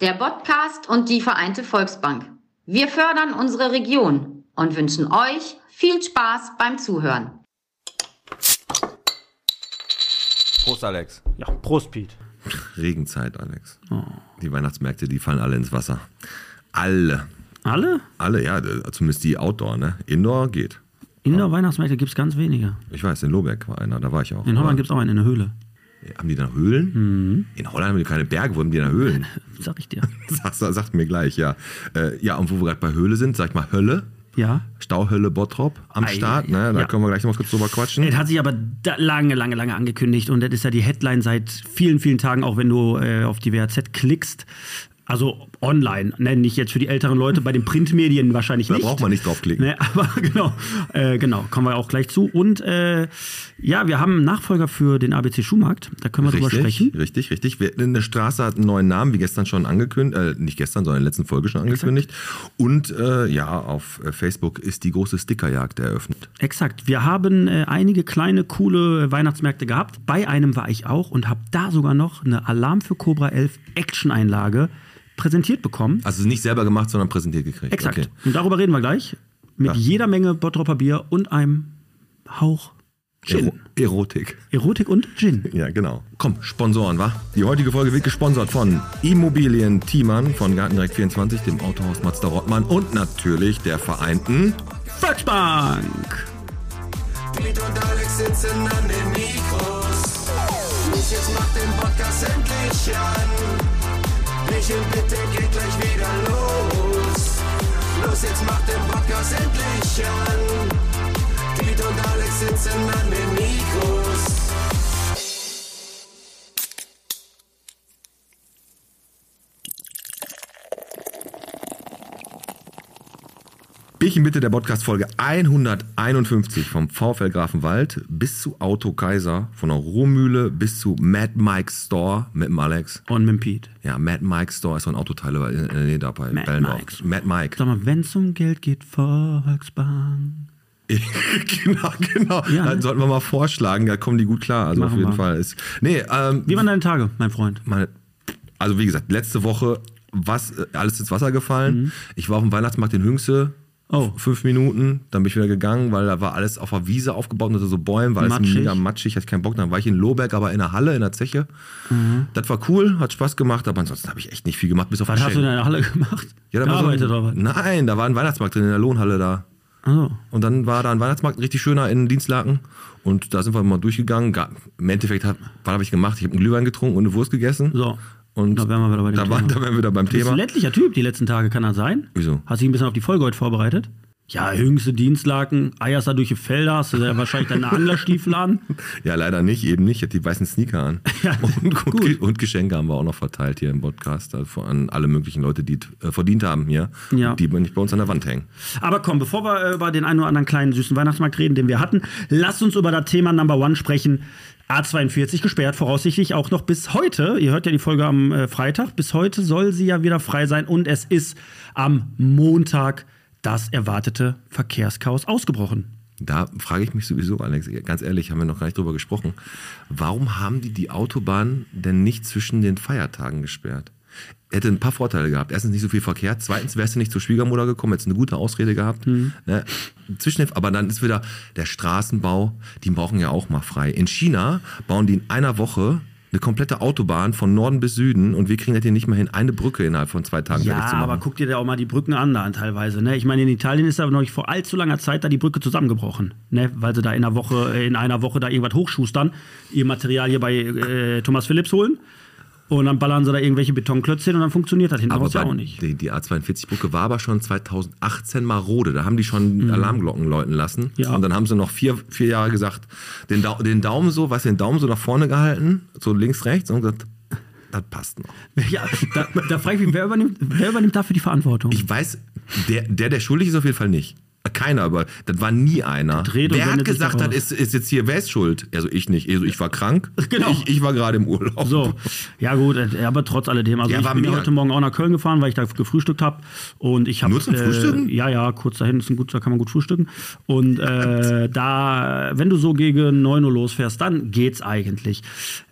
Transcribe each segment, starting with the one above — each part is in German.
der Podcast und die Vereinte Volksbank. Wir fördern unsere Region und wünschen euch viel Spaß beim Zuhören. Prost, Alex. Ja, Prost, Piet. Regenzeit, Alex. Die Weihnachtsmärkte, die fallen alle ins Wasser. Alle. Alle? Alle, ja, d- zumindest die Outdoor, ne? Indoor geht. Indoor-Weihnachtsmärkte gibt es ganz wenige. Ich weiß, in Lobeck war einer, da war ich auch. In Mhm. Holland gibt es auch einen in der Höhle. Aber haben die da Höhlen? In Holland haben die keine Berge, wo haben die da Höhlen? Sag ich dir. Sagt sagt mir gleich, ja. Äh, ja, und wo wir gerade bei Höhle sind, sag ich mal Hölle. Ja. Stauhölle Bottrop am Ei, Start, ne? Da ja. können wir gleich noch mal kurz drüber quatschen. Das hat sich aber da lange, lange, lange angekündigt und das ist ja die Headline seit vielen, vielen Tagen, auch wenn du äh, auf die WAZ klickst. Also online, ne, nicht jetzt für die älteren Leute, bei den Printmedien wahrscheinlich Da nicht. braucht man nicht draufklicken. Ne, aber genau, äh, genau, kommen wir auch gleich zu. Und äh, ja, wir haben einen Nachfolger für den ABC Schuhmarkt, da können wir drüber sprechen. Richtig, richtig. Wir, eine Straße hat einen neuen Namen, wie gestern schon angekündigt, äh, nicht gestern, sondern in der letzten Folge schon angekündigt. Und äh, ja, auf äh, Facebook ist die große Stickerjagd eröffnet. Exakt. Wir haben äh, einige kleine, coole Weihnachtsmärkte gehabt. Bei einem war ich auch und habe da sogar noch eine Alarm für Cobra 11 Action-Einlage präsentiert bekommen. Also nicht selber gemacht, sondern präsentiert gekriegt. Exakt. Okay. Und darüber reden wir gleich. Mit Ja. jeder Menge Bottropper Bier und einem Hauch Gin. Ero Erotik. Erotik und Gin. Ja, genau. Komm, Sponsoren, wa? Die heutige Folge wird gesponsert von Immobilien Thiemann von Gartendirekt24, dem Autohaus Mazda Rottmann und natürlich der Vereinten. Volksbank! Piet und Alex sitzen an den Mikros. Ich jetzt mach den Podcast endlich an. Michel, bitte geht gleich wieder los. Los, jetzt mach den Podcast endlich an. Piet und Alex sitzen an den Mikros. Bierchen bitte der Podcast-Folge 151 vom VfL Grafenwald bis zu Auto Kaiser, von der Ruhrmühle bis zu Mad Mike's Store mit dem Alex. Und mit dem Pete. Ja, Mad Mike's Store ist so ein Autoteile bei, in der Nähe da bei Mad Bellendorf. Mike's. Mad Mike. Sag mal, wenn es um Geld geht, Volksbank. genau, genau. Ja, ne? Das sollten wir mal vorschlagen, da kommen die gut klar. Also Machen auf jeden wir. Fall ist. Nee, ähm, Wie waren deine Tage, mein Freund? meine, also wie gesagt, letzte Woche was, äh, alles ins Wasser gefallen. Ich war auf dem Weihnachtsmarkt in Hüngste. Mhm. Oh. f- Fünf Minuten, dann bin ich wieder gegangen, weil da war alles auf der Wiese aufgebaut und unter so Bäumen, weil Matschig. es mega matschig, hatte ich keinen Bock. Dann war ich in Lohberg, aber in der Halle, in der Zeche. Mhm. Das war cool, hat Spaß gemacht, aber ansonsten habe ich echt nicht viel gemacht, bis auf Was hast du in Geschenk. deiner Halle gemacht? ja, da war Gearbeitet so oder was? ein, Nein, da war ein Weihnachtsmarkt drin, in der Lohnhalle da. Also, Und dann war da ein Weihnachtsmarkt, ein richtig schöner in Dienstlaken. Und da sind wir mal durchgegangen. Ga- Im Endeffekt, hab, was habe ich gemacht? Ich habe einen Glühwein getrunken und eine Wurst gegessen. So. Und Da wären wir wieder bei dem da, war, Thema. da wären wir wieder beim du bist Thema. ein ländlicher Typ die letzten Tage, kann das sein? Wieso? Hast dich ein bisschen auf die Folge heute vorbereitet? Ja, jüngste Dienstlaken, eierst da durch die Felder, hast du ja wahrscheinlich deine Anglerstiefel an. Ja, leider nicht, eben nicht. Ich hatte die weißen Sneaker an. Ja, und, gut. und, und Geschenke haben wir auch noch verteilt hier im Podcast. Also an alle möglichen Leute, die äh, verdient haben hier. Ja. Die nicht bei uns an der Wand hängen. Aber komm, bevor wir äh, über den einen oder anderen kleinen süßen Weihnachtsmarkt reden, den wir hatten, lasst uns über das Thema Number One sprechen. A42 gesperrt, voraussichtlich auch noch bis heute. Ihr hört ja die Folge am äh, Freitag. Bis heute soll sie ja wieder frei sein und es ist am Montag das erwartete Verkehrschaos ausgebrochen. Da frage ich mich sowieso, Alex, ganz ehrlich, haben wir noch gar nicht drüber gesprochen. Warum haben die die Autobahn denn nicht zwischen den Feiertagen gesperrt? Hätte ein paar Vorteile gehabt. Erstens nicht so viel Verkehr. Zweitens wärst du nicht zur Schwiegermutter gekommen, hättest eine gute Ausrede gehabt. Mhm. Ne? Zwischen den, aber dann ist wieder der Straßenbau, die brauchen ja auch mal frei. In China bauen die in einer Woche eine komplette Autobahn von Norden bis Süden und wir kriegen das hier nicht mal hin, eine Brücke innerhalb von zwei Tagen fertig Ja, zu machen. aber guck dir da auch mal die Brücken an, da teilweise. Ne? Ich meine, in Italien ist aber noch nicht vor allzu langer Zeit da die Brücke zusammengebrochen, ne? weil sie da in einer Woche, in einer Woche da irgendwas hochschustern, ihr Material hier bei äh, Thomas Phillips holen und dann ballern sie da irgendwelche Betonklötze hin und dann funktioniert das hinten raus ja bei- auch nicht. Die, die A42-Brücke war aber schon 2018 marode. Da haben die schon Alarmglocken läuten lassen. Mhm. Ja. Und dann haben sie noch vier, vier Jahre gesagt, den, Dau den Daumen so, weißt du, den Daumen so nach vorne gehalten, so links, rechts und gesagt, das passt noch. Ja, da, da frage ich mich, wer übernimmt, wer übernimmt dafür die Verantwortung? Ich weiß, der, der, der schuldig ist auf jeden Fall nicht. Keiner, aber das war nie einer. dreht und Wer hat wendet sich gesagt, daraus. das ist, ist jetzt hier, wer ist schuld? Also ich nicht. Also ich war krank. Genau. Ich, ich war gerade im Urlaub. So, ja gut, äh, aber trotz alledem. Also Ja, ich war bin ja mega. heute Morgen auch nach Köln gefahren, weil ich da gefrühstückt habe. Und ich habe Nur zum Frühstücken? Äh, ja, ja, kurz dahin ist ein gut, da kann man gut frühstücken. Und äh, da, wenn du so gegen 9 Uhr losfährst, dann geht's eigentlich.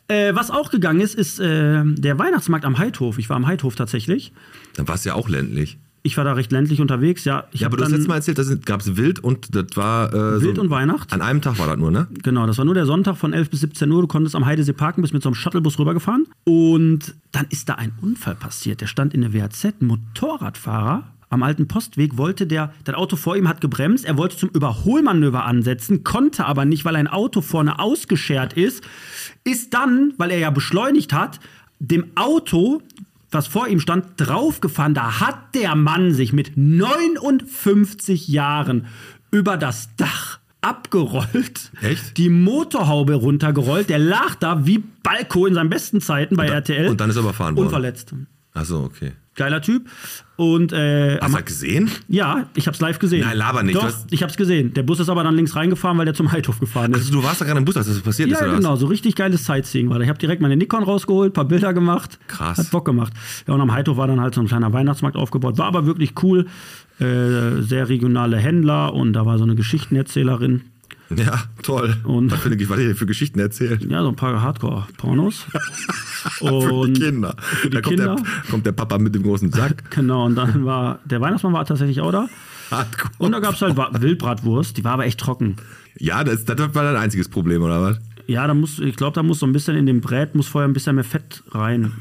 Äh, was auch gegangen ist, ist äh, der Weihnachtsmarkt am Heidhof. Ich war am Heidhof tatsächlich. Dann war es ja auch ländlich. Ich war da recht ländlich unterwegs, ja. Ich Ja, hab aber du hast dann- letztes Mal erzählt, da gab es Wild und das war. Äh, Wild so, und Weihnacht. An einem Tag war das nur, ne? Genau, das war nur der Sonntag von 11 bis 17 Uhr. Du konntest am Heidesee parken, bist mit so einem Shuttlebus rübergefahren. Und dann ist da ein Unfall passiert. Der stand in der WAZ, ein Motorradfahrer. Am alten Postweg wollte der, das Auto vor ihm hat gebremst, er wollte zum Überholmanöver ansetzen, konnte aber nicht, weil ein Auto vorne ausgeschert ist, ist dann, weil er ja beschleunigt hat, dem Auto, was vor ihm stand, draufgefahren. Da hat der Mann sich mit 59 Jahren über das Dach abgerollt. Echt? Die Motorhaube runtergerollt. Der lag da wie Balko in seinen besten Zeiten bei RTL. und dann ist er überfahren worden. Unverletzt. Achso, okay. Geiler Typ. Und äh, Hast am- du das gesehen? ja, ich hab's live gesehen. Nein, laber nicht. Du Doch, hast- ich hab's gesehen. Der Bus ist aber dann links reingefahren, weil der zum Heidhof gefahren ist. Also, du warst da gerade im Bus, als das passiert ist, Ja, oder genau, was? so richtig geiles Sightseeing war. da. Ich habe direkt meine Nikon rausgeholt, paar Bilder gemacht. Krass. Hat Bock gemacht. Ja, und am Heidhof war dann halt so ein kleiner Weihnachtsmarkt aufgebaut. War aber wirklich cool. Äh, sehr regionale Händler und da war so eine Geschichtenerzählerin. Ja, toll. Und- was, für eine, was ihr für Geschichten erzählt. Ja, so ein paar Hardcore-Pornos. Für die und Kinder. die da kommt, Kinder. Der, kommt der Papa mit dem großen Sack. genau, und dann war der Weihnachtsmann war tatsächlich auch da. Hardcore. Und da gab es halt Wa- Wildbratwurst, die war aber echt trocken. Ja, das, das war dein einziges Problem, oder was? Ja, da muss, ich glaube, da muss so ein bisschen in dem Brät muss vorher ein bisschen mehr Fett rein.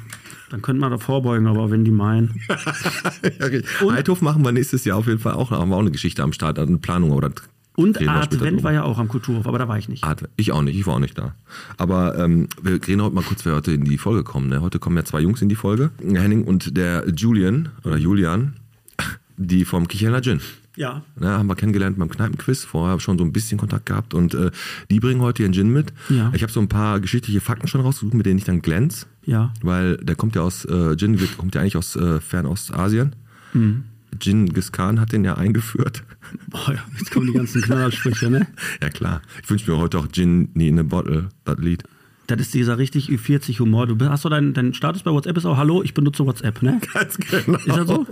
Dann könnte man da vorbeugen, aber wenn die meinen. ja, okay. Heidhof machen wir nächstes Jahr auf jeden Fall auch. Da haben wir auch eine Geschichte am Start, also eine Planung. Aber dann Und reden wir später Advent drüber. war ja auch am Kulturhof, aber da war ich nicht. Advent. Ah, Ich auch nicht, ich war auch nicht da. Aber ähm, wir reden heute mal kurz, wer heute in die Folge kommt. Ne? Heute kommen ja zwei Jungs in die Folge. Henning und der Julian oder Julian, die vom Kichelner Gin. Ja. Ne, haben wir kennengelernt beim Kneipenquiz, vorher schon so ein bisschen Kontakt gehabt und äh, die bringen heute ihren Gin mit. Ja. Ich habe so ein paar geschichtliche Fakten schon rausgesucht, mit denen ich dann glänz. Ja. Weil der kommt ja aus, äh, Gin wird- kommt ja eigentlich aus äh, Fernostasien. Mhm. Genghis Khan hat den ja eingeführt. Boah, ja, jetzt kommen die ganzen Knallersprüche, ne? Ja klar, ich wünsche mir heute auch Gin nie in a Bottle, das Lied. Das ist dieser richtig Ü40-Humor. Du bist- hast doch deinen dein Status bei WhatsApp ist auch, hallo, ich benutze WhatsApp, ne? Ganz genau. Ist das so?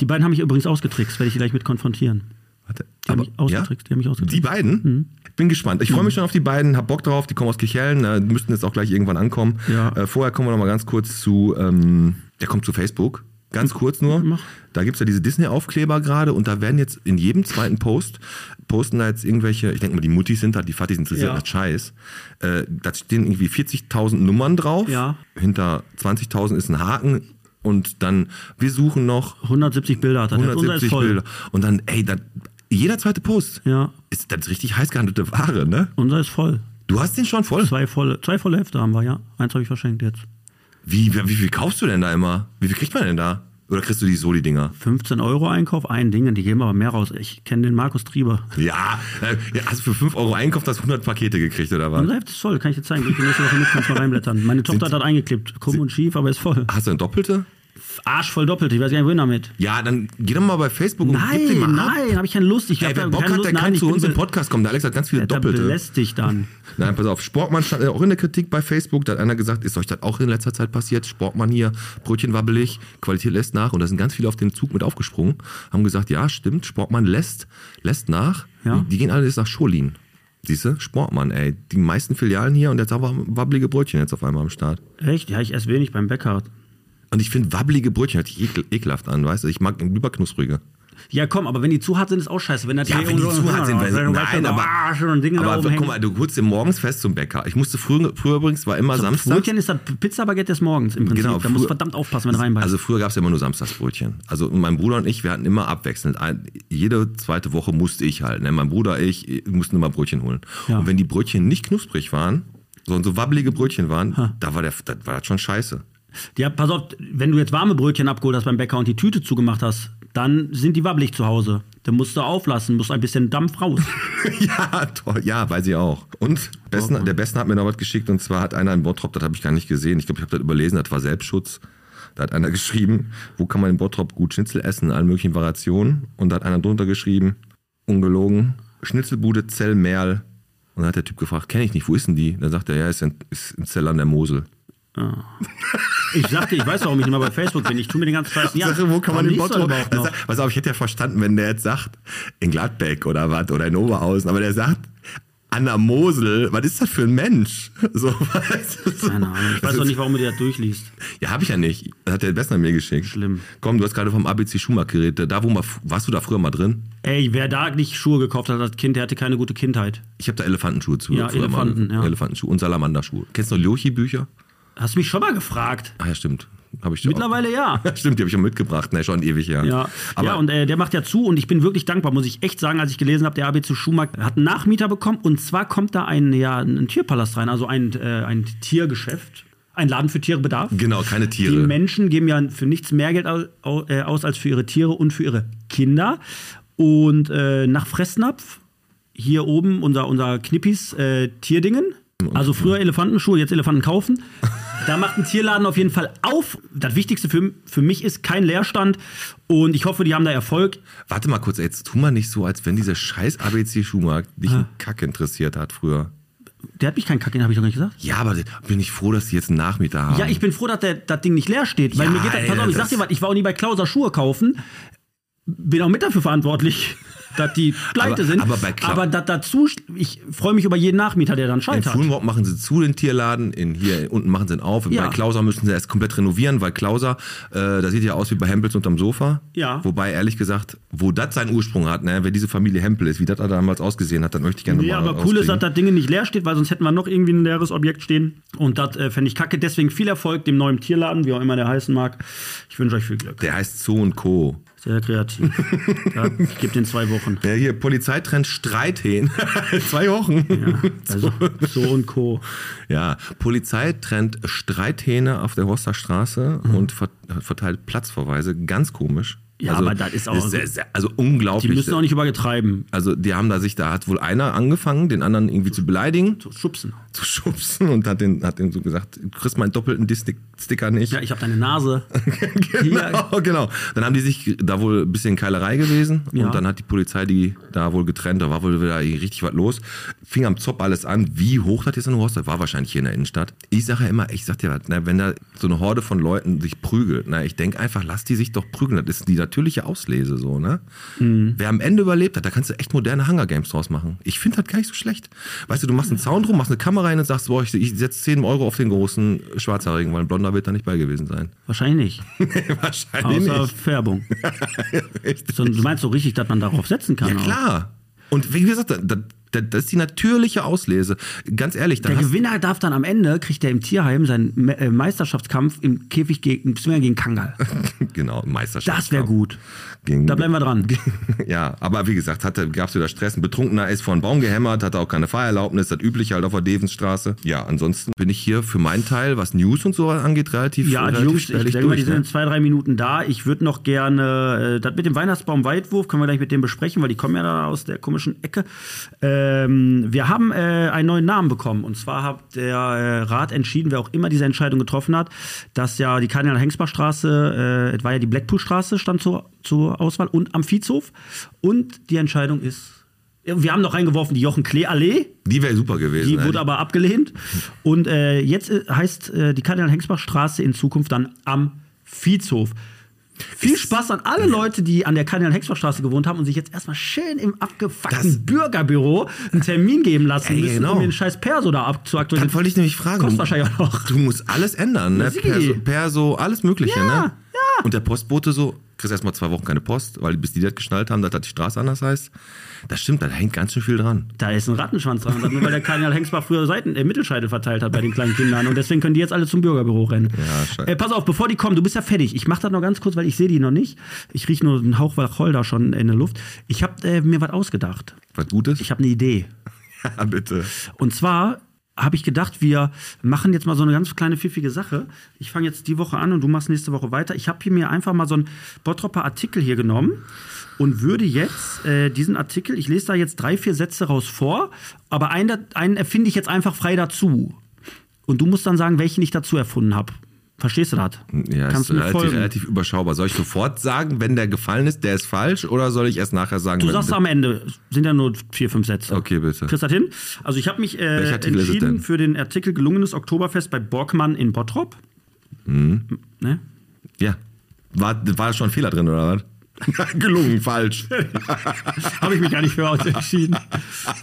Die beiden haben mich übrigens ausgetrickst, werde ich die gleich mit konfrontieren. Warte, Die haben mich ausgetrickst, die haben mich ausgetrickst. Mhm. Die beiden? Ich bin gespannt. Ich freue mich schon auf die beiden, hab Bock drauf. Die kommen aus Kichellen, äh, müssten jetzt auch gleich irgendwann ankommen. Ja. Äh, vorher kommen wir noch mal ganz kurz zu, ähm, der kommt zu Facebook. Ganz kurz nur. Mach. Da gibt's ja diese Disney-Aufkleber gerade und da werden jetzt in jedem zweiten Post, posten da jetzt irgendwelche, ich denke mal, die Muttis sind da, die Fatis interessiert Ja. das Scheiß. Äh, da stehen irgendwie 40.000 Nummern drauf. Ja. Hinter 20.000 ist ein Haken und dann, wir suchen noch 170 Bilder hat er. Der- unser ist 170 voll. Bilder. Und dann, ey, das- jeder zweite Post. Ja. Ist das ist richtig heiß gehandelte Ware, ne? Unser ist voll. Du hast den schon voll. Zwei volle, zwei volle Hefte haben wir, ja. Eins habe ich verschenkt jetzt. Wie, wie, wie viel kaufst du denn da immer? Wie viel kriegt man denn da? Oder kriegst du die Soli-Dinger? 15 Euro Einkauf, ein Ding, die geben aber mehr raus. Ich kenne den Markus Trieber. Ja, äh, ja, hast du für 5 Euro Einkauf das 100 Pakete gekriegt, oder was? Unser Heft ist voll, kann ich dir zeigen. Ich bin nächste Woche mit, kannst mal reinblättern. Meine Tochter hat das eingeklebt. Krumm und schief, aber ist voll. Hast du eine doppelte? Arsch voll doppelt, ich weiß gar nicht, wohin damit. Ja, dann geh doch mal bei Facebook und gib den mal Nein, ab. nein, habe ich keine Lust. Ich hab Ey, wer da Bock keine hat, Lust. der kann Nein, ich zu bin uns im be- Podcast kommen. Der Alex hat ganz viele Alter, Doppelte. belästigt dann. Nein, pass auf, Sportmann stand ja auch in der Kritik bei Facebook, da hat einer gesagt, ist euch das auch in letzter Zeit passiert? Sportmann hier, Brötchen wabbelig, Qualität lässt nach und da sind ganz viele auf den Zug mit aufgesprungen, haben gesagt, ja, stimmt, Sportmann lässt, lässt nach. Ja. Die, die gehen alle jetzt nach Scholin. Siehste, Sportmann, ey. Die meisten Filialen hier und jetzt haben wir wabbelige Brötchen jetzt auf einmal am Start. Echt? Ja, ich esse wenig beim Bäcker. Und ich finde wabbelige Brötchen hört sich ekel, ekelhaft an, weißt du? Ich mag lieber knusprige. Ja, komm, aber wenn die zu hart sind, ist auch scheiße. Wenn das Ja, hier wenn die so- zu hart sind, weil Wenn du weißt, nein, da aber, war Arsch und Dinge da aber oben guck hängen. mal, du holst dir morgens fest zum Bäcker. Ich musste früher, früher übrigens, war immer Samstag. Brötchen ist das Pizzabaguette des Morgens im Prinzip. da musst du früher- verdammt aufpassen, wenn du reinbeißt. Genau, Also früher gab es ja immer nur Samstagsbrötchen. Also mein Bruder und ich, wir hatten immer abwechselnd. Ein, jede zweite Woche musste ich halt. Ne? Mein Bruder, ich eh, mussten immer Brötchen holen. Ja. Und wenn die Brötchen nicht knusprig waren, sondern so wabbelige Brötchen waren, da war, der, da war das schon scheiße. ja, pass auf, wenn du jetzt warme Brötchen abgeholt hast beim Bäcker und die Tüte zugemacht hast, dann sind die wabbelig zu Hause. Dann musst du auflassen, musst ein bisschen Dampf raus. ja, toll. Ja, weiß ich auch. Und Besten, der Besten hat mir noch was geschickt und zwar hat einer in Bottrop, das habe ich gar nicht gesehen. Ich glaube, ich habe das überlesen, das war Selbstschutz. Da hat einer geschrieben, wo kann man in Bottrop gut Schnitzel essen, in allen möglichen Variationen. Und da hat einer drunter geschrieben, ungelogen, Schnitzelbude Zellmerl. Und dann hat der Typ gefragt, kenne ich nicht, wo ist denn die? Dann sagt er, ja, ist in, ist in Zell an der Mosel. ich sagte, ich weiß, warum ich nicht mal bei Facebook bin. Ich tue mir den ganzen Scheiß nicht an. Sache, wo kann man Warum den liest du Bottrop? überhaupt Also, noch? pass auf, ich hätte ja verstanden, wenn der jetzt sagt, in Gladbeck oder was oder in Oberhausen, aber der sagt, an der Mosel, was ist das für ein Mensch? So, weißt du, so. Keine Ahnung. Ich Das weiß auch ist- nicht, warum du dir das durchliest. Ja, habe ich ja nicht. Das hat der Bessner mir geschickt. Schlimm. Komm, du hast gerade vom ABC Schumacher geredet. Da, wo mal, warst du da früher mal drin? Ey, wer da nicht Schuhe gekauft hat, das Kind, der hatte keine gute Kindheit. Ich habe da Elefantenschuhe zu. Ja, früher Elefanten, mal. ja. Elefantenschuhe und Salamanderschuhe. Kennst du noch Lyochi-Bücher? Hast du mich schon mal gefragt? Ah ja, stimmt. Hab ich dir Mittlerweile ja. Auch. Stimmt, die habe ich auch mitgebracht. Ne, schon ewig her. Ja, Aber ja und äh, der macht ja zu und ich bin wirklich dankbar, muss ich echt sagen, als ich gelesen habe, der AB zu Schumacher hat einen Nachmieter bekommen und zwar kommt da ein, ja, ein Tierpalast rein, also ein, äh, ein Tiergeschäft, ein Laden für Tierbedarf. Genau, keine Tiere. Die Menschen geben ja für nichts mehr Geld au- au- äh, aus als für ihre Tiere und für ihre Kinder. Und äh, nach Fressnapf, hier oben unser, unser Knippis äh, Tierdingen. Also früher Elefantenschuhe, jetzt Elefanten kaufen. Da macht ein Tierladen auf jeden Fall auf. Das Wichtigste für, für mich ist kein Leerstand. Und ich hoffe, die haben da Erfolg. Warte mal kurz, ey, jetzt tu mal nicht so, als wenn dieser scheiß ABC Schumacher Ah. dich ein Kack interessiert hat früher. Der hat mich keinen Kack, den habe ich doch nicht gesagt. Ja, aber bin ich froh, dass die jetzt einen Nachmieter haben. Ja, ich bin froh, dass der, das Ding nicht leer steht. Weil Ja, mir geht das, pass ey, auf, ich das- sag dir was, ich war auch nie bei Klauser Schuhe kaufen. Bin auch mit dafür verantwortlich, dass die pleite Aber- sind. aber bei Klau- aber da, dazu, ich freue mich über jeden Nachmieter, der dann In scheitert. Fulmrock machen sie zu den Tierladen, in hier unten machen sie ihn auf. Ja. Bei Klauser müssen sie erst komplett renovieren, weil Klauser, äh, da sieht ja aus wie bei Hempels unterm Sofa. Ja. Wobei, ehrlich gesagt, wo das seinen Ursprung hat, ne, wer diese Familie Hempel ist, wie das da damals ausgesehen hat, das möchte ich gerne Ja, mal aber cool ist, dass rauskriegen. das Ding nicht leer steht, weil sonst hätten wir noch irgendwie ein leeres Objekt stehen. Und das äh, fände ich kacke. Deswegen viel Erfolg dem neuen Tierladen, wie auch immer der heißen mag. Ich wünsche euch viel Glück. Der heißt Zoo und Co. Sehr kreativ. ja, ich gebe den zwei Wochen. Der hier, Polizeitrend Streithähn. Zwei Wochen. Also, so und Co. Ja, Polizei trennt Streithähne auf der Horster Straße und ver verteilt Platzverweise. Ganz komisch. Mhm. Also, Ja, aber das ist auch- sehr, sehr, also Die unglaublich. müssen auch nicht übergetreiben. also die haben da sich, da hat wohl einer angefangen, den anderen irgendwie zu beleidigen, Schubsen. zu schubsen und hat den, hat ihm so gesagt, du kriegst meinen doppelten Disney-Sticker nicht. Ja, ich habe deine Nase. genau, genau. Dann haben die sich da wohl ein bisschen Keilerei gewesen Ja. und dann hat die Polizei die da wohl getrennt, da war wohl wieder richtig was los. Fing am Zopp alles an, wie hoch das jetzt in Horst, das war wahrscheinlich hier in der Innenstadt. Ich sage ja immer, ich sag dir was, na, wenn da so eine Horde von Leuten sich prügelt, na, ich denk einfach, lass die sich doch prügeln, das ist die natürliche Auslese so, ne? Wer am Ende überlebt hat, da kannst du echt moderne Hunger Games draus machen. Ich finde das gar nicht so schlecht. Weißt du, du machst einen Zaun drum, machst eine Kamera rein und sagst, boah, ich, ich setze 10 Euro auf den großen Schwarzhaarigen, weil ein Blonder wird da nicht bei gewesen sein. Wahrscheinlich nicht. Wahrscheinlich Außer nicht. Färbung. So, du meinst so richtig, dass man darauf setzen kann? Ja, auch. klar. Und wie gesagt, das, das, das ist die natürliche Auslese. Ganz ehrlich, da Der hast, Gewinner darf dann am Ende, kriegt er im Tierheim seinen Me äh, Meisterschaftskampf im Käfig gegen, beziehungsweise gegen Kangal. genau, Meisterschaft. Das wäre gut. Gegen, Da bleiben wir dran. ja, aber wie gesagt, gab es wieder Stress. Ein Betrunkener ist vor einen Baum gehämmert, hatte auch keine Fahrerlaubnis, das übliche halt auf der Devensstraße. Ja, ansonsten bin ich hier für meinen Teil, was News und so angeht, relativ Ja, die relativ Jungs, ich spärlich denke mal, die durch, sind ne? in zwei, drei Minuten da. Ich würde noch gerne, äh, das mit dem Weihnachtsbaum-Weitwurf können wir gleich mit dem besprechen, weil die kommen ja da aus der komischen Ecke. Ähm, wir haben äh, einen neuen Namen bekommen. Und zwar hat der äh, Rat entschieden, wer auch immer diese Entscheidung getroffen hat, dass ja die Kardinal Hengsbachstraße, äh, es war ja die Blackpoolstraße, stand zur, zur Auswahl und Amphizhof. Und die Entscheidung ist, wir haben noch reingeworfen, die Jochen Klee-Allee. Die wäre super gewesen. Die ne? wurde aber abgelehnt. Und äh, jetzt äh, heißt äh, die Kardinal-Hengsbach-Straße in Zukunft dann am Viehshof. Viel Spaß an alle Leute, die an der Kardinal-Hengsbach-Straße gewohnt haben und sich jetzt erstmal schön im abgefuckten Das- Bürgerbüro einen Termin geben lassen Ey, müssen, um genau. den scheiß Perso da abzuaktualisieren. das wollte ich nämlich fragen. Kostet wahrscheinlich auch noch. Du musst alles ändern, ne? Ja, Sigi. Perso, Perso, alles Mögliche, Ja, ne? ja. Und der Postbote so, kriegst erstmal zwei Wochen keine Post, weil bis die das geschnallt haben, dass das die Straße anders heißt. Das stimmt, da hängt ganz schön viel dran. Da ist ein Rattenschwanz dran, nur weil der Kardinal Hengsbach früher Seiten, äh, Mittelscheide verteilt hat bei den kleinen Kindern und deswegen können die jetzt alle zum Bürgerbüro rennen. scheiße. äh, pass auf, bevor die kommen, du bist ja fertig. Ich mache das noch ganz kurz, weil ich sehe die noch nicht. Ich rieche nur einen Hauch Wacholder schon in der Luft. Ich habe äh, mir was ausgedacht. Was Gutes? Ich habe eine Idee. ja, bitte. Und zwar habe ich gedacht, wir machen jetzt mal so eine ganz kleine pfiffige Sache. Ich fange jetzt die Woche an und du machst nächste Woche weiter. Ich habe hier mir einfach mal so einen Bottropper Artikel hier genommen und würde jetzt äh, diesen Artikel, ich lese da jetzt drei, vier Sätze raus vor, aber einen, da- einen erfinde ich jetzt einfach frei dazu. Und du musst dann sagen, welchen ich dazu erfunden habe. Verstehst du das? Ja, Kannst ist du mir relativ, folgen? relativ überschaubar. Soll ich sofort sagen, wenn der gefallen ist, der ist falsch, oder soll ich erst nachher sagen, Du wenn sagst am Ende, sind ja nur vier, fünf Sätze. Okay, bitte. Kriegst du das hin? Also ich habe mich äh, Welcher Artikel ist es entschieden denn? für den Artikel Gelungenes Oktoberfest bei Borgmann in Bottrop. Ne? Hm. Ja. War, war schon ein Fehler drin, oder was? Gelungen, falsch. Habe ich mich gar nicht für heute entschieden.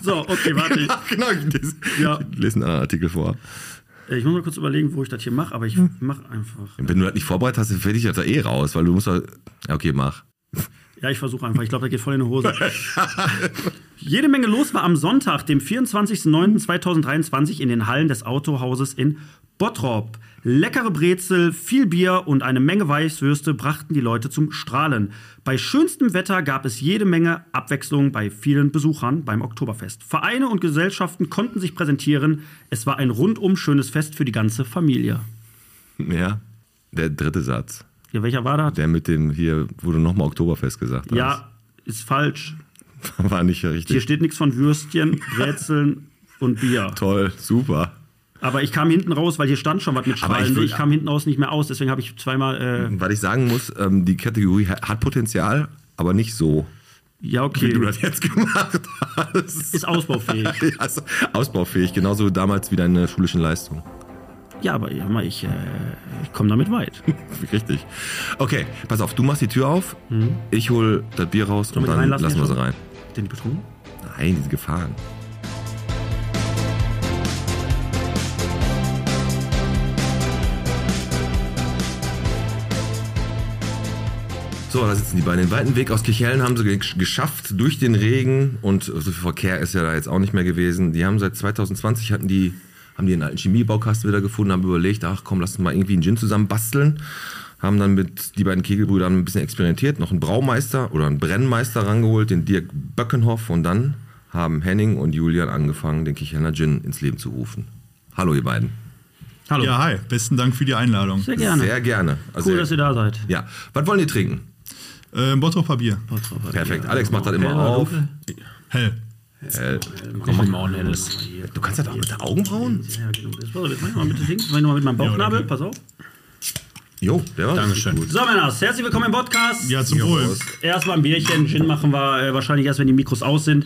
So, okay, warte. Ich, genau, ich lese, Ja. ich lese einen anderen Artikel vor. ich muss mal kurz überlegen, wo ich das hier mache, aber ich mache einfach. Wenn du das nicht vorbereitet hast, dann fällt dich das da eh raus, weil du musst da. Ja, okay, mach. Ja, ich versuche einfach. Ich glaube, da geht voll in die Hose. Jede Menge los war am Sonntag, dem 24.09.2023 in den Hallen des Autohauses in Bottrop. Leckere Brezel, viel Bier und eine Menge Weißwürste brachten die Leute zum Strahlen. Bei schönstem Wetter gab es jede Menge Abwechslung bei vielen Besuchern beim Oktoberfest. Vereine und Gesellschaften konnten sich präsentieren. Es war ein rundum schönes Fest für die ganze Familie. Ja. Der dritte Satz. Ja, welcher war das? Der mit dem hier, wo du nochmal Oktoberfest gesagt hast. Ja, ist falsch. War nicht Hier richtig. steht nichts von Würstchen, Brezeln und Bier. Toll, super. Aber ich kam hinten raus, weil hier stand schon was mit Aber ich Strahlen. will- Ich, kam hinten raus nicht mehr aus, deswegen habe ich zweimal. Äh, Weil ich sagen muss, ähm, die Kategorie ha- hat Potenzial, aber nicht so, äh, ja, wie du okay. das jetzt gemacht hast. Ist ausbaufähig. Ja, ist ausbaufähig, genauso damals wie deine schulischen Leistungen. ja, aber hör mal, ich, äh, ich komme damit weit. Richtig. Okay, pass auf, du machst die Tür auf, ich hol das Bier raus und Mhm. wir dann reinlassen lassen wir jetzt sie schon? rein. Den betrunken? Nein, die sind gefahren. So, da sitzen die beiden. Den weiten Weg aus Kirchhellen haben sie ge- geschafft durch den Regen und so viel Verkehr ist ja da jetzt auch nicht mehr gewesen. Die haben seit 2020 hatten die, haben die einen alten Chemiebaukasten wieder gefunden, haben überlegt, ach komm, lass uns mal irgendwie einen Gin zusammen basteln. Haben dann mit die beiden Kegelbrüder ein bisschen experimentiert, noch einen Braumeister oder einen Brennmeister rangeholt, den Dirk Böckenhoff und dann haben Henning und Julian angefangen, den Kirchhellener Gin ins Leben zu rufen. Hallo ihr beiden. Hallo. Ja, hi. Besten Dank für die Einladung. Sehr gerne. Sehr gerne. Also, cool, dass ihr da seid. Ja. Was wollen die trinken? Äh, Bottroper Bier. Perfekt. Alex macht das immer Hell oder auf. dunkel? Hell. Äh, Ich mach mal ein helles. Du kannst das auch mit den Augenbrauen? Ja, genau. Jetzt pass auf, jetzt mach ich mal mit dem Ding, mach ich mal mit meinem Bauchnabel, pass auf. Jo, der war Dankeschön. gut. So, Männers, herzlich willkommen im Podcast. Ja, zum Wohl. Erstmal ein Bierchen, Gin machen wir äh, wahrscheinlich erst, wenn die Mikros aus sind,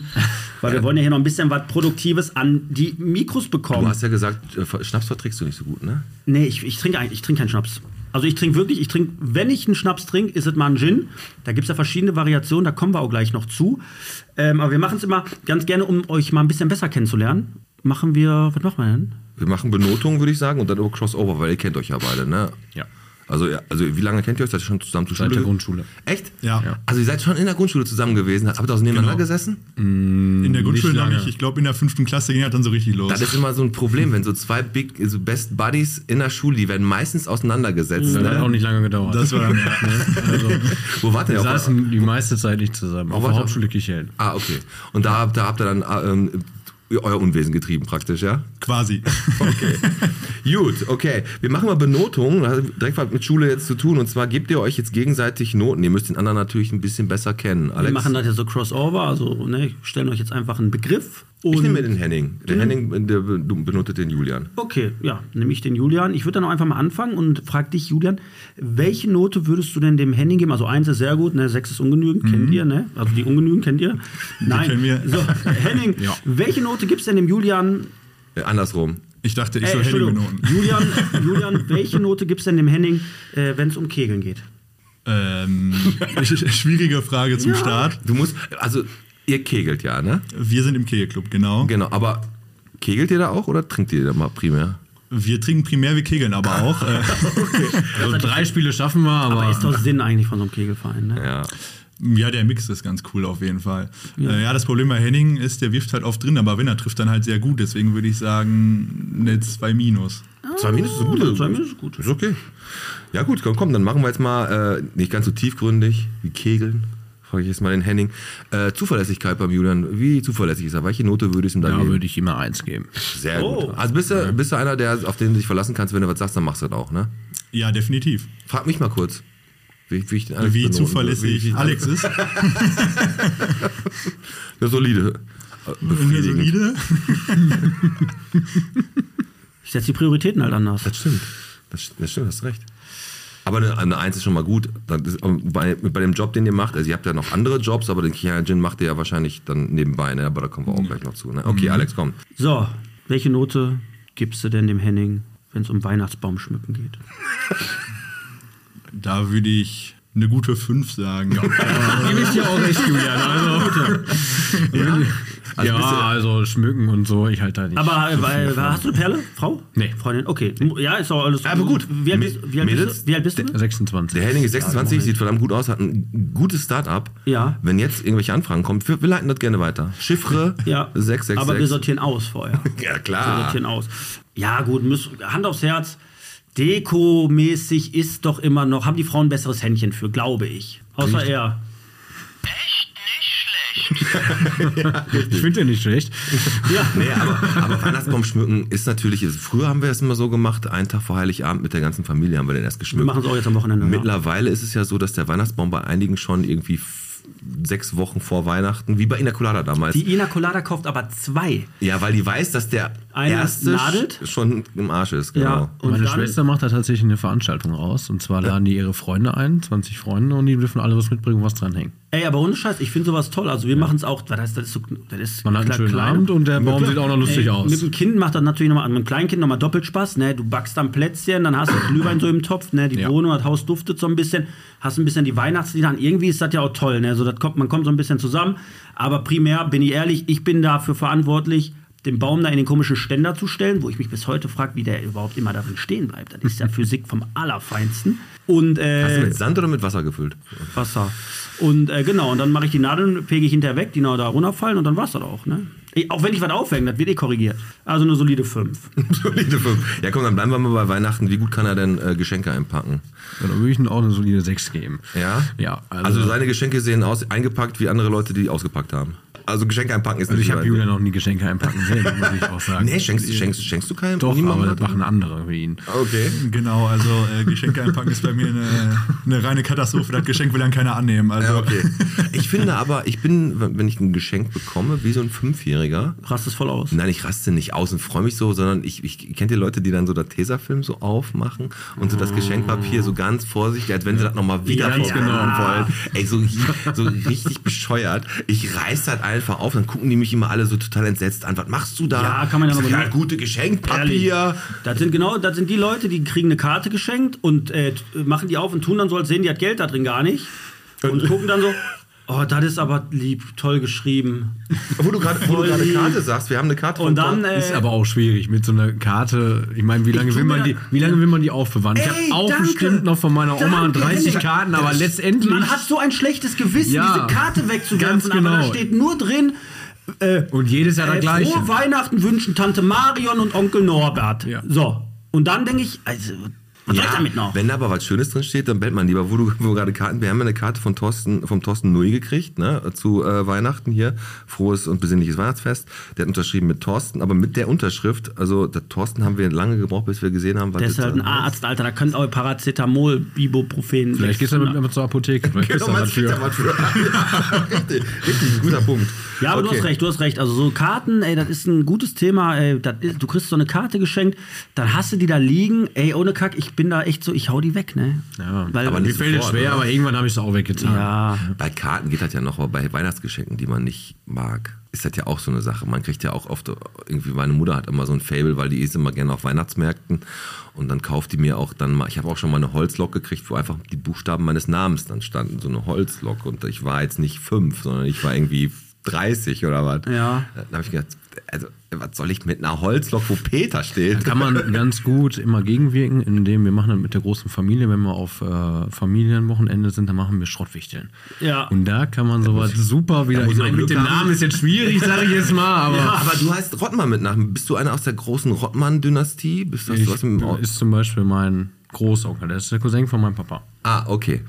weil wir wollen ja hier noch ein bisschen was Produktives an die Mikros bekommen. Du hast ja gesagt, äh, Ver- Schnaps verträgst du nicht so gut, ne? Nee, ich, ich trinke eigentlich, ich trinke keinen Schnaps. Also ich trinke wirklich, ich trinke, wenn ich einen Schnaps trinke, ist es mal ein Gin. Da gibt es ja verschiedene Variationen, da kommen wir auch gleich noch zu. Ähm, aber wir machen es immer ganz gerne, um euch mal ein bisschen besser kennenzulernen. Machen wir, was machen wir denn? Wir machen Benotungen, würde ich sagen, und dann über Crossover, weil ihr kennt euch ja beide, ne? Ja. Also, ja, also wie lange kennt ihr euch? Seid ihr schon zusammen zur Schule? Seit der ge- Grundschule. Echt? Ja. Also ihr seid schon in der Grundschule zusammen gewesen, habt ihr auch so nebeneinander Genau. gesessen? In der Grundschule noch lange. nicht. Ich glaube, in der fünften Klasse ging das dann so richtig los. Das ist immer so ein Problem, wenn so zwei Big, so Best Buddies in der Schule, die werden meistens auseinandergesetzt. Das hat auch Ne? nicht lange gedauert. Das war dann ja. ne? also, Wo wart wir ihr? Auf, saßen die meiste Zeit nicht zusammen. Auf der warte. Hauptschule Kirchhellen. ah, okay. Und da, habt- da habt ihr dann äh, ähm, euer Unwesen getrieben praktisch, ja? quasi. Okay. Gut, okay. Wir machen mal Benotungen. Das hat direkt was mit Schule jetzt zu tun. Und zwar gebt ihr euch jetzt gegenseitig Noten. Ihr müsst den anderen natürlich ein bisschen besser kennen. Alex, Wir machen das ja so Crossover, also ne, stellen euch jetzt einfach einen Begriff. ich Und nehme mir den Henning. Der Henning der be- du- benotet den Julian. okay, ja, nehme ich den Julian. Ich würde dann auch einfach mal anfangen und frage dich, Julian, welche Note würdest du denn dem Henning geben? Also eins ist sehr gut, ne, sechs ist ungenügend, kennt ihr, ne? Also die ungenügend kennt ihr? Nein. Mhm. kennen wir. So, Henning, Ja. welche Note gibst du denn dem Julian? Äh, andersrum. Ich dachte, ich Äh, soll Henning Entschuldigung, benoten. Julian, Julian, welche Note gibt's denn dem Henning, äh, wenn es um Kegeln geht? Ähm, schwierige Frage zum Ja. Start. Du musst, also ihr kegelt ja, ne? Wir sind im Kegelclub, genau. Genau, aber kegelt ihr da auch oder trinkt ihr da mal primär? Wir trinken primär, wir kegeln aber auch. Äh, Also drei Spiele schaffen wir, Ah, aber, Aber ist doch Sinn eigentlich von so einem Kegelverein, ne? Ja. ja, der Mix ist ganz cool auf jeden Fall. Ja. Äh, ja, das Problem bei Henning ist, der wirft halt oft drin, aber wenn er trifft, dann halt sehr gut. Deswegen würde ich sagen, eine 2 minus. Zwei Minus ist gut. zwei Minus ist gut. Ah. Ist okay. Ja gut, komm, komm, dann machen wir jetzt mal äh, nicht ganz so tiefgründig wie Kegeln. Frage ich jetzt mal den Henning. Äh, Zuverlässigkeit beim Julian. Wie zuverlässig ist er? Welche Note würdest du ihm da da geben? würde ich immer eins geben. Sehr Oh. gut. Also bist du, bist du einer, der, auf den du dich verlassen kannst, wenn du was sagst, dann machst du das auch, ne? Ja, definitiv. Frag mich mal kurz. Wie, wie, ich den Alex Wie benoten würde. zuverlässig Wie ich- Alex ist. Ja, solide. Äh, Befriedigend. solide. Ich setze die Prioritäten halt anders. Das stimmt. Das, st- das stimmt, hast recht. Aber eine, eine Eins ist schon mal gut. Das ist, ähm, bei, bei dem Job, den ihr macht, also ihr habt ja noch andere Jobs, aber den Kiana Jin macht ihr ja wahrscheinlich dann nebenbei, ne? Aber da kommen wir Mhm. auch gleich noch zu. Ne? Okay, Alex, komm. So, welche Note gibst du denn dem Henning, wenn es um Weihnachtsbaum schmücken geht? Da würde ich eine gute 5 sagen. Gebe ich dir auch recht, Julian. Also, ja, also, schmücken und so, ich halt da nicht. Aber äh, weil, hast du eine Perle? Frau? Nee. Freundin? Okay. Ja, ist doch alles Aber gut. Wie alt bist, wie alt Mädels? bist, wie alt bist du? 26. Der Henning ist 26, sieht verdammt gut aus, hat ein gutes Start-up. Ja. Wenn jetzt irgendwelche Anfragen kommen, wir, wir leiten das gerne weiter. Chiffre Ja. 666. Aber wir sortieren aus vorher. ja, Wir klar. sortieren aus. Ja, gut, müssen, Hand aufs Herz. Deko-mäßig ist doch immer noch, haben die Frauen ein besseres Händchen für, glaube ich. Außer er. Ich finde den nicht schlecht. Nee, aber, aber Weihnachtsbaum schmücken ist natürlich, früher haben wir es immer so gemacht, einen Tag vor Heiligabend mit der ganzen Familie haben wir den erst geschmückt. Wir machen es auch jetzt am Wochenende. ne? ja. Mittlerweile ist es ja so, dass der Weihnachtsbaum bei einigen schon irgendwie f- sechs Wochen vor Weihnachten, wie bei Inaculada damals. Die Ina Colada kauft aber zwei. ja, weil die weiß, dass der Eine erste nadelt? sch- schon im Arsch ist, genau. und Meine dann- Schwester macht da tatsächlich eine Veranstaltung raus. Und zwar laden die ihre Freunde ein, 20 Freunde, und die dürfen alle was mitbringen, was dranhängt. Ey, aber ohne Scheiß, ich finde sowas toll. Also wir machen es auch, weil das, das ist so, das ist Man hat einen klar- schönen klein- Abend und der Baum sieht auch noch lustig Ey, aus. Mit dem Kind macht das natürlich nochmal, mit dem Kleinkind nochmal doppelt Spaß. Ne? Du backst dann Plätzchen, dann hast du Glühwein so im Topf, ne? die Ja. Wohnung, das Haus duftet so ein bisschen, hast ein bisschen die Weihnachtslieder an. Irgendwie ist das ja auch toll. Ne? So, das kommt, man kommt so ein bisschen zusammen. Aber primär bin ich ehrlich, ich bin dafür verantwortlich, den Baum da in den komischen Ständer zu stellen, wo ich mich bis heute frage, wie der überhaupt immer darin stehen bleibt. Das ist ja Physik vom Allerfeinsten. Und, äh, Hast du mit Sand oder mit Wasser gefüllt? Wasser. Und äh, genau, und dann mache ich die Nadeln, pege ich hinterher weg, die noch da runterfallen und dann war's das auch. Ne? Ich, auch wenn ich was aufhänge, das wird eh korrigiert. Also eine solide 5. Solide fünf. Ja, komm, dann bleiben wir mal bei Weihnachten. Wie gut kann er denn äh, Geschenke einpacken? Dann würde ich ihm auch eine solide 6 geben. Ja? Ja, also, Also, seine Geschenke sehen aus eingepackt wie andere Leute, die ausgepackt haben. Also Geschenke einpacken ist also ich habe sein Julian noch nie Geschenke einpacken sehen, muss ich auch Ding. sagen. Nee, schenkst, schenkst, schenkst du keinen? Doch, niemandem aber das was? machen andere wie ihn. Okay. Genau, also äh, Geschenke einpacken ist bei mir eine, eine reine Katastrophe. Das Geschenk will dann keiner annehmen. Also, Ja, okay. Ich finde aber, ich bin, wenn ich ein Geschenk bekomme, wie so ein Fünfjähriger. Rast es voll aus. Nein, ich raste nicht aus und freue mich so, sondern ich, ich kennt ihr Leute, die dann so das Tesafilm so aufmachen und so das Geschenkpapier so ganz vorsichtig, als wenn sie das nochmal wieder ganz verbrauchen genau. wollen. Ey, so, so richtig bescheuert. Ich reiß das einfach auf, dann gucken die mich immer alle so total entsetzt an. Was machst du da? Ja, kann man ja ich sag, noch ja benutzen. gute Geschenkpapier. Das sind genau, das sind die Leute, die kriegen eine Karte geschenkt und äh, t- machen die auf und tun dann so, als sehen die hat Geld da drin gar nicht. Und gucken dann so, oh, das ist aber lieb, toll geschrieben. Wo du gerade wo du Voll gerade lieb. Karte sagst, wir haben eine Karte Und dann, äh, Ist aber auch schwierig mit so einer Karte. Ich meine, wie lange tu will man mir- die, wie lange will man die aufbewahren? Ich Ey, habe auch danke. bestimmt noch von meiner Oma Danke, 30 Henning. Karten, aber letztendlich Man hat so ein schlechtes Gewissen, Ja, diese Karte ganz wegzuwerfen, genau. aber da steht nur drin, und jedes Jahr das Äh, gleiche. Frohe Weihnachten wünschen Tante Marion und Onkel Norbert. Ja. So. Und dann denke ich, also, was soll ich damit noch? Wenn da aber was Schönes drin steht, dann bellt man lieber, wo du wo gerade Karten. Wir haben ja eine Karte von Thorsten, vom Thorsten Nui gekriegt, ne, zu äh, Weihnachten hier. Frohes und besinnliches Weihnachtsfest. Der hat unterschrieben mit Thorsten, aber mit der Unterschrift, also der Thorsten haben wir lange gebraucht, bis wir gesehen haben, was Der ist das, halt ein äh, Arzt, Alter. Da könnte auch Paracetamol, Ibuprofen. Vielleicht gehst du damit 600. immer zur Apotheke. Vielleicht Genau, bist du man dafür. kriegt da was für. Ja, richtig, richtig, ein guter Punkt. Ja, aber du Okay. hast recht, du hast recht. Also so Karten, ey, das ist ein gutes Thema. Ey, das ist, du kriegst so eine Karte geschenkt, dann hast du die da liegen. Ey, ohne Kack, ich bin da echt so, ich hau die weg, ne? Ja. Weil, Aber Mir nicht- fällt es sofort, schwer, oder? aber irgendwann habe ich es auch weggetan. ja. Bei Karten geht das ja noch, aber bei Weihnachtsgeschenken, die man nicht mag, ist das ja auch so eine Sache. Man kriegt ja auch oft, irgendwie meine Mutter hat immer so ein Fable, weil die ist immer gerne auf Weihnachtsmärkten und dann kauft die mir auch dann mal, ich habe auch schon mal eine Holzlok gekriegt, wo einfach die Buchstaben meines Namens dann standen, so eine Holzlok und ich war jetzt nicht fünf, sondern ich war irgendwie 30 oder was. Ja. Dann habe ich gedacht, also was soll ich mit einer Holzlok, wo Peter steht? Kann man ganz gut immer gegenwirken, indem wir machen das mit der großen Familie, wenn wir auf äh, Familienwochenende sind, dann machen wir Schrottwichteln. Ja. Und da kann man sowas super wieder. muss Ich man meine, mit Glück dem haben. Namen ist jetzt schwierig, sage ich jetzt mal, aber. Aber du heißt Rottmann mit Namen. Bist du einer aus der großen Rottmann-Dynastie? Bist du, hast du was im Ich, ist zum Beispiel mein Großonkel, das ist der Cousin von meinem Papa. Ah, okay.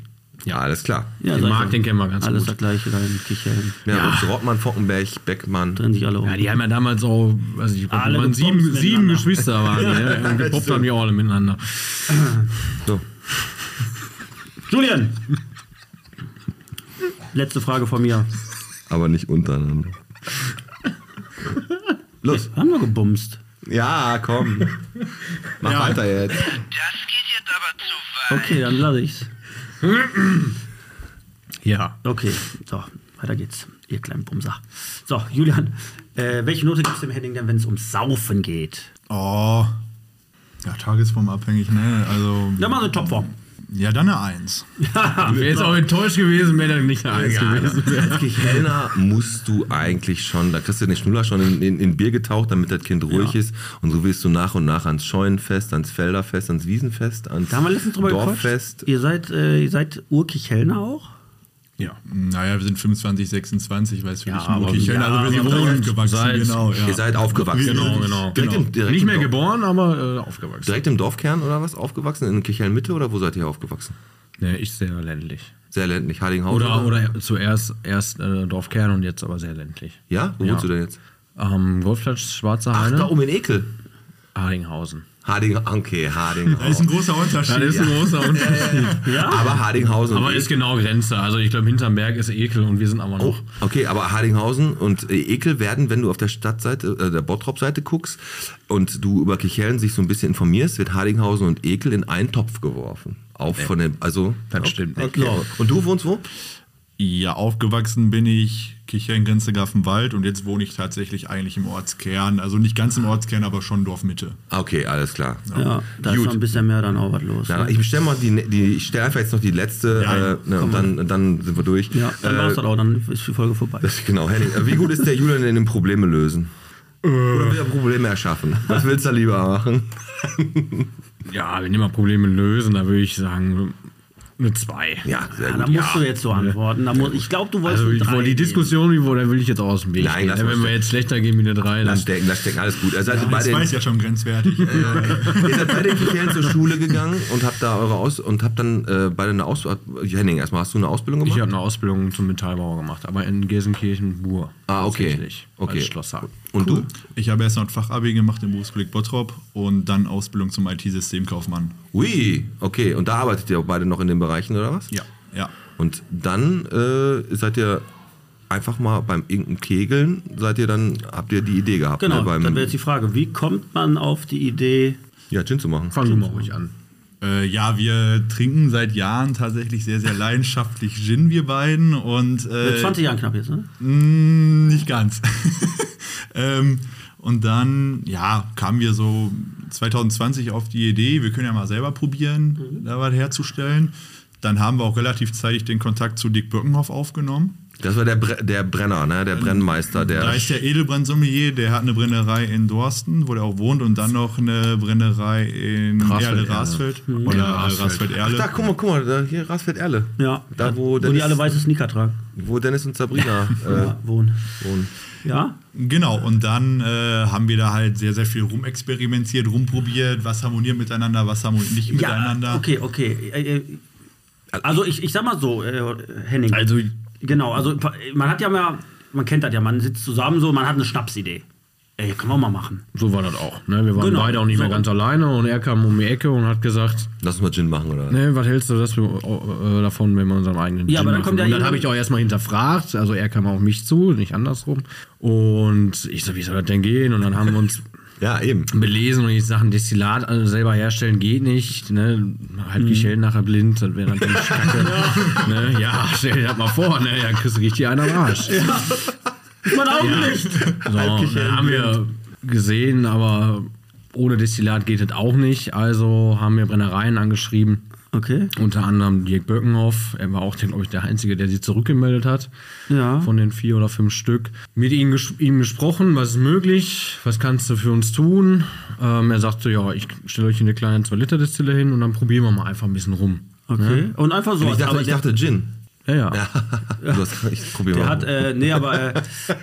Ja, alles klar. ja sag den ich Marc, doch. den kennen wir ganz Alles gut. das gleiche, da mit Kicheln. Ja, Rutz, Rottmann, Fockenberg, Beckmann. Drehen sich alle um. Ja, die haben ja damals auch, weiß ich, Alle waren sieben, gepoppt sieben miteinander. Geschwister waren die, ne? ja, und gepoppt haben die auch alle miteinander. So. Julian! Letzte Frage von mir. Aber nicht untereinander. Los. Haben wir gebumst? Ja, komm. Mach weiter jetzt. Okay, dann lasse ich's. Ja. Okay, so, weiter geht's, ihr kleinen Bumser. So, Julian, äh, welche Note gibst du dem Henning denn, wenn es ums Saufen geht? oh. Ja, Tagesform abhängig, ne? Also. Ja, mal so eine Topform. Ja, dann eine Eins. Ich wäre jetzt auch enttäuscht gewesen, wenn er nicht eine Eins gewesen wäre. Wirklich Kellner musst du eigentlich schon, da kriegst du den Schnuller schon in, in, in Bier getaucht, damit das Kind ruhig ist. Und so wirst du nach und nach ans Scheunenfest, ans Felderfest, ans Wiesenfest, ans Da haben wir letztens drüber Dorffest. gequatscht. Ihr seid, äh, ihr seid Urkichelner auch? Ja. Naja, wir sind 25, 26, weißt du Ja, nicht, aber mutig. ja, also wir aber sind seid- aufgewachsen, seid- genau. Ja. Ihr seid aufgewachsen. Genau, genau. Direkt, Im, direkt, Nicht im mehr Dorf- geboren, aber äh, aufgewachsen. direkt im Dorfkern oder was? Aufgewachsen? In Kichellen Mitte oder wo seid ihr aufgewachsen? Nee, ich sehr ländlich. Sehr ländlich, Hardinghausen. Oder, oder zuerst erst äh, Dorfkern und jetzt aber sehr ländlich. Ja? Wo Ja. ne? wohnst du denn jetzt? Ähm, Golfplatz, Schwarze Ach, da um- Heide, oben in Ekel. Hardinghausen. Harding, okay, Da ist Hardinghausen. ein großer Unterschied. großer Unterschied. aber Hardinghausen. und aber ist genau Grenze. Also ich glaube, hinterm Berg ist Ekel und wir sind aber noch. Okay, aber Hardinghausen und äh, Ekel werden, wenn du auf der Stadtseite, äh, der Bottrop-Seite guckst und du über Kichellen sich so ein bisschen informierst, wird Hardinghausen und Ekel in einen Topf geworfen. Auch von dem, also. Das stimmt nicht. Okay. Und du wohnst wo? Ja, aufgewachsen bin ich Kichern, Grenze, Grafenwald und jetzt wohne ich tatsächlich eigentlich im Ortskern. Also nicht ganz im Ortskern, aber schon Dorfmitte. Ah, Okay, alles klar. Ja, da ist Gut. noch ein bisschen mehr dann auch was los. Ja, ne? ich bestelle mal die, die ich stelle einfach jetzt noch die letzte Ja, äh, ne, und dann, dann sind wir durch. Ja, dann war's das auch, dann ist die Folge vorbei. Das, genau, Henning. Wie gut ist der Julian in den Probleme lösen? Oder will er Probleme erschaffen? Äh. Was willst du lieber machen? Ja, wenn immer Probleme lösen, da würde ich sagen, eine 2. Ja, sehr Ja, gut. da musst du jetzt so antworten. Da muss, ich glaube, du wolltest Also mit ich drei wollte die gehen. Diskussion, die- wo- da will ich jetzt auch aus dem Weg Nein, gehen. lass Wenn mal wir stehen. jetzt schlechter gehen wie eine 3, Lass dann stecken, lass stecken, alles gut. Also, also bei Das den, war jetzt ja schon grenzwertig. Ihr seid beide in Kichellen zur Schule gegangen und habt da eure Aus und habt dann äh, beide eine Ausbildung. Henning, erstmal hast du eine Ausbildung ich gemacht? habe eine Ausbildung zum Metallbauer gemacht, aber in Gelsenkirchen Bur. Ah, okay. tatsächlich, Okay. Als Schlosser. Und du? Ich habe erst noch ein Fachabi gemacht im Berufskolleg Bottrop und dann Ausbildung zum IT-Systemkaufmann. Ui, okay. Und da arbeitet ihr auch beide noch in den Bereichen oder was? Ja. Ja. Und dann äh, seid ihr einfach mal beim irgendeinem Kegeln, seid ihr dann, habt ihr die Idee gehabt, Genau, ne, beim, Äh, dann wäre jetzt die Frage, wie kommt man auf die Idee, ja, Gin zu machen. Fang du mal ruhig an. Äh, ja, wir trinken seit Jahren tatsächlich sehr, sehr leidenschaftlich Gin, wir beiden. Und, mit äh, 20 Jahren knapp jetzt, ne? Mm, Nicht ganz. ähm, und dann, ja, kamen wir so 2020 auf die Idee, wir können ja mal selber probieren, Mhm. da was herzustellen. Dann haben wir auch relativ zeitig den Kontakt zu Dick Birkenhoff aufgenommen. Das war der, Bre der Brenner, ne? Ähm, der Brennmeister, Da der ist der Edelbrandsommelier, der hat eine Brennerei in Dorsten, wo der auch wohnt, und dann noch eine Brennerei in Rasfeld-Erle. Rasfeld. Oder äh, Ja, Rasfeld. Rasfeld-Erle. da, guck mal, guck mal, da, hier Rasfeld Erle. Ja, Da, wo, wo die alle Dennis, weiße Sneaker tragen. wo Dennis und Sabrina Ja, wohnen. äh, wohnen. Ja, Genau, und dann äh, haben wir da halt sehr, sehr viel rumexperimentiert, rumprobiert, was harmoniert miteinander, was harmoniert nicht miteinander. ja okay, okay. Äh, äh, Also ich, ich sag mal so, äh, Henning. Also- genau, also pa- man hat ja mal, man kennt das ja, man sitzt zusammen so, man hat eine Schnapsidee. Ey, können wir mal machen. So war das auch. Ne? Wir waren Genau. beide auch nicht mehr So. ganz alleine und er kam um die Ecke und hat gesagt, Lass uns mal Gin machen, oder? ne, was hältst du das für, äh, davon, wenn wir unseren Ja, eigenen Gin aber dann machen? kommt ja und dann jemand- habe ich auch erstmal hinterfragt, also er kam auf mich zu, nicht andersrum. Und ich so, wie soll das denn gehen? Und dann haben wir uns Ja, eben. belesen und ich sage, ein Destillat äh, selber herstellen geht nicht. Ne? Halt Mhm. die Schellen nachher blind, das wäre natürlich kacke. ne? Ja, stell dir das mal vor, ne? ja, kriegst du richtig einen am Arsch. Man auch nicht. So, dann haben wir gesehen, aber ohne Destillat geht das auch nicht. Also haben wir Brennereien angeschrieben. Okay. Unter anderem Dirk Birkenhoff. Er war auch, glaube ich, der Einzige, der sie zurückgemeldet hat. Ja. Von den vier oder fünf Stück. Mit ihm, ges ihm gesprochen, was ist möglich, was kannst du für uns tun? Ähm, er sagte, ja, ich stelle euch eine kleine 2-Liter-Destille hin und dann probieren wir mal einfach ein bisschen rum. Okay. Und einfach so. Ich dachte, aber ich der- dachte Gin. Ja, ja. Du hast, ich probier Der mal. hat, äh, nee, aber äh,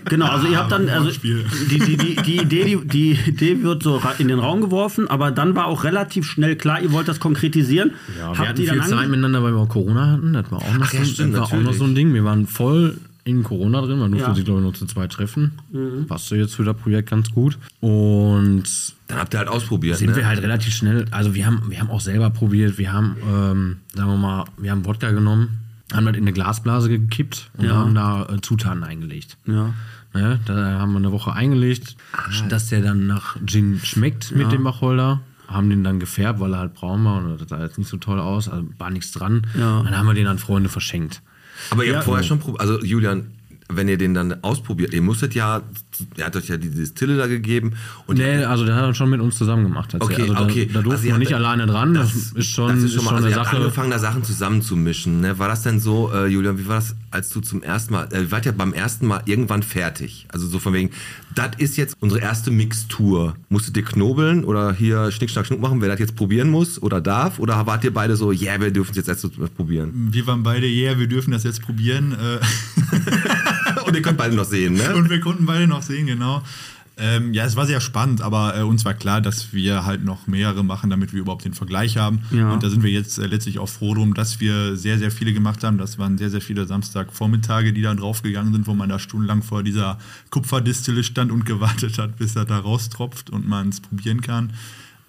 genau, also ihr habt dann, also Spiel. die, die, die, die, Idee, die, die Idee wird so ra- in den Raum geworfen, aber dann war auch relativ schnell klar, ihr wollt das konkretisieren. Ja, Habt Genau. wir hatten ihr viel dann Zeit ange- miteinander, weil wir auch Corona hatten. Das war auch, noch, Ach ja, so, stimmt, das war auch noch natürlich. so ein Ding. Wir waren voll in Corona drin. Man durfte Ja. Mhm. sich, glaube ich, nur zu zweit treffen. Passte jetzt für das Projekt ganz gut. Und sind Dann habt ihr halt ausprobiert. Ne? wir halt relativ schnell. Also, wir haben, wir haben auch selber probiert. Wir haben, ähm, sagen wir mal, wir haben Wodka genommen, haben das in eine Glasblase gekippt und Ja. haben da äh, Zutaten eingelegt. Ja. Ne? Da haben wir eine Woche eingelegt, dass der dann nach Gin schmeckt mit dem Wacholder. Haben den dann gefärbt, weil er halt braun war und das sah jetzt nicht so toll aus, also war nichts dran. Ja. Dann haben wir den an Freunde verschenkt. Aber ihr habt vorher schon probiert. Also Julian, wenn ihr den dann ausprobiert, ihr musstet ja, er hat euch ja die Distille da gegeben und Nee, also der hat dann schon mit uns zusammen gemacht. tatsächlich. Okay, also da, okay. Da Also durften ihr wir habt- nicht alleine dran. Das, ist schon, das ist schon, also eine ihr habt Sache. angefangen, da Sachen zusammenzumischen. Ne? War das denn so, äh, Julian, wie war das, als du zum ersten Mal, äh, ihr wart ja beim ersten Mal irgendwann fertig. Also so von wegen, das ist jetzt unsere erste Mixtur. Musstet ihr knobeln oder hier Schnick, Schnack, Schnuck machen, wer das jetzt probieren muss oder darf? Oder wart ihr beide so, yeah, wir dürfen es jetzt erst so probieren? Wir waren beide, ja, yeah, wir dürfen das jetzt probieren. Äh, Und ihr könnt beide noch sehen, ne? Und wir konnten beide noch sehen, genau. Ähm, ja, es war sehr spannend, aber äh, uns war klar, dass wir halt noch mehrere machen, damit wir überhaupt den Vergleich haben. Ja. Und da sind wir jetzt äh, letztlich auch froh drum, dass wir sehr, sehr viele gemacht haben. Das waren sehr, sehr viele Samstagvormittage, die da draufgegangen sind, wo man da stundenlang vor dieser Kupferdistille stand und gewartet hat, bis er da raustropft und man es probieren kann.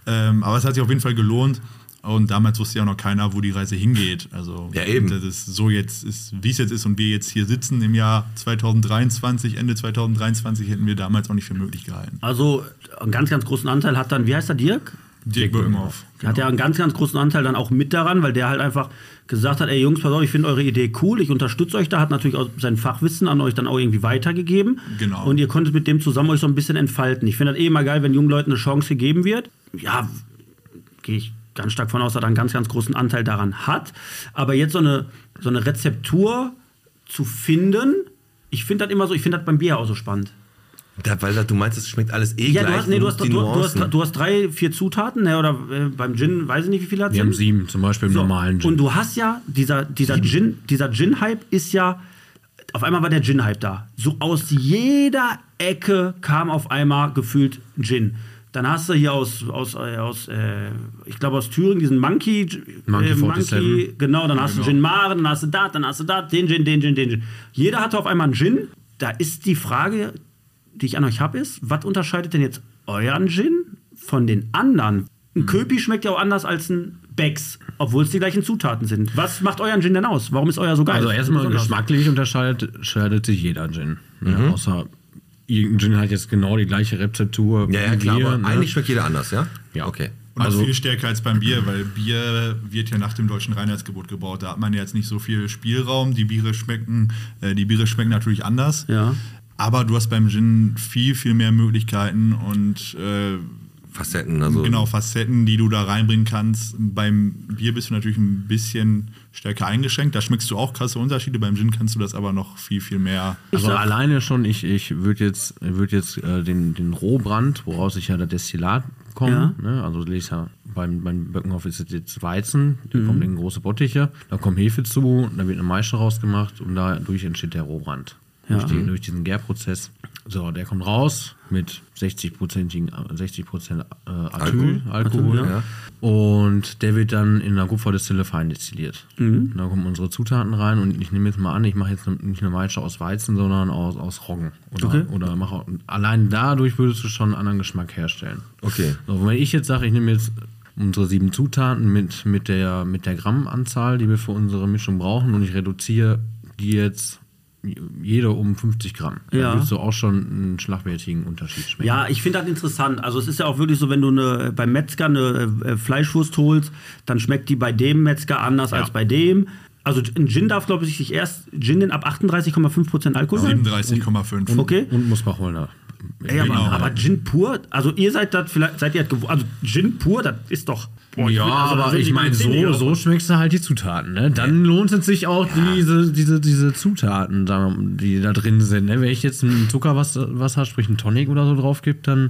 Ähm, aber es hat sich auf jeden Fall gelohnt. Und damals wusste ja noch keiner, wo die Reise hingeht. Also Ja, eben. Das ist so jetzt ist, wie es jetzt ist und wir jetzt hier sitzen im Jahr 2023, Ende 2023 hätten wir damals auch nicht für möglich gehalten. Also einen ganz, ganz großen Anteil hat dann, wie heißt er, Dirk? Dirk Birkenhoff. Hat ja einen ganz, ganz großen Anteil dann auch mit daran, weil der halt einfach gesagt hat, ey Jungs, pass auf, ich finde eure Idee cool, ich unterstütze euch da, hat natürlich auch sein Fachwissen an euch dann auch irgendwie weitergegeben. Genau. Und ihr konntet mit dem zusammen euch so ein bisschen entfalten. Ich finde das eh immer geil, wenn jungen Leuten eine Chance gegeben wird. Ja, gehe ich ganz stark von aus, dass er einen ganz, ganz großen Anteil daran hat. Aber jetzt so eine, so eine Rezeptur zu finden, ich finde das immer so, ich finde das beim Bier auch so spannend. Da, weil du meinst, es schmeckt alles eh Ja, gleich. du hast, nee, und du, hast, du, die du, hast, Nuancen. du hast drei, vier Zutaten, ne, oder äh, beim Gin, weiß ich nicht, wie viele hat Wir haben sieben, zum Beispiel im so, normalen Gin. Und du hast ja, dieser, dieser Gin, dieser Gin-Hype ist ja, auf einmal war der Gin-Hype da. So aus jeder Ecke kam auf einmal gefühlt Gin. Dann hast du hier aus, aus, äh, aus äh, ich glaube aus Thüringen diesen Monkey, Monkey äh, 47. genau, dann hast du Gin Mare, dann hast du da, dann hast du da, den Gin, den Gin, den Gin. Jeder hatte auf einmal einen Gin. Da ist die Frage, die ich an euch habe, ist, was unterscheidet denn jetzt euren Gin von den anderen? Ein Köpi schmeckt ja auch anders als ein Becks, obwohl es die gleichen Zutaten sind. Was macht euren Gin denn aus? Warum ist euer so geil? Also erstmal Besonders. geschmacklich unterscheidet unterscheidet sich jeder Gin. Ne? Mhm. Außer irgendein Gin hat jetzt genau die gleiche Rezeptur ja, ja, klar, aber ne? eigentlich schmeckt jeder anders, ja? Ja. Okay. Und also, also- das viel stärker als beim Bier, weil Bier wird ja nach dem deutschen Reinheitsgebot gebaut. Da hat man ja jetzt nicht so viel Spielraum. Die Biere schmecken, äh, die Biere schmecken natürlich anders. Ja. Aber du hast beim Gin viel, viel mehr Möglichkeiten und äh, Facetten, also. Genau, Facetten, die du da reinbringen kannst. Beim Bier bist du natürlich ein bisschen stärker eingeschränkt. Da schmeckst du auch krasse Unterschiede. Beim Gin kannst du das aber noch viel, viel mehr. Also sag- alleine schon, ich, ich würde jetzt, würd jetzt äh, den, den Rohbrand, woraus ich ja der Destillat komme, ne? also lese ich ja beim, beim Böckenhof ist es jetzt Weizen, da Mhm. kommen in große Bottiche, da kommt Hefe zu, da wird eine Maische rausgemacht und dadurch entsteht der Rohbrand. Durch, Mhm. die, durch diesen Gärprozess. So, der kommt raus mit 60-prozentigen, 60 Prozent äh, Alkohol. Alkohol, Und der wird dann in einer Kupferdestille fein destilliert. Da kommen unsere Zutaten rein und ich nehme jetzt mal an, ich mache jetzt nicht eine Maische aus Weizen, sondern aus, aus Roggen. Oder, oder mache, auch- allein dadurch würdest du schon einen anderen Geschmack herstellen. Okay. So, wenn ich jetzt sage, ich nehme jetzt unsere sieben Zutaten mit, mit, der, mit der Grammanzahl, die wir für unsere Mischung brauchen, und ich reduziere die jetzt jede um 50 Gramm, Ja. dann würdest du auch schon einen schlagwertigen Unterschied schmecken. Ja, ich finde das interessant. Also es ist ja auch wirklich so, wenn du eine, beim Metzger eine äh, Fleischwurst holst, dann schmeckt die bei dem Metzger anders als bei dem. Also ein Gin darf, glaube ich, sich erst Gin denn ab 38,5% Alkohol sein. 37,5. Okay. Und muss man holen. Ey, aber, Genau. aber Gin pur, also ihr seid das vielleicht, seid ihr das gew- also Gin pur, das ist doch. Boah, ja, will- also da aber sind ich die meine, so, Zähne so schmeckst du halt die Zutaten. Ne? Dann lohnt es sich auch, diese, diese, diese Zutaten, sagen wir mal, die da drin sind. Ne? Wenn ich jetzt ein Zuckerwasser, Wasser, sprich ein Tonic oder so drauf gebe, dann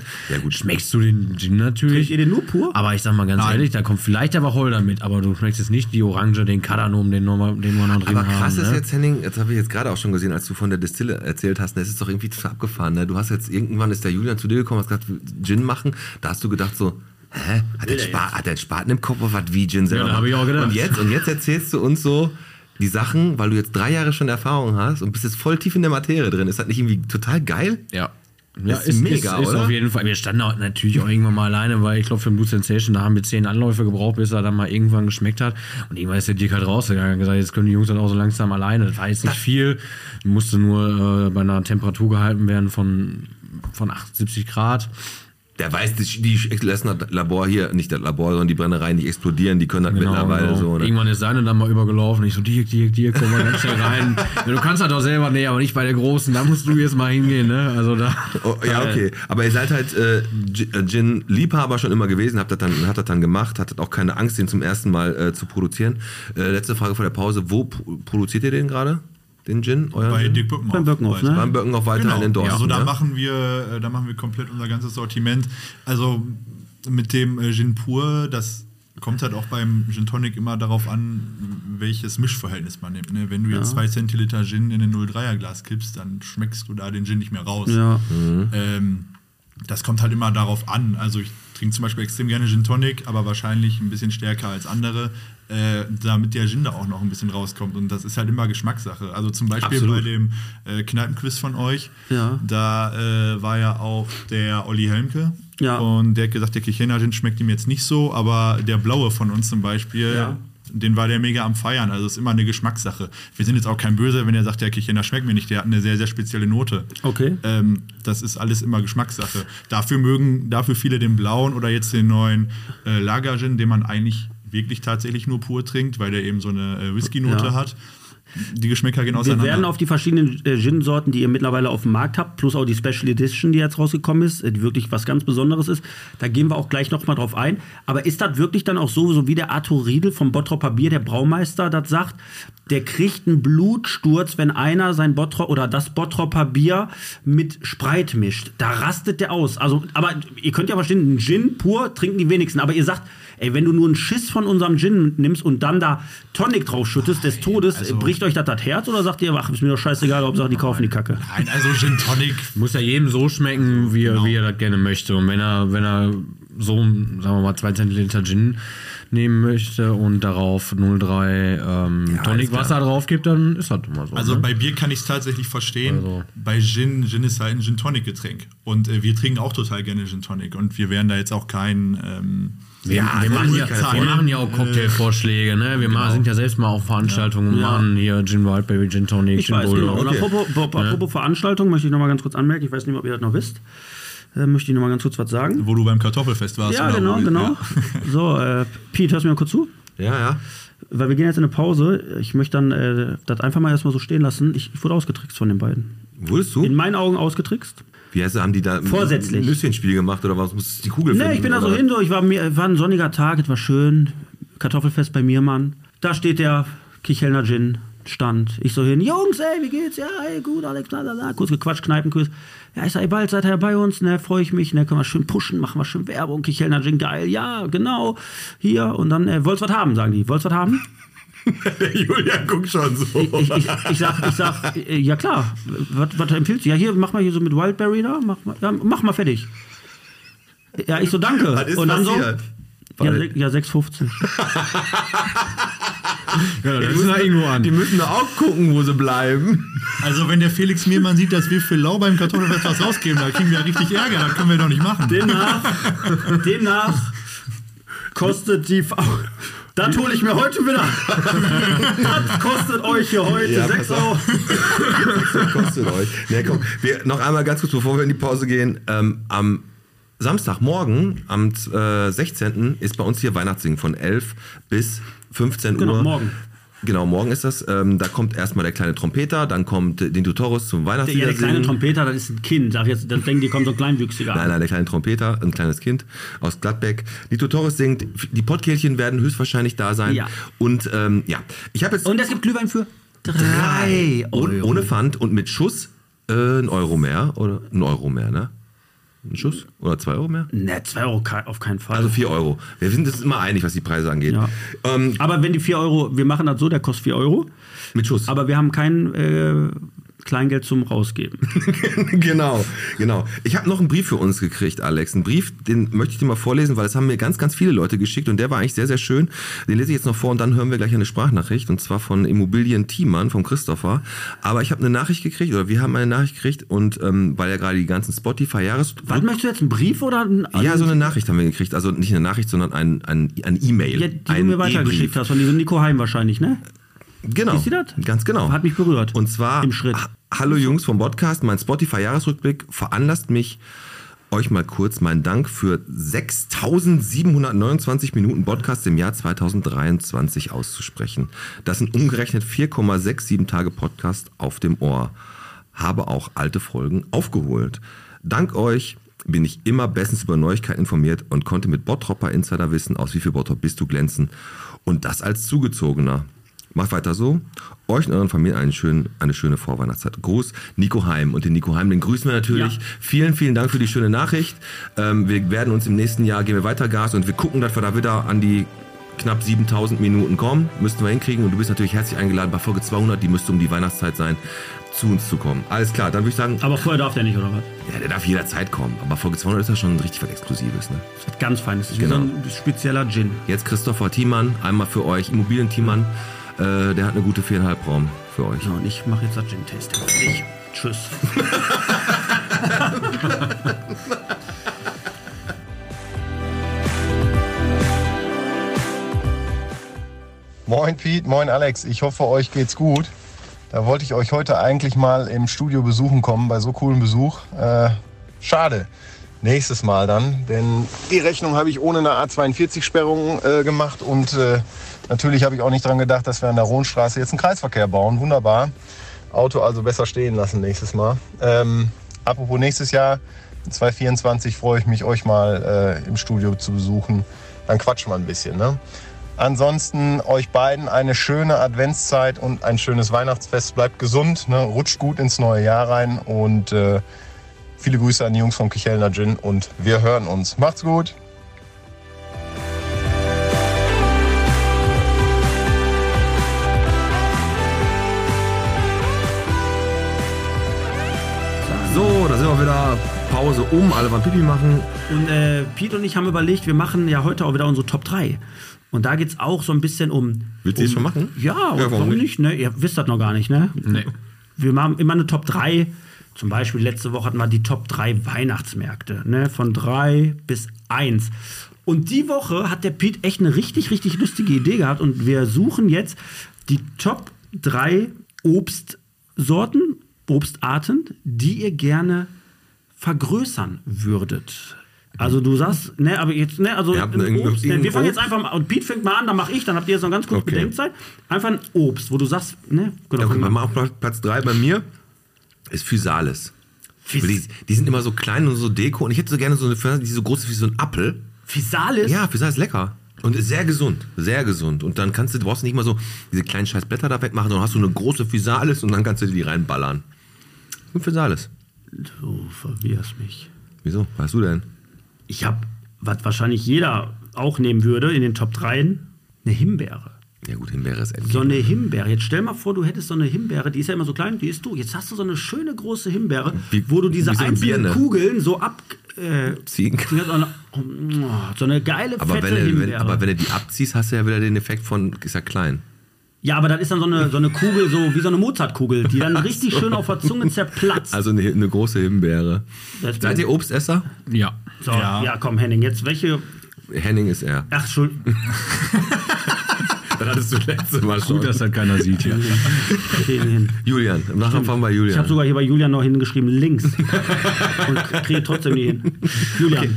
schmeckst du den Gin natürlich. Trinkt ihr den nur pur? Aber ich sag mal ganz ehrlich, da kommt vielleicht der Wacholder mit, aber du schmeckst jetzt nicht die Orange, den Kardamom, den, normal- den wir noch drin Aber krass haben. ist ne? jetzt, Henning, jetzt habe ich jetzt gerade auch schon gesehen, als du von der Distille erzählt hast, ne, es ist doch irgendwie total abgefahren. Ne? Du hast jetzt irgendwann ist der Julian zu dir gekommen, hast gesagt, Gin machen. Da hast du gedacht so, hä? Hat der, Spa hat der einen Spaten im Kopf oder was wie Gin selber? da habe ich macht? auch gedacht. Und jetzt, und jetzt erzählst du uns so die Sachen, weil du jetzt drei Jahre schon Erfahrung hast und bist jetzt voll tief in der Materie drin. Ist das nicht irgendwie total geil? Ja. Ist mega, ist, ist oder? auf jeden Fall. Wir standen auch natürlich auch irgendwann mal alleine, weil ich glaube, für Blue Sensation, da haben wir zehn Anläufe gebraucht, bis er dann mal irgendwann geschmeckt hat. Und irgendwann ist der Dirk halt rausgegangen und gesagt, jetzt können die Jungs dann auch so langsam alleine. Das war jetzt nicht viel. Musste nur äh, bei einer Temperatur gehalten werden von, von 78 Grad. Der weiß, die, die lassen das Labor hier, nicht das Labor, sondern die Brennereien, die explodieren, die können das mittlerweile so. Ne? Genau, Irgendwann ist seine dann mal übergelaufen. Ich so, Dirk, Dirk, Dirk, komm mal ganz schnell rein. Ja, du kannst das doch selber, nee, aber nicht bei der Großen. Da musst du jetzt mal hingehen, ne? Also da. Oh, ja, okay. Aber ihr seid halt äh, G- äh, Gin-Liebhaber schon immer gewesen, habt das dann, habt das dann gemacht, hattet auch keine Angst, den zum ersten Mal äh, zu produzieren. Äh, letzte Frage vor der Pause: Wo pro- produziert ihr den gerade? Den Gin? Euren Bei Gin? Dirk Böckenhoff. also Beim Böckenhoff, ne? Beim Birken auf Waldheim Genau. in ja, Dorsten. also da ne? machen wir, äh, da machen wir komplett unser ganzes Sortiment. Also mit dem äh, Gin pur, das kommt halt auch beim Gin Tonic immer darauf an, welches Mischverhältnis man nimmt. Ne? Wenn du jetzt zwei Zentiliter Gin in ein 0,3er Glas kippst, dann schmeckst du da den Gin nicht mehr raus. Ja. Ähm, das kommt halt immer darauf an. Also ich trinke zum Beispiel extrem gerne Gin Tonic, aber wahrscheinlich ein bisschen stärker als andere, äh, damit der Gin da auch noch ein bisschen rauskommt. Und das ist halt immer Geschmackssache. Also zum Beispiel bei dem äh, Kneipenquiz von euch, Ja. da äh, war ja auch der Olli Helmke. Ja. Und der hat gesagt, der Kirchener Gin schmeckt ihm jetzt nicht so, aber der blaue von uns zum Beispiel, Ja. den war der mega am Feiern. Also es ist immer eine Geschmackssache. Wir sind jetzt auch kein Böse, wenn er sagt, der Kirchener schmeckt mir nicht. Der hat eine sehr, sehr spezielle Note. Okay. Ähm, das ist alles immer Geschmackssache. Dafür mögen dafür viele den blauen oder jetzt den neuen äh, Lagergin, den man eigentlich wirklich tatsächlich nur pur trinkt, weil der eben so eine äh, Whisky-Note Ja. hat. Die Geschmäcker gehen Wir auseinander. werden auf die verschiedenen äh, Gin-Sorten, die ihr mittlerweile auf dem Markt habt, plus auch die Special Edition, die jetzt rausgekommen ist, äh, die wirklich was ganz Besonderes ist, da gehen wir auch gleich nochmal drauf ein. Aber ist das wirklich dann auch so, so wie der Arthur Riedel vom Bottropper Bier, der Braumeister, das sagt, der kriegt einen Blutsturz, wenn einer sein Bottrop oder das Bottropper Bier mit Spreit mischt. Da rastet der aus. Also, aber ihr könnt ja verstehen, einen Gin pur trinken die wenigsten. Aber ihr sagt, ey, wenn du nur einen Schiss von unserem Gin nimmst und dann da Tonic drauf schüttest, des Todes, äh, bricht euch das das Herz oder sagt ihr, ach, ist mir doch scheißegal, Hauptsache die kaufen die Kacke? Also Nein, also Gin Tonic. Muss ja jedem so schmecken, wie, er wie er das gerne möchte. Und wenn er, wenn er so, sagen wir mal, 2 Zentiliter Gin nehmen möchte und darauf 0,3 ähm, Tonic Wasser drauf gibt, dann ist das immer so. Also ne? bei Bier kann ich es tatsächlich verstehen. Also. Bei Gin, Gin ist halt ein Gin Tonic Getränk. Und äh, wir trinken auch total gerne Gin Tonic. Und wir werden da jetzt auch kein. Ähm, Ja, wir machen, ja, wir Zahlen. machen ja auch Cocktailvorschläge, ne? Wir ma- sind ja selbst mal auf Veranstaltungen und machen hier Gin Wild Baby, Gin Tonic, Ich Gin weiß nicht. Bulldog. Und apropos, apropos, apropos Veranstaltung möchte ich nochmal ganz kurz anmerken, ich weiß nicht, ob ihr das noch wisst, äh, möchte ich nochmal ganz kurz was sagen. wo du beim Kartoffelfest warst. Ja, oder genau, wo, genau. So, äh, Pete, hörst du mir kurz zu? Ja, ja. Weil wir gehen jetzt in eine Pause. Ich möchte dann äh, das einfach mal erstmal so stehen lassen. Ich, ich wurde ausgetrickst von den beiden. Wurdest In du? meinen Augen ausgetrickst. Wie heißt das, haben die da ein- Vorsätzlich. ein Nüsschenspiel gemacht oder was? Musstest du die Kugel Ne, ich bin da so oder? hin, so, ich war, mir, war ein sonniger Tag, es war schön. Kartoffelfest bei mir, Mann. Da steht der Kichelner Gin. Stand. Ich so hin, Jungs, ey, wie geht's? Ja, ey, gut, Alex, la, la, la. Kurz gequatscht, Kneipenquiz. Ja, ich sag, ey, bald seid ihr bei uns, ne, freue ich mich, ne, können wir schön pushen, machen wir schön Werbung, Kichelner Gin, geil, ja, genau, hier. Und dann, äh, wollt's was haben, sagen die. Wollt's was haben? Julian guckt schon so. ich, ich, ich sag, ich sag, äh, ja klar, was, was empfiehlst du? Ja, hier, mach mal hier so mit Wildberry da, mach mal, ja, mach mal fertig. Ja, ich so, danke. Was ist Und dann passiert? so, ja, se- ja 6,50. Ja, das müssen ist ja irgendwo an. Die müssen doch auch gucken, wo sie bleiben. Also wenn der Felix Miermann sieht, dass wir für Lau beim Kartoffelfest was rausgeben, da kriegen wir ja richtig Ärger, das können wir doch nicht machen. Demnach, demnach kostet die, F- das hole ich mir heute wieder. Das kostet euch hier heute Ja, 6 pass Euro. Das kostet euch. Nee, komm, wir, noch einmal ganz kurz, bevor wir in die Pause gehen. Ähm, am Samstagmorgen, am äh, 16. ist bei uns hier Weihnachtssingen von 11 bis 15 Genau, Uhr. morgen. Genau, morgen ist das. Ähm, da kommt erstmal der kleine Trompeter, dann kommt äh, den Tutoros zum Ja, der Weihnachtslieder kleine singen. Trompeter, das ist ein Kind. Sag jetzt, dann denken die, kommt so ein Kleinwüchsiger. Nein, an. nein, der kleine Trompeter, ein kleines Kind aus Gladbeck. Nito Torres singt, die Pottkehlchen werden höchstwahrscheinlich da sein. Ja. Und ähm, ja, ich habe jetzt Und es gibt Glühwein für 3 ohne, ohne Pfand und mit Schuss äh, ein Euro mehr oder ein Euro mehr, ne? Ein Schuss oder zwei Euro mehr? Ne, 2 Euro ke- auf keinen Fall. Also vier Euro. Wir sind uns immer einig, was die Preise angeht. Ja. Ähm, aber wenn die 4 Euro, wir machen das so, der kostet 4 Euro, mit Schuss. aber wir haben kein äh, Kleingeld zum Rausgeben. genau, genau. Ich habe noch einen Brief für uns gekriegt, Alex. Einen Brief, den möchte ich dir mal vorlesen, weil das haben mir ganz, ganz viele Leute geschickt und der war eigentlich sehr, sehr schön. Den lese ich jetzt noch vor und dann hören wir gleich eine Sprachnachricht und zwar von Immobilien Thiemann, vom Christopher. Aber ich habe eine Nachricht gekriegt oder wir haben eine Nachricht gekriegt und ähm, weil ja gerade die ganzen Spotify-Jahres... Was möchtest du jetzt, einen Brief oder einen, Ja, so eine Nachricht haben wir gekriegt. Also nicht eine Nachricht, sondern ein, ein, ein E-Mail. Ja, die du ein mir weitergeschickt E-Brief. hast, von diesem Nico Heim wahrscheinlich, ne? Genau. Ist sie das? Ganz genau. Hat mich berührt. Und zwar Im Schritt. Ha- Hallo Jungs vom Podcast, mein Spotify Jahresrückblick veranlasst mich euch mal kurz meinen Dank für 6729 Minuten Podcast im Jahr 2023 auszusprechen. Das sind umgerechnet 4,67 Tage Podcast auf dem Ohr. Habe auch alte Folgen aufgeholt. Dank euch bin ich immer bestens über Neuigkeiten informiert und konnte mit Bottropper Insider wissen, aus wie viel Bottrop bist du glänzen. Und das als Zugezogener. Macht weiter so. Euch und euren Familien einen schönen, eine schöne Vorweihnachtszeit. Gruß Nico Heim. Und den Nico Heim, den grüßen wir natürlich. Ja. Vielen, vielen Dank für die schöne Nachricht. Ähm, wir werden uns im nächsten Jahr, gehen wir weiter Gas und wir gucken, dass wir da wieder an die knapp 7000 Minuten kommen. Müssten wir hinkriegen. Und du bist natürlich herzlich eingeladen bei Folge 200, die müsste um die Weihnachtszeit sein, zu uns zu kommen. Alles klar, dann würde ich sagen, Aber vorher darf der nicht, oder was? ja, der darf jederzeit kommen. Aber Folge 200 ist ja schon richtig was Exklusives. Ne? Das ist ganz fein. Das ist wie Genau. so ein spezieller Gin. Jetzt Christopher Thiemann, einmal für euch, Immobilien-Thiemann. Äh, der hat eine gute viereinhalb Raum für euch. So, und ich mache jetzt das Gin-Tasting. Ich. Tschüss. Moin Piet, moin Alex. Ich hoffe, euch geht's gut. Da wollte ich euch heute eigentlich mal im Studio besuchen kommen, bei so coolem Besuch. Äh, schade. Nächstes Mal dann, denn die Rechnung habe ich ohne eine A42-Sperrung äh, gemacht und äh, natürlich habe ich auch nicht dran gedacht, dass wir an der Rohnstraße jetzt einen Kreisverkehr bauen. Wunderbar. Auto also besser stehen lassen nächstes Mal. Ähm, apropos nächstes Jahr, 2024 freue ich mich, euch mal äh, im Studio zu besuchen. Dann quatschen wir ein bisschen. Ne? Ansonsten euch beiden eine schöne Adventszeit und ein schönes Weihnachtsfest. Bleibt gesund, ne? rutscht gut ins neue Jahr rein und äh, viele Grüße an die Jungs vom Kichelner Gin und wir hören uns. Macht's gut! So, da sind wir wieder. Pause um, alle waren Pipi machen. Und äh, Piet und ich haben überlegt, wir machen ja heute auch wieder unsere Top 3. Und da geht's auch so ein bisschen um. Willst du um, das schon machen? Ja, warum, warum nicht? ne? Ihr wisst das noch gar nicht, ne? Nee. Wir machen immer eine Top 3. Zum Beispiel letzte Woche hatten wir die Top 3 Weihnachtsmärkte, ne? Von 3 bis 1. Und die Woche hat der Piet echt eine richtig, richtig lustige Idee gehabt. Und wir suchen jetzt die Top 3 Obstsorten, Obstarten, die ihr gerne vergrößern würdet. Also du sagst, ne, aber jetzt, ne, also Ihr habt ein irgendein- Obst, ne, wir irgendein fangen jetzt Obst? einfach mal, und Piet fängt mal an, dann mache ich, dann habt ihr jetzt noch ganz kurz Okay. Bedenkzeit. Einfach ein Obst, wo du sagst, ne, genau. Ja, guck fang mal, mal an. auf Platz- Platz 3 bei mir ist Physalis. Phys- Die, die sind immer so klein und so Deko und ich hätte so gerne so eine Physalis, die so groß ist wie so ein Apfel. Physalis? Ja, Physalis ist lecker. Und ist sehr gesund, sehr gesund. Und dann kannst du, du brauchst nicht mal so diese kleinen scheiß Blätter da wegmachen, sondern hast du eine große Physalis und dann kannst du die reinballern. Und Physalis. Du verwirrst mich. Wieso? Weißt du denn? Ich habe, was wahrscheinlich jeder auch nehmen würde in den Top 3, eine Himbeere. Ja gut, Himbeere ist endlich. So eine Himbeere. Jetzt stell mal vor, du hättest so eine Himbeere, die ist ja immer so klein, die ist du. Jetzt hast du so eine schöne große Himbeere, Wie- wo du diese wie so eine einzelnen Birne. Kugeln so ab. Äh, Ziehen kann. die hat so eine- oh, so eine geile, Aber fette wenn, du, wenn, Himbeere. aber wenn du die abziehst, hast du ja wieder den Effekt von, ist ja klein. ja, aber das ist dann so eine, so eine Kugel, so wie so eine Mozartkugel, die dann richtig schön auf der Zunge zerplatzt. Also eine, eine große Himbeere. Das- Seid ihr Obstesser? Ja. so, ja. komm, Henning, jetzt welche. Henning ist er. Ach, Entschuldigung. Das hattest du letzte Mal schon. Gut, dass das keiner sieht hier. Hin. Julian, im Nachhinein fahren wir Ich habe Julian. sogar hier bei Julian noch hingeschrieben, links. Und kriege trotzdem nie hin. Julian,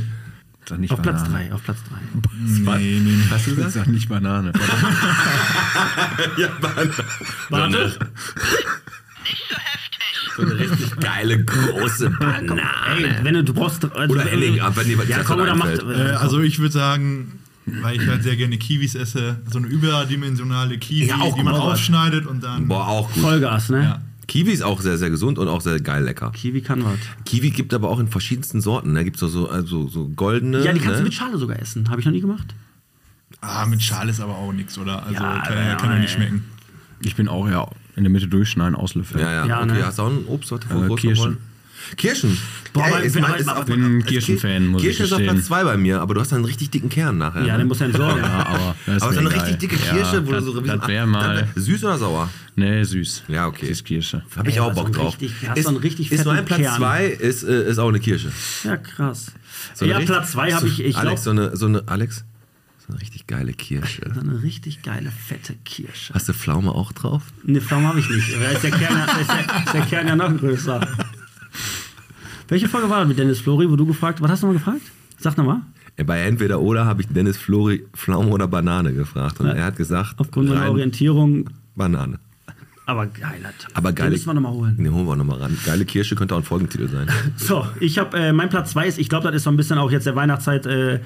Sag nicht auf Platz Banane. 3, auf Platz 3. Nee, nee, nee. Hast du gesagt? Sag nicht Banane. Warte. So eine richtig geile, große Banane. Ey, wenn du, du brauchst. Also, Oder Henning, aber wenn dir was Ja, das komm, dann oder macht. einfällt. Äh, also ich würde sagen, weil ich halt sehr gerne Kiwis esse, so eine überdimensionale Kiwi, Ja, auch die man gut. aufschneidet und dann. Boah, auch gut. Vollgas, ne? Ja. Kiwi ist auch sehr, sehr gesund und auch sehr geil lecker. Kiwi kann was. Kiwi gibt aber auch in verschiedensten Sorten. Da ne? gibt es so, also, so goldene. Ja, die kannst du ne? mit Schale sogar essen. Habe ich noch nie gemacht. Ah, mit Schale ist aber auch nichts, oder? Also Ja, kann, ja, kann ja nicht ey. schmecken. Ich bin auch ja in der Mitte durchschneiden, auslöffeln. Ja, ja. Ja, okay, ne? hast du auch ein Obstsorte Äh, groß Kirschen. geworden? Kirschen. Äh, Boah, aber- halt ist aber- mein- ist aber- auf- bin ein als Ki- Kirschenfan, muss ich Kirschen ist auf gestehen. Platz 2 bei mir, aber du hast dann einen richtig dicken Kern nachher. Ja, ne? den musst du entsorgen. Ja, aber das ist aber so mir eine egal. richtig dicke Ja, Kirsche, wo das, du so Das wäre dann mal. Süß oder sauer? Nee, süß. Ja, okay. Süß Kirsche. Hab ich Ey, auch aber so Bock ein drauf. richtig- hast ist, so einen richtig ist fetten mein Platz Kern. 2 ist, äh, ist auch eine Kirsche. Ja, krass. So eine ja, richtig- Platz 2 habe so- ich. Ich glaube, Alex, so so eine, so eine, Alex, so eine richtig geile Kirsche. eine richtig geile, fette Kirsche. Hast du Pflaume auch drauf? Ne, Pflaumen habe ich nicht. Da ist der Kern, ja- da ist der, ist der Kern ja noch größer. Welche Folge war das mit Dennis Flori, wo du gefragt Was hast du mal gefragt? Sag nochmal. Bei entweder oder habe ich Dennis Flori Pflaume oder Banane gefragt und Ja. er hat gesagt, Aufgrund meiner rein Orientierung. Banane. Aber geiler Tipp. Aber geile, Den müssen wir nochmal holen. Nee, holen wir nochmal ran. Geile Kirsche könnte auch ein Folgentitel sein. So, ich habe äh, mein Platz weiß. Ich glaube, das ist so ein bisschen auch jetzt der Weihnachtszeit äh,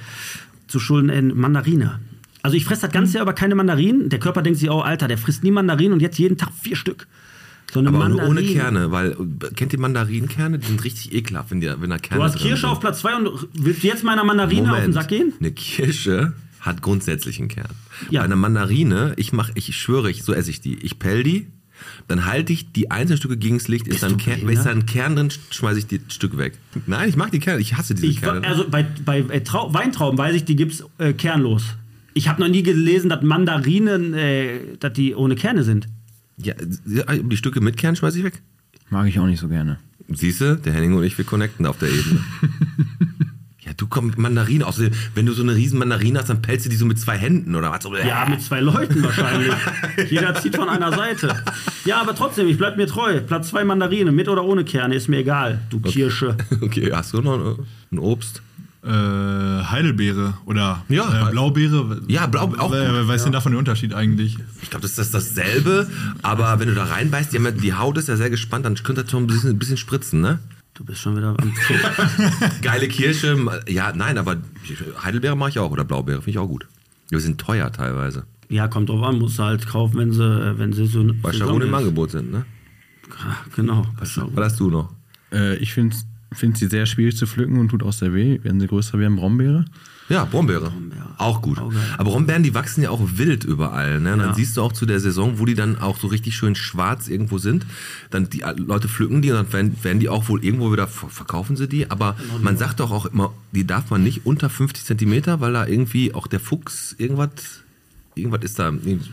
zu Schulden in Mandarine. Also ich fresse das ganze Jahr über keine Mandarinen. Der Körper denkt sich, oh Alter, der frisst nie Mandarinen und jetzt jeden Tag vier Stück. So eine Aber auch Mandarine. nur ohne Kerne, weil äh, kennt ihr Mandarinenkerne? Die sind richtig ekelhaft, wenn, die, wenn da Kerne Du hast drin Kirsche sind. auf Platz 2 und willst jetzt meiner Mandarine auf den Sack gehen? Eine Kirsche hat grundsätzlich einen Kern. Ja. Bei einer Mandarine, ich mach, ich schwöre, ich, so esse ich die. Ich pell die, dann halte ich die einzelnen Stücke gegen das Licht, ist da, ein du Kern, behindert? ist da ein Kern drin, schmeiße ich die Stücke weg. Nein, ich mag die Kerne, ich hasse diese Ich, Kerne. also bei, bei äh, Trau Weintrauben weiß ich, die gibt's äh, kernlos. Ich habe noch nie gelesen, dass Mandarinen, äh, dass die ohne Kerne sind. ja, die Stücke mit Kern schmeiße ich weg. Mag ich auch nicht so gerne. Siehst du, der Henning und ich, wir connecten auf der Ebene. ja, du kommst Mandarine. Außerdem, wenn du so eine riesen Mandarine hast, dann pellst du die so mit zwei Händen oder was? So, Ja, mit zwei Leuten wahrscheinlich. Jeder zieht von einer Seite. Ja, aber trotzdem, ich bleib mir treu. Platz zwei Mandarine, mit oder ohne Kerne, ist mir egal. Du Kirsche. Okay, hast du noch ein Obst? Äh, Heidelbeere oder Ja. äh, Blaubeere. Ja, Blau- auch Wer, wer weiß denn davon den Unterschied eigentlich? Ich glaube, das ist dasselbe, aber wenn du da reinbeißt, die, haben ja, die Haut ist ja sehr gespannt, dann könnte das schon ein bisschen, ein bisschen spritzen, ne? Du bist schon wieder am Geile Kirsche, ma- ja, nein, aber Heidelbeere mache ich auch oder Blaubeere, finde ich auch gut. Die sind teuer teilweise, Ja, kommt drauf an, musst du halt kaufen, wenn sie, äh, wenn sie so weil Saison Scharone im ist. Angebot sind, ne? Ah, Genau. Charon. Was hast du noch? Äh, ich finde find sie sehr schwierig zu pflücken und tut auch sehr weh, wenn sie größer werden, Brombeere. Ja, Brombeere. Auch gut. Aber Brombeeren, die wachsen ja auch wild überall. Ne? Dann siehst du auch zu der Saison, wo die dann auch so richtig schön schwarz irgendwo sind. Dann die äh, Leute pflücken die und dann werden, werden die auch wohl irgendwo wieder, ver- verkaufen sie Genau, die. Aber man sagt doch auch immer, die darf man nicht unter 50 Zentimeter, weil da irgendwie auch der Fuchs irgendwas, irgendwas ist da. irgend-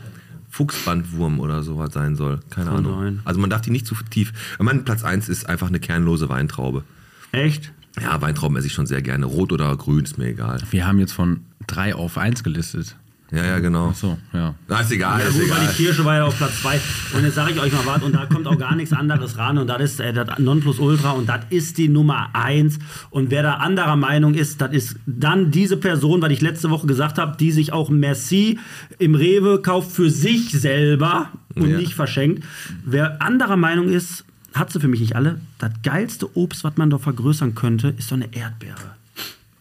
Fuchsbandwurm oder sowas sein soll. Keine Kann Ahnung. sein. Also man darf die nicht zu tief. Mein Platz 1 ist einfach eine kernlose Weintraube. Echt? Ja, Weintrauben esse ich schon sehr gerne. Rot oder grün, ist mir egal. Wir haben jetzt von 3 auf 1 gelistet. Ja, ja, genau. Achso, ja. Na, ist egal, Ja, ist gut, weil die egal. Kirsche war ja auf Platz 2. Und jetzt sage ich euch mal was, und da kommt auch gar nichts anderes ran. Und das ist äh, das Nonplusultra und das ist die Nummer 1. Und wer da anderer Meinung ist, das ist dann diese Person, weil ich letzte Woche gesagt habe, die sich auch Merci im Rewe kauft für sich selber und Ja. nicht verschenkt. Wer anderer Meinung ist, hat sie für mich nicht alle. Das geilste Obst, was man doch vergrößern könnte, ist so eine Erdbeere.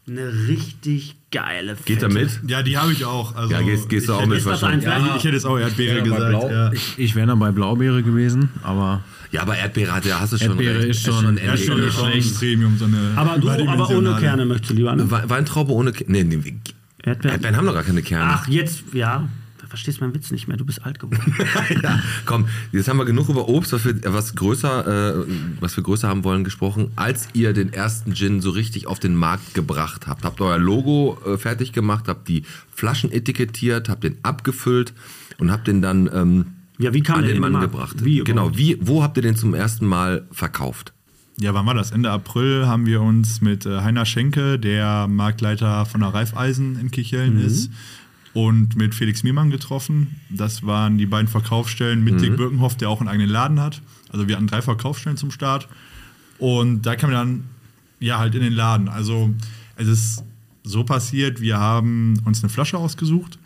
Eine richtig geile Geht fette. er mit? Ja, die habe ich auch. Also, Ja, gehst, gehst du ich auch hätte- mit das wahrscheinlich. ein- Ja, ich hätte jetzt auch Erdbeere gesagt. ja. Ich, ich wäre dann bei Blaubeere gewesen, aber Ja, aber Erdbeere hat ja, hast du schon Erdbeere recht. ist schon- ein Ja, Ende. ist schon, schon ein Premium, so eine Aber du, aber ohne überdimensionale. Kerne möchtest du lieber, ne? We Weintraube ohne Ke- Nee, nee, Erdbeeren. Erdbeeren haben doch gar keine Kerne. Ach, jetzt, ja. Du verstehst meinen Witz nicht mehr, du bist alt geworden. ja, komm, jetzt haben wir genug über Obst, was wir, was größer, äh, was wir größer haben wollen, gesprochen. Als ihr den ersten Gin so richtig auf den Markt gebracht habt, habt euer Logo äh, fertig gemacht, habt die Flaschen etikettiert, habt den abgefüllt und habt den dann ähm, Ja, wie kam an der den in den Mann Markt? gebracht. Wie genau, überhaupt? wie, wo habt ihr den zum ersten Mal verkauft? Ja, wann war das? Ende April haben wir uns mit äh, Heiner Schenke, der Marktleiter von der Raiffeisen in Kicheln ist, und mit Felix Miemann getroffen. Das waren die beiden Verkaufsstellen mit Dick Birkenhoff, der auch einen eigenen Laden hat. Also wir hatten drei Verkaufsstellen zum Start. Und da kam dann ja halt in den Laden. Also es ist so passiert, wir haben uns eine Flasche ausgesucht,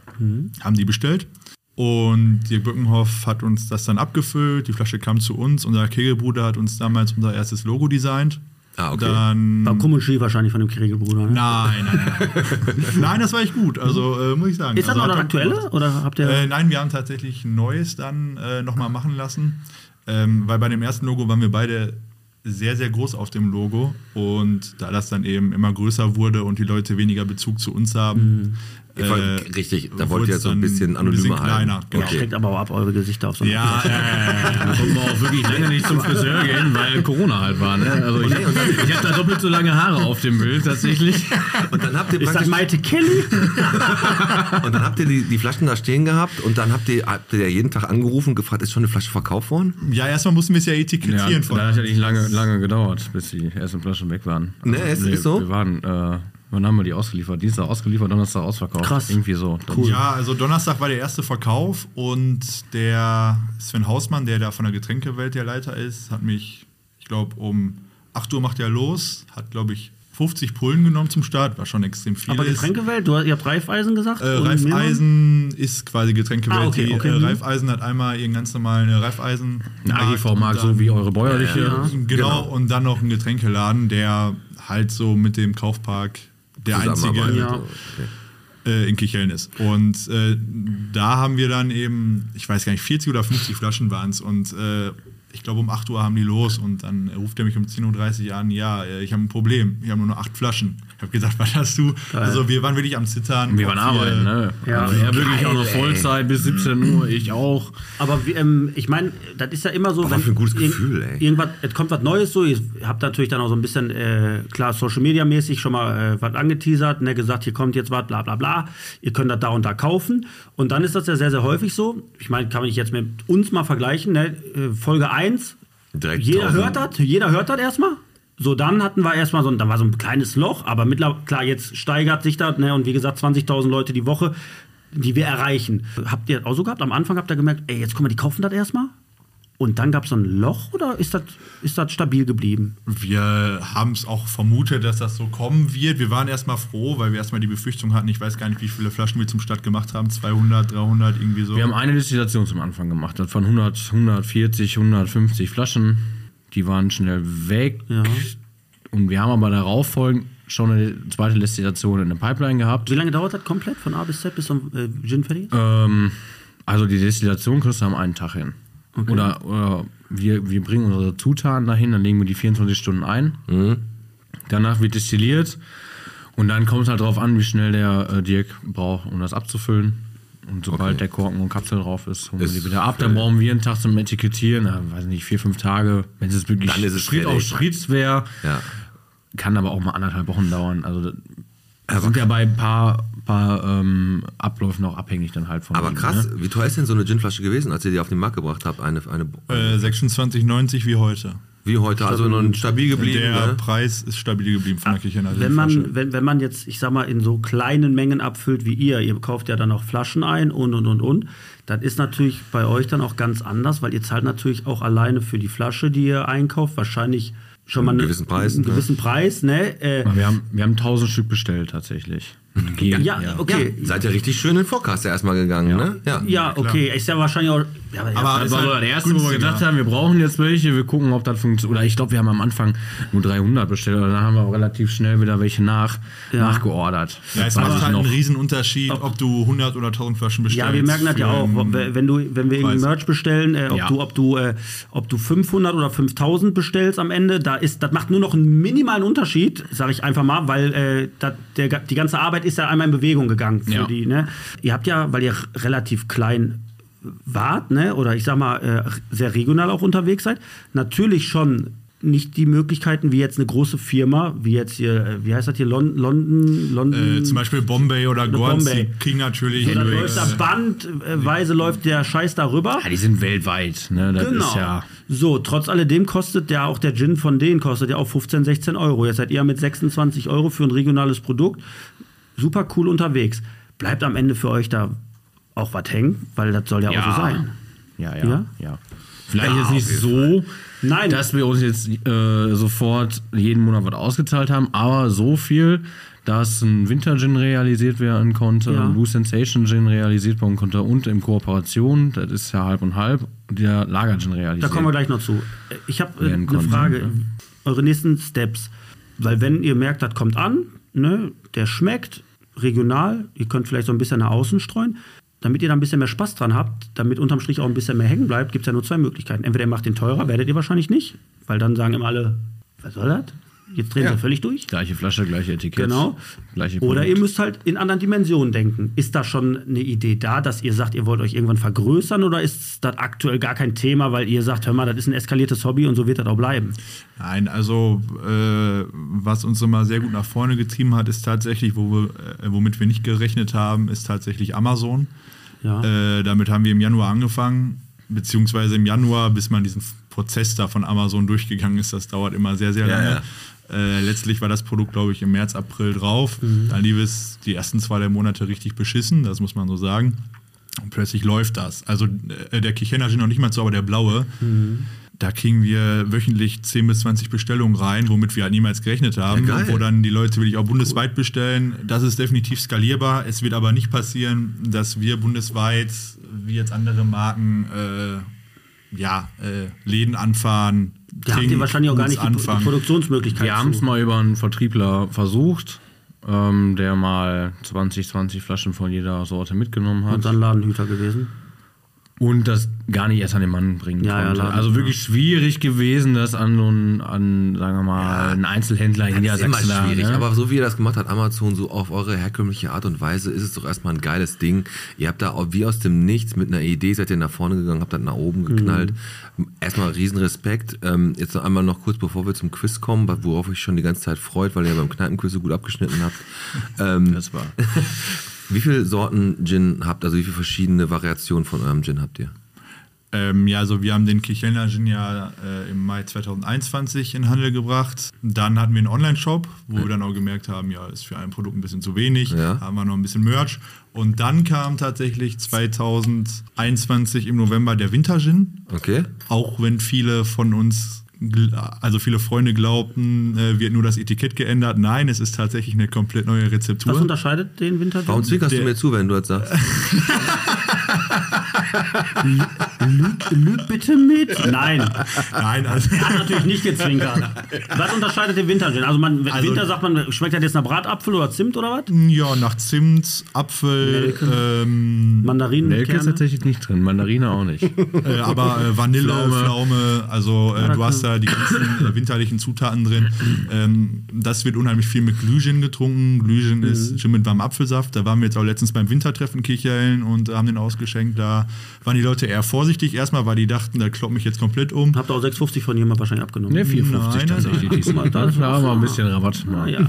haben die bestellt. Und Dirk Bückenhoff hat uns das dann abgefüllt, die Flasche kam zu uns, unser Kegelbruder hat uns damals unser erstes Logo designt. Ah, okay. Dann. War krumm und schief wahrscheinlich von dem Kriegelbruder. Ne? Nein, nein, nein. nein, das war echt gut, also äh, muss ich sagen. Ist das also, noch hat das auch- aktuelle? Oder habt ihr. Äh, nein, wir haben tatsächlich ein neues dann äh, nochmal machen lassen, ähm, weil bei dem ersten Logo waren wir beide sehr, sehr groß auf dem Logo und da das dann eben immer größer wurde und die Leute weniger Bezug zu uns haben. Ich wollt- richtig, da wollt wurde ihr es so ein äh, dann bisschen anonymer kleiner, halten. genau. Okay. Steckt aber auch ab eure Gesichter auf so eine- Ja, äh, Da konnten wir auch wirklich lange nicht zum Friseur gehen, weil Corona halt war. Ne? Also ich, ich habe da doppelt so lange Haare auf dem Bild tatsächlich. Und dann habt ihr Ist das praktisch Maite Kelly? Und dann habt ihr die, die Flaschen da stehen gehabt und dann habt ihr, habt ihr ja jeden Tag angerufen und gefragt, ist schon eine Flasche verkauft worden? ja, erstmal mussten wir es ja Ja, etikettieren von da hat ja nicht lange, lange gedauert, bis die ersten Flaschen weg waren. Ne, Also, ist- ist so? Wir waren, äh, wann haben wir die ausgeliefert? Dienstag ausgeliefert, Donnerstag ausverkauft. Krass. Irgendwie so. Ja, also Donnerstag war der erste Verkauf und der Sven Hausmann, der da von der Getränkewelt der Leiter ist, hat mich, ich glaube, um 8 Uhr macht er los, hat, glaube ich, 50 Pullen genommen zum Start, war schon extrem viel. Aber ist. Getränkewelt, du, ihr habt Reifeisen gesagt? Äh, Und Mehlmann? Reifeisen ist quasi Getränkewelt. Ah, okay, die, okay, äh, mhm. Reifeisen hat einmal ihren ganz normalen äh, Reifeisen. Eine AGV-Markt, so wie eure bäuerliche. Genau, und dann noch ein Getränkeladen, der halt so mit dem Kaufpark der einzige Zusammenarbeit. Ja. Okay. äh, in Kicheln ist. Und äh, da haben wir dann eben, ich weiß gar nicht, 40 oder 50 Flaschen waren es. Und äh, ich glaube, um 8 Uhr haben die los. Und dann ruft er mich um 10.30 Uhr an: Ja, äh, ich habe ein Problem. Ich habe nur noch 8 Flaschen. Ich habe gesagt: Was hast du? Also, wir waren wirklich am Zittern. Wir waren ob arbeiten, ne? Ja. Also er wirklich auch noch Vollzeit bis 17 Uhr, ich auch. Aber wie, ähm, ich meine, das ist ja immer so, Boah, was für ein gutes irg- Gefühl, ey. irgendwas, es kommt was Neues so. Ihr habt natürlich dann auch so ein bisschen äh, klar Social Media mäßig schon mal äh, was angeteasert, ne, gesagt, hier kommt jetzt was, bla bla bla. Ihr könnt das da und da kaufen. Und dann ist das ja sehr sehr häufig so. Ich meine, kann man nicht jetzt mit uns mal vergleichen, ne? Äh, Folge 1, Direkt jeder 1000. hört das, jeder hört das erstmal. So, dann hatten wir erstmal so ein, dann war so ein kleines Loch, aber mittlerweile, klar, jetzt steigert sich das, ne, und wie gesagt, 20.000 Leute die Woche, die wir erreichen. Habt ihr das auch so gehabt? Am Anfang habt ihr gemerkt, ey, jetzt guck mal, die kaufen das erstmal? Und dann gab es so ein Loch oder ist das ist das stabil geblieben? Wir haben es auch vermutet, dass das so kommen wird. Wir waren erstmal froh, weil wir erstmal die Befürchtung hatten, ich weiß gar nicht, wie viele Flaschen wir zum Start gemacht haben, 200, 300, irgendwie so. Wir haben eine Destillation zum Anfang gemacht, das waren 100, 140, 150 Flaschen. Die waren schnell weg. Und wir haben aber darauf folgend schon eine zweite Destillation in der Pipeline gehabt. Wie lange dauert das komplett von A bis Z bis zum äh, Gin fertig? Ähm, also die Destillation kriegst du am einen Tag hin. Oder, oder wir, wir bringen unsere Zutaten dahin, dann legen wir die 24 Stunden ein. Mhm. Danach wird destilliert und dann kommt es halt drauf an, wie schnell der äh, Dirk braucht, um das abzufüllen. Und sobald der Korken und Kapsel drauf ist, holen wir Ist die wieder ab. Dann brauchen wir einen Tag zum Etikettieren, na, weiß nicht, vier, fünf Tage. Wenn es wirklich Dann ist es Schritt auf fertig. Schritt wäre, Ja. kann aber auch mal anderthalb Wochen dauern. Also da sind ja bei ein paar, paar ähm, Abläufen auch abhängig dann halt von Aber ihm, krass, ne? wie teuer ist denn so eine Ginflasche gewesen, als ihr die auf den Markt gebracht habt? Eine, eine, äh, 26,90 wie heute. wie heute, also noch stabil geblieben. der ne? Preis ist stabil geblieben Ah, von der Kirchener Wenn Flasche. man, wenn, wenn man jetzt, ich sag mal, in so kleinen Mengen abfüllt wie ihr, ihr kauft ja dann auch Flaschen ein und und und und, dann ist natürlich bei euch dann auch ganz anders, weil ihr zahlt natürlich auch alleine für die Flasche, die ihr einkauft, wahrscheinlich schon mal Einen ne- gewissen Preis, einen ne? gewissen Preis, ne? Äh, Aber Wir haben, wir haben 1000 Stück bestellt tatsächlich. Gehen, ja, okay. Ja. Seid ihr richtig schön in den Forecast ja erstmal gegangen, ne? okay, ist ja wahrscheinlich auch. Ja, aber, Aber- Das Ist war so halt das erste, wo wir günstiger. gedacht haben, wir brauchen jetzt welche, wir gucken, ob das funktioniert. Oder ich glaube, wir haben am Anfang nur 300 bestellt, oder dann haben wir auch relativ schnell wieder welche nach, nachgeordert. Ja, es Das weiß macht ich halt noch. einen Riesenunterschied, ob du 100 oder 1000 Flaschen bestellst. Ähm, Ja, wir merken das ja für auch, einen- wenn wenn du, wenn wir irgendwie Preis. Merch bestellen, äh, ob, Ja. du, ob, du, äh, ob du 500 oder 5000 bestellst am Ende, da ist, das macht nur noch einen minimalen Unterschied, sage ich einfach mal, weil äh, dat, der, ga- die ganze Arbeit ist ja einmal in Bewegung gegangen. Für Ja. die, ne? Ihr habt ja, weil ihr r- relativ klein wart, ne? oder ich sag mal, äh, sehr regional auch unterwegs seid, natürlich schon nicht die Möglichkeiten, wie jetzt eine große Firma, wie jetzt hier, äh, wie heißt das hier, Lon London, London Äh, zum Beispiel Bombay oder Gorns, Bombay. die kriegen natürlich. so, dann äh, läuft da bandweise läuft der Scheiß darüber. Genau. Ja, die sind weltweit. Ne? Das ist ja. So, trotz alledem kostet ja auch der Gin von denen, kostet ja auch 15, 16 Euro. Jetzt seid ihr mit 26 Euro für ein regionales Produkt super cool unterwegs. Bleibt am Ende für euch da auch was hängen, weil das soll ja, auch so sein. Ja, ja, Ja? ja. Vielleicht jetzt nicht so, Nein. dass wir uns jetzt äh, sofort jeden Monat was ausgezahlt haben, aber so viel, dass ein Winter-Gin realisiert werden konnte, Ja. ein Blue Sensation-Gin realisiert werden konnte und in Kooperation, das ist ja halb und halb, der Lager-Gin realisiert. Da kommen wir gleich noch zu. Ich habe äh, Werden eine konnten, Frage. ne? Eure nächsten Steps. Weil wenn ihr merkt, das kommt an, ne, der schmeckt regional, ihr könnt vielleicht so ein bisschen nach außen streuen, damit ihr da ein bisschen mehr Spaß dran habt, damit unterm Strich auch ein bisschen mehr hängen bleibt, gibt es ja nur zwei Möglichkeiten. Entweder ihr macht den teurer, werdet ihr wahrscheinlich nicht, weil dann sagen immer alle, was soll das? Jetzt drehen sie völlig durch. Gleiche Flasche, gleiche Etikett. Genau. Gleiche Oder Produkt. ihr müsst halt in anderen Dimensionen denken. Ist da schon eine Idee da, dass ihr sagt, ihr wollt euch irgendwann vergrößern oder ist das aktuell gar kein Thema, weil ihr sagt, hör mal, das ist ein eskaliertes Hobby und so wird das auch bleiben? Nein, also äh, was uns immer sehr gut nach vorne getrieben hat, ist tatsächlich, wo wir, äh, womit wir nicht gerechnet haben, ist tatsächlich Amazon. Ja. Äh, damit haben wir im Januar angefangen, beziehungsweise im Januar, bis man diesen Prozess da von Amazon durchgegangen ist. Das dauert immer sehr, sehr Ja, lange. ja. Äh, letztlich war das Produkt, glaube ich, im März, April drauf. Dann lief es die ersten zwei der Monate richtig beschissen, das muss man so sagen. Und plötzlich läuft das. Also äh, der Kichener Gin noch nicht mal so, aber der blaue. da kriegen wir wöchentlich 10 bis 20 Bestellungen rein, womit wir halt niemals gerechnet haben. Ja, geil. und wo dann die Leute wirklich auch bundesweit bestellen. Das ist definitiv skalierbar. Es wird aber nicht passieren, dass wir bundesweit, wie jetzt andere Marken, äh, ja, äh, Läden anfahren. Da habt ihr Ting wahrscheinlich auch gar uns nicht die, Pro- die Produktionsmöglichkeit. Wir haben es mal über einen Vertriebler versucht, ähm, der mal 20, 20 Flaschen von jeder Sorte mitgenommen hat. Und dann Ladenhüter gewesen. Und das gar nicht erst an den Mann bringen Ja, ja, konnte. Laden, also ja. wirklich schwierig gewesen, das an so einen, an, sagen wir mal, einen Einzelhändler in Das ist immer Niedersachsen. da, schwierig, ne? aber so wie ihr das gemacht habt, Amazon, so auf eure herkömmliche Art und Weise, ist es doch erstmal ein geiles Ding. Ihr habt da auch wie aus dem Nichts mit einer Idee, seid ihr nach vorne gegangen, habt dann nach Mhm. oben geknallt. Erstmal riesen Respekt. Ähm, jetzt noch einmal noch kurz, bevor wir zum Quiz kommen, worauf ich schon die ganze Zeit freut, weil ihr beim Kneipenquiz so gut abgeschnitten habt. Ähm, Das war. wie viele Sorten Gin habt, also wie viele verschiedene Variationen von eurem Gin habt ihr? Ähm, ja, also wir haben den Kirchhellner Gin ja äh, im Mai 2021 in den Handel gebracht. Dann hatten wir einen Online-Shop, wo wir dann auch gemerkt haben, ja, ist für ein Produkt ein bisschen zu wenig. Ja. Haben wir noch ein bisschen Merch. Und dann kam tatsächlich 2021 im November der Winter Gin. Okay. Auch wenn viele von uns, gl- also viele Freunde glaubten, äh, wird nur das Etikett geändert. Nein, es ist tatsächlich eine komplett neue Rezeptur. Was unterscheidet den Winter? Warum zwinkerst du Der- mir zu, wenn du das sagst? Lüg, lüg bitte mit? Nein. Nein, also. Er hat natürlich nicht gezwinkert. Was unterscheidet den Winter denn? Also, man, Also- Winter sagt man, schmeckt das jetzt nach Bratapfel oder Zimt oder was? Ja, nach Zimt, Apfel, Nelken. ähm, Mandarinen. Nelke ist tatsächlich nicht drin, Mandarine auch nicht. Äh, aber äh, Vanille, Pflaume, also äh, du hast da die ganzen äh, winterlichen Zutaten drin. Ähm, das wird unheimlich viel mit Glühgin getrunken. Glühgin ist schon mit warmem Apfelsaft. Da waren wir jetzt auch letztens beim Wintertreffen Kicheln und haben den ausgeschenkt. Da waren die Leute eher vorsichtig erstmal, weil die dachten, da kloppt mich jetzt komplett um. Habt ihr auch 6,50 von jemand wahrscheinlich abgenommen? Ne, 450 Nein, nein, tatsächlich. nein. Guck mal, das Das war ist- aber ein bisschen Rabatt. Ah, Mal. ja.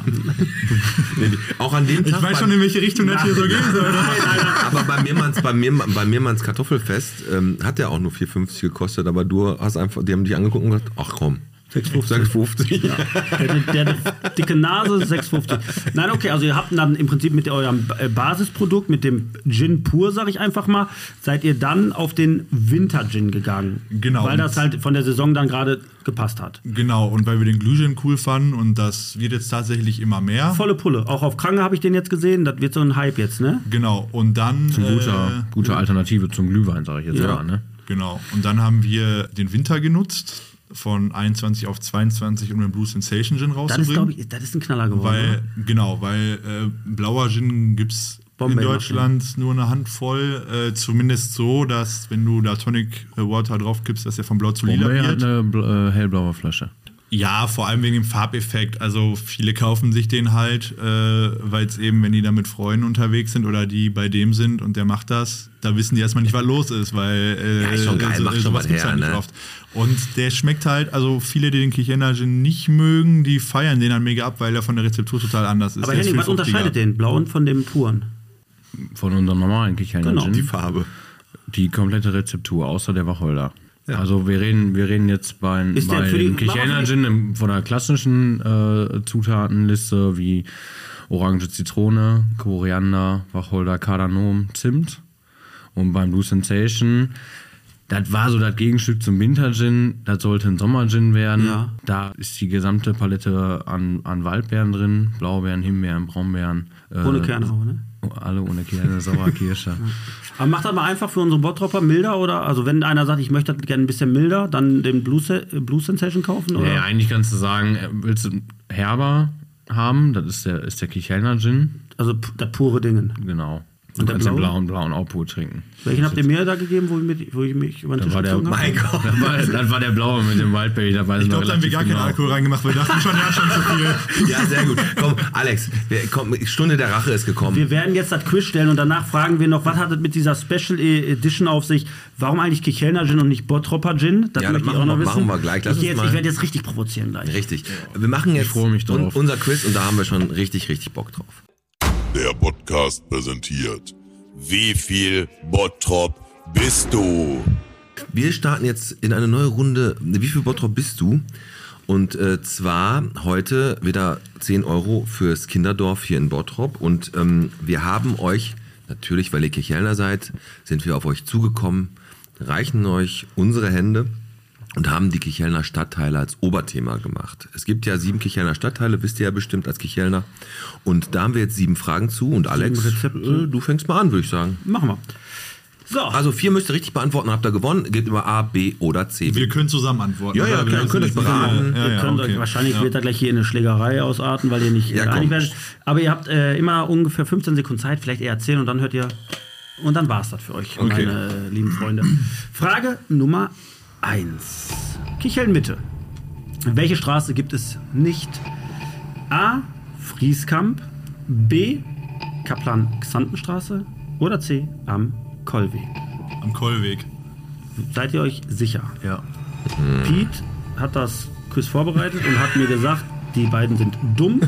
Auch an dem Ich weiß schon, in welche Richtung das hier so gehen soll. Aber bei Meermanns, bei Meerm- bei Meermanns Kartoffelfest ähm, hat der auch nur 4,50 gekostet, aber du hast einfach, die haben dich angeguckt und gesagt, ach komm, 6,50. 6,50. Der, Äh, der, der dicke Nase, 6,50. Nein, okay, also ihr habt dann im Prinzip mit eurem äh, Basisprodukt, mit dem Gin pur, sag ich einfach mal, seid ihr dann auf den Winter-Gin gegangen. Genau. Weil das halt von der Saison dann gerade gepasst hat. Genau, und weil wir den Glühgin cool fanden und das wird jetzt tatsächlich immer mehr. Volle Pulle. Auch auf Kranke habe ich den jetzt gesehen. Das wird so ein Hype jetzt, ne? Genau, und dann. Eine äh, Gute, gute Alternative zum Glühwein, sage ich jetzt mal. Ne? Genau. Und dann haben wir den Winter genutzt, von 21 auf 22, um den Blue Sensation Das Gin ist, glaube rauszubringen. ich, das ist ein Knaller geworden. ne? weil, genau, weil äh, blauer Gin gibt es in Bombay Deutschland nur eine Handvoll. Äh, zumindest so, dass wenn du da Tonic äh, Water drauf kippst, dass er von blau zu lila Bombay hat wird. eine bl- äh, hellblaue Flasche. Ja, vor allem wegen dem Farbeffekt. Also viele kaufen sich den halt, äh, weil es eben, wenn die da mit Freunden unterwegs sind oder die bei dem sind und der macht das, da wissen die erstmal nicht, was los ist, weil äh, Ja, ist schon geil, macht schon sowas was gibt's her, halt nicht ne? oft. Und der schmeckt halt, also viele, die den Kirchener Gin nicht mögen, die feiern den dann mega ab, weil er von der Rezeptur total anders ist. Aber Der ist Henning, viel was unterscheidet fruchtiger. den blauen von dem puren? Von unserem normalen Kichhellner Genau. Gin. Die Farbe. Die komplette Rezeptur, außer der Wacholder. Also wir reden, wir reden jetzt bei, Ist der bei für die- dem Kirchhellner Gin im- von der klassischen äh, Zutatenliste wie Orange, Zitrone, Koriander, Wacholder, Kardamom, Zimt. Und beim Blue Sensation, das war so das Gegenstück zum Winter Gin. Das sollte ein Sommer Gin werden. Ja. Da ist die gesamte Palette an, an Waldbeeren drin, Blaubeeren, Himbeeren, Brombeeren. äh, Ohne Kerne auch, ne? Alle ohne Kerne, Sauerkirsche. Aber macht das mal einfach für unseren Bottropper milder oder? Also, wenn einer sagt, ich möchte das gerne ein bisschen milder, dann den Blue, Se äh, Blue Sensation kaufen? Oder? Nee, eigentlich kannst du sagen, äh, willst du herber haben, das ist der, ist der Kichelner Gin, Also, p- das pure Dingen. genau. Du Und der kannst den blaue? blauen, blauen auch pur trinken. Welchen habt ihr mir da gegeben, wo ich, mit, wo ich mich über den Das Tisch ne? war, der, gezogen habe? das, war, das war der blaue mit dem Waldberry, da weiß genau. Ich glaube, da haben wir gar keinen Alkohol reingemacht, weil wir dachten schon, der hat schon zu viel. Ja, sehr gut. Komm, Alex, wir, komm, Stunde der Rache ist gekommen. Wir werden jetzt das Quiz stellen und danach fragen wir noch, was hat es mit dieser Special E- Edition auf sich? Warum eigentlich Kichelner Gin und nicht Bottropper Gin? Das Ja, das möchte ich machen auch noch wir- wissen. machen wir gleich. Lass ich, uns jetzt, mal- ich werde jetzt richtig provozieren gleich. Richtig. Wir machen jetzt freue mich drauf. un- unser Quiz und da haben wir schon richtig, richtig Bock drauf. Der Podcast präsentiert. Wie viel Bottrop bist du? Wir starten jetzt in eine neue Runde. Wie viel Bottrop bist du? Und äh, zwar heute wieder 10 Euro fürs Kinderdorf hier in Bottrop. Und ähm, wir haben euch, natürlich, weil ihr Kirchhellner seid, sind wir auf euch zugekommen, reichen euch unsere Hände und haben die Kichelner Stadtteile als Oberthema gemacht. Es gibt ja sieben Kichelner Stadtteile, wisst ihr ja bestimmt als Kichelner. Und da haben wir jetzt sieben Fragen zu. Und Alex, Rezepte. äh, du fängst mal an, würde ich sagen. Machen wir. So, Also vier müsst ihr richtig beantworten, habt ihr gewonnen. Gebt immer A, B oder C. Wir können zusammen antworten. Ja, ja, oder? klar, Wir ihr könnt euch lassen jetzt nicht- beraten. Ja, ihr ja, könnt okay. euch, wahrscheinlich ja. wird da gleich hier eine Schlägerei ausarten, weil ihr nicht Ja, äh, einig komm. werdet. Aber ihr habt äh, immer ungefähr 15 Sekunden Zeit, vielleicht eher 10 und dann hört ihr. Und dann war's das für euch, Okay. meine äh, lieben Freunde. Frage Nummer 1. Kicheln Mitte. Welche Straße gibt es nicht? A. Frieskamp. B. Kaplan-Xantenstraße. Oder C. Am Kollweg. Am Kollweg. Seid ihr euch sicher? Ja. Pete hat das Quiz vorbereitet und hat mir gesagt, die beiden sind dumm.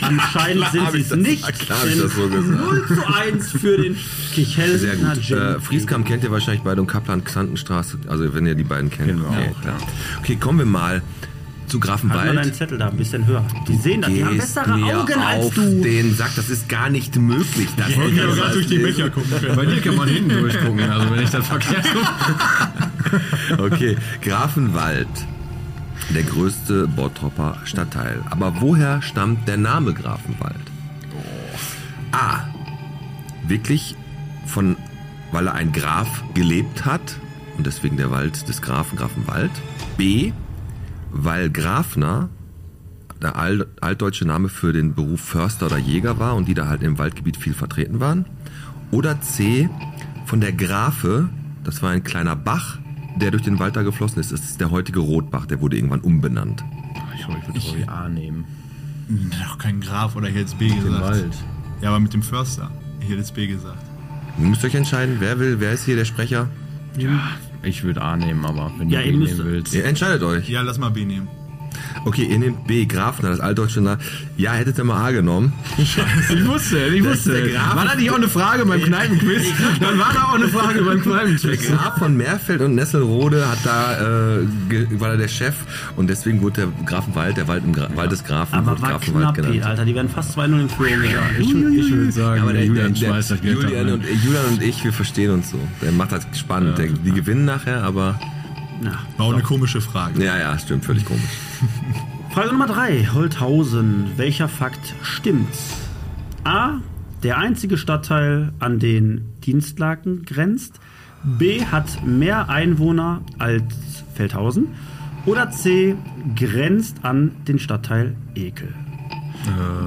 Anscheinend Klar sind hab sie ich es das- nicht. klar hab ich das so gesagt. 0 zu 1 für den Kichel. Sehr gut. Äh, Frieskamp kennt ihr wahrscheinlich beide und Kaplan Xantenstraße, also wenn ihr die beiden kennt. Genau. Kennen wir okay, auch, klar. Okay, kommen wir mal zu Halt mal deinen Grafenwald. Zettel da ein bisschen höher. Die sehen das, die haben Gehst bessere mir Augen als auf du. den Sack, das ist gar nicht möglich. Das Ich Ding kann ist gerade durch die alles- Becher gucken können. Bei dir kann man hinten durchgucken, also wenn ich das verkehrt gucke. Okay, Grafenwald. Der größte Bottropper Stadtteil. Aber woher stammt der Name Grafenwald? A. Wirklich von, weil er ein Graf gelebt hat und deswegen der Wald des Grafen Grafenwald. B. Weil Grafner der al- altdeutsche Name für den Beruf Förster oder Jäger war und die da halt im Waldgebiet viel vertreten waren. Oder C, von der Grafe, das war ein kleiner Bach, der durch den Wald da geflossen ist. Das ist der heutige Rotbach, der wurde irgendwann umbenannt. Ich glaube, ich würde glaube ich A nehmen. Doch kein Graf oder ich hätte jetzt B Den gesagt. Wald. Ja, aber mit dem Förster. Ich hätte jetzt B gesagt. Ihr müsst euch entscheiden, wer will, wer ist hier der Sprecher. Ich würde A nehmen, aber wenn Ja, du ihr B müsst- nehmen willst. Ihr entscheidet euch. Ja, lass mal B nehmen. Okay, ihr nehmt B, Grafner, das altdeutsche Name. Ja, hättet ihr mal A genommen. Ich wusste, ich ist der Graf. War da nicht auch eine Frage beim Kneipenquiz? Dann war da auch eine Frage beim Der Kneipenquiz. Graf von Merfeld und Nesselrode hat da, äh, ge- war da der Chef und deswegen wurde der Grafenwald, der Wald, im Gra Wald des Grafen, Aber wurde war Grafenwald knapp, Pete, Alter. Die werden fast 2-0 in Führung gegangen. Ich, ich würde sagen, Ja, aber der, Julian der, schmeißt der, das Geld ab, Julian, ne? und, Julian und ich, wir verstehen uns so. Der macht das spannend. der, die gewinnen nachher, aber. Na. War auch eine komische Frage. Ja, ja, stimmt, völlig komisch. Frage Nummer 3. Holthausen. Welcher Fakt stimmt? A. Der einzige Stadtteil, an den Dienstlaken grenzt. B. Hat mehr Einwohner als Feldhausen. Oder C. Grenzt an den Stadtteil Ekel.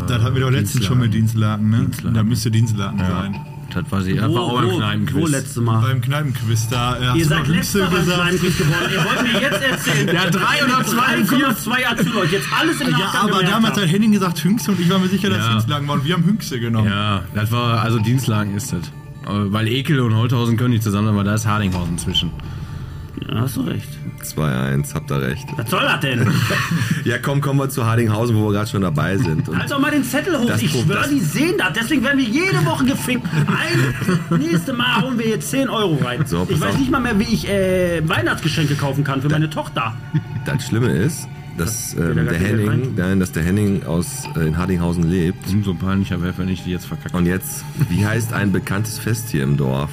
Das hatten wir doch letztens schon mit Dienstlaken, ne? Da müsste Dienstlaken sein. Das war, sie, das war auch beim wo Kneipenquiz. letzte Mal? Beim Kneipenquiz da. Äh, hast Ihr du seid noch Lütze letzter beim gesagt. Kleinkind geworden. Ihr wollt mir jetzt erzählen, Ja, drei oder zwei, vier. 2,2 Asyl euch jetzt alles im Ja, Nachgang aber gemerkt damals habt. hat Henning gesagt Hünxe und ich war mir sicher, dass Ja. Dienstlaken war und wir haben Hünxe genommen. Ja, das war, also Dienstlagen ist das. Aber Weil Ekel und Holthausen können nicht zusammen, aber da ist Hardinghausen zwischen. Ja, hast du recht. 2-1, habt ihr recht. Was soll das denn? Ja, komm, kommen wir zu Hardinghausen, wo wir gerade schon dabei sind. Und Halt doch mal den Zettel hoch. Das ich Problem- schwöre, die sehen das. Deswegen werden wir jede Woche gefickt. Ein, nächste Mal holen wir jetzt 10 Euro rein. So, pass ich weiß auf. nicht mal mehr, wie ich äh, Weihnachtsgeschenke kaufen kann für meine Tochter. das Schlimme ist, dass ähm, der der, gar kein Geld Henning, reintun. nein, dass der Henning aus äh, in Hardinghausen lebt. Umso peinlicher wäre, wenn ich die jetzt verkacke. Und jetzt, wie heißt ein bekanntes Fest hier im Dorf?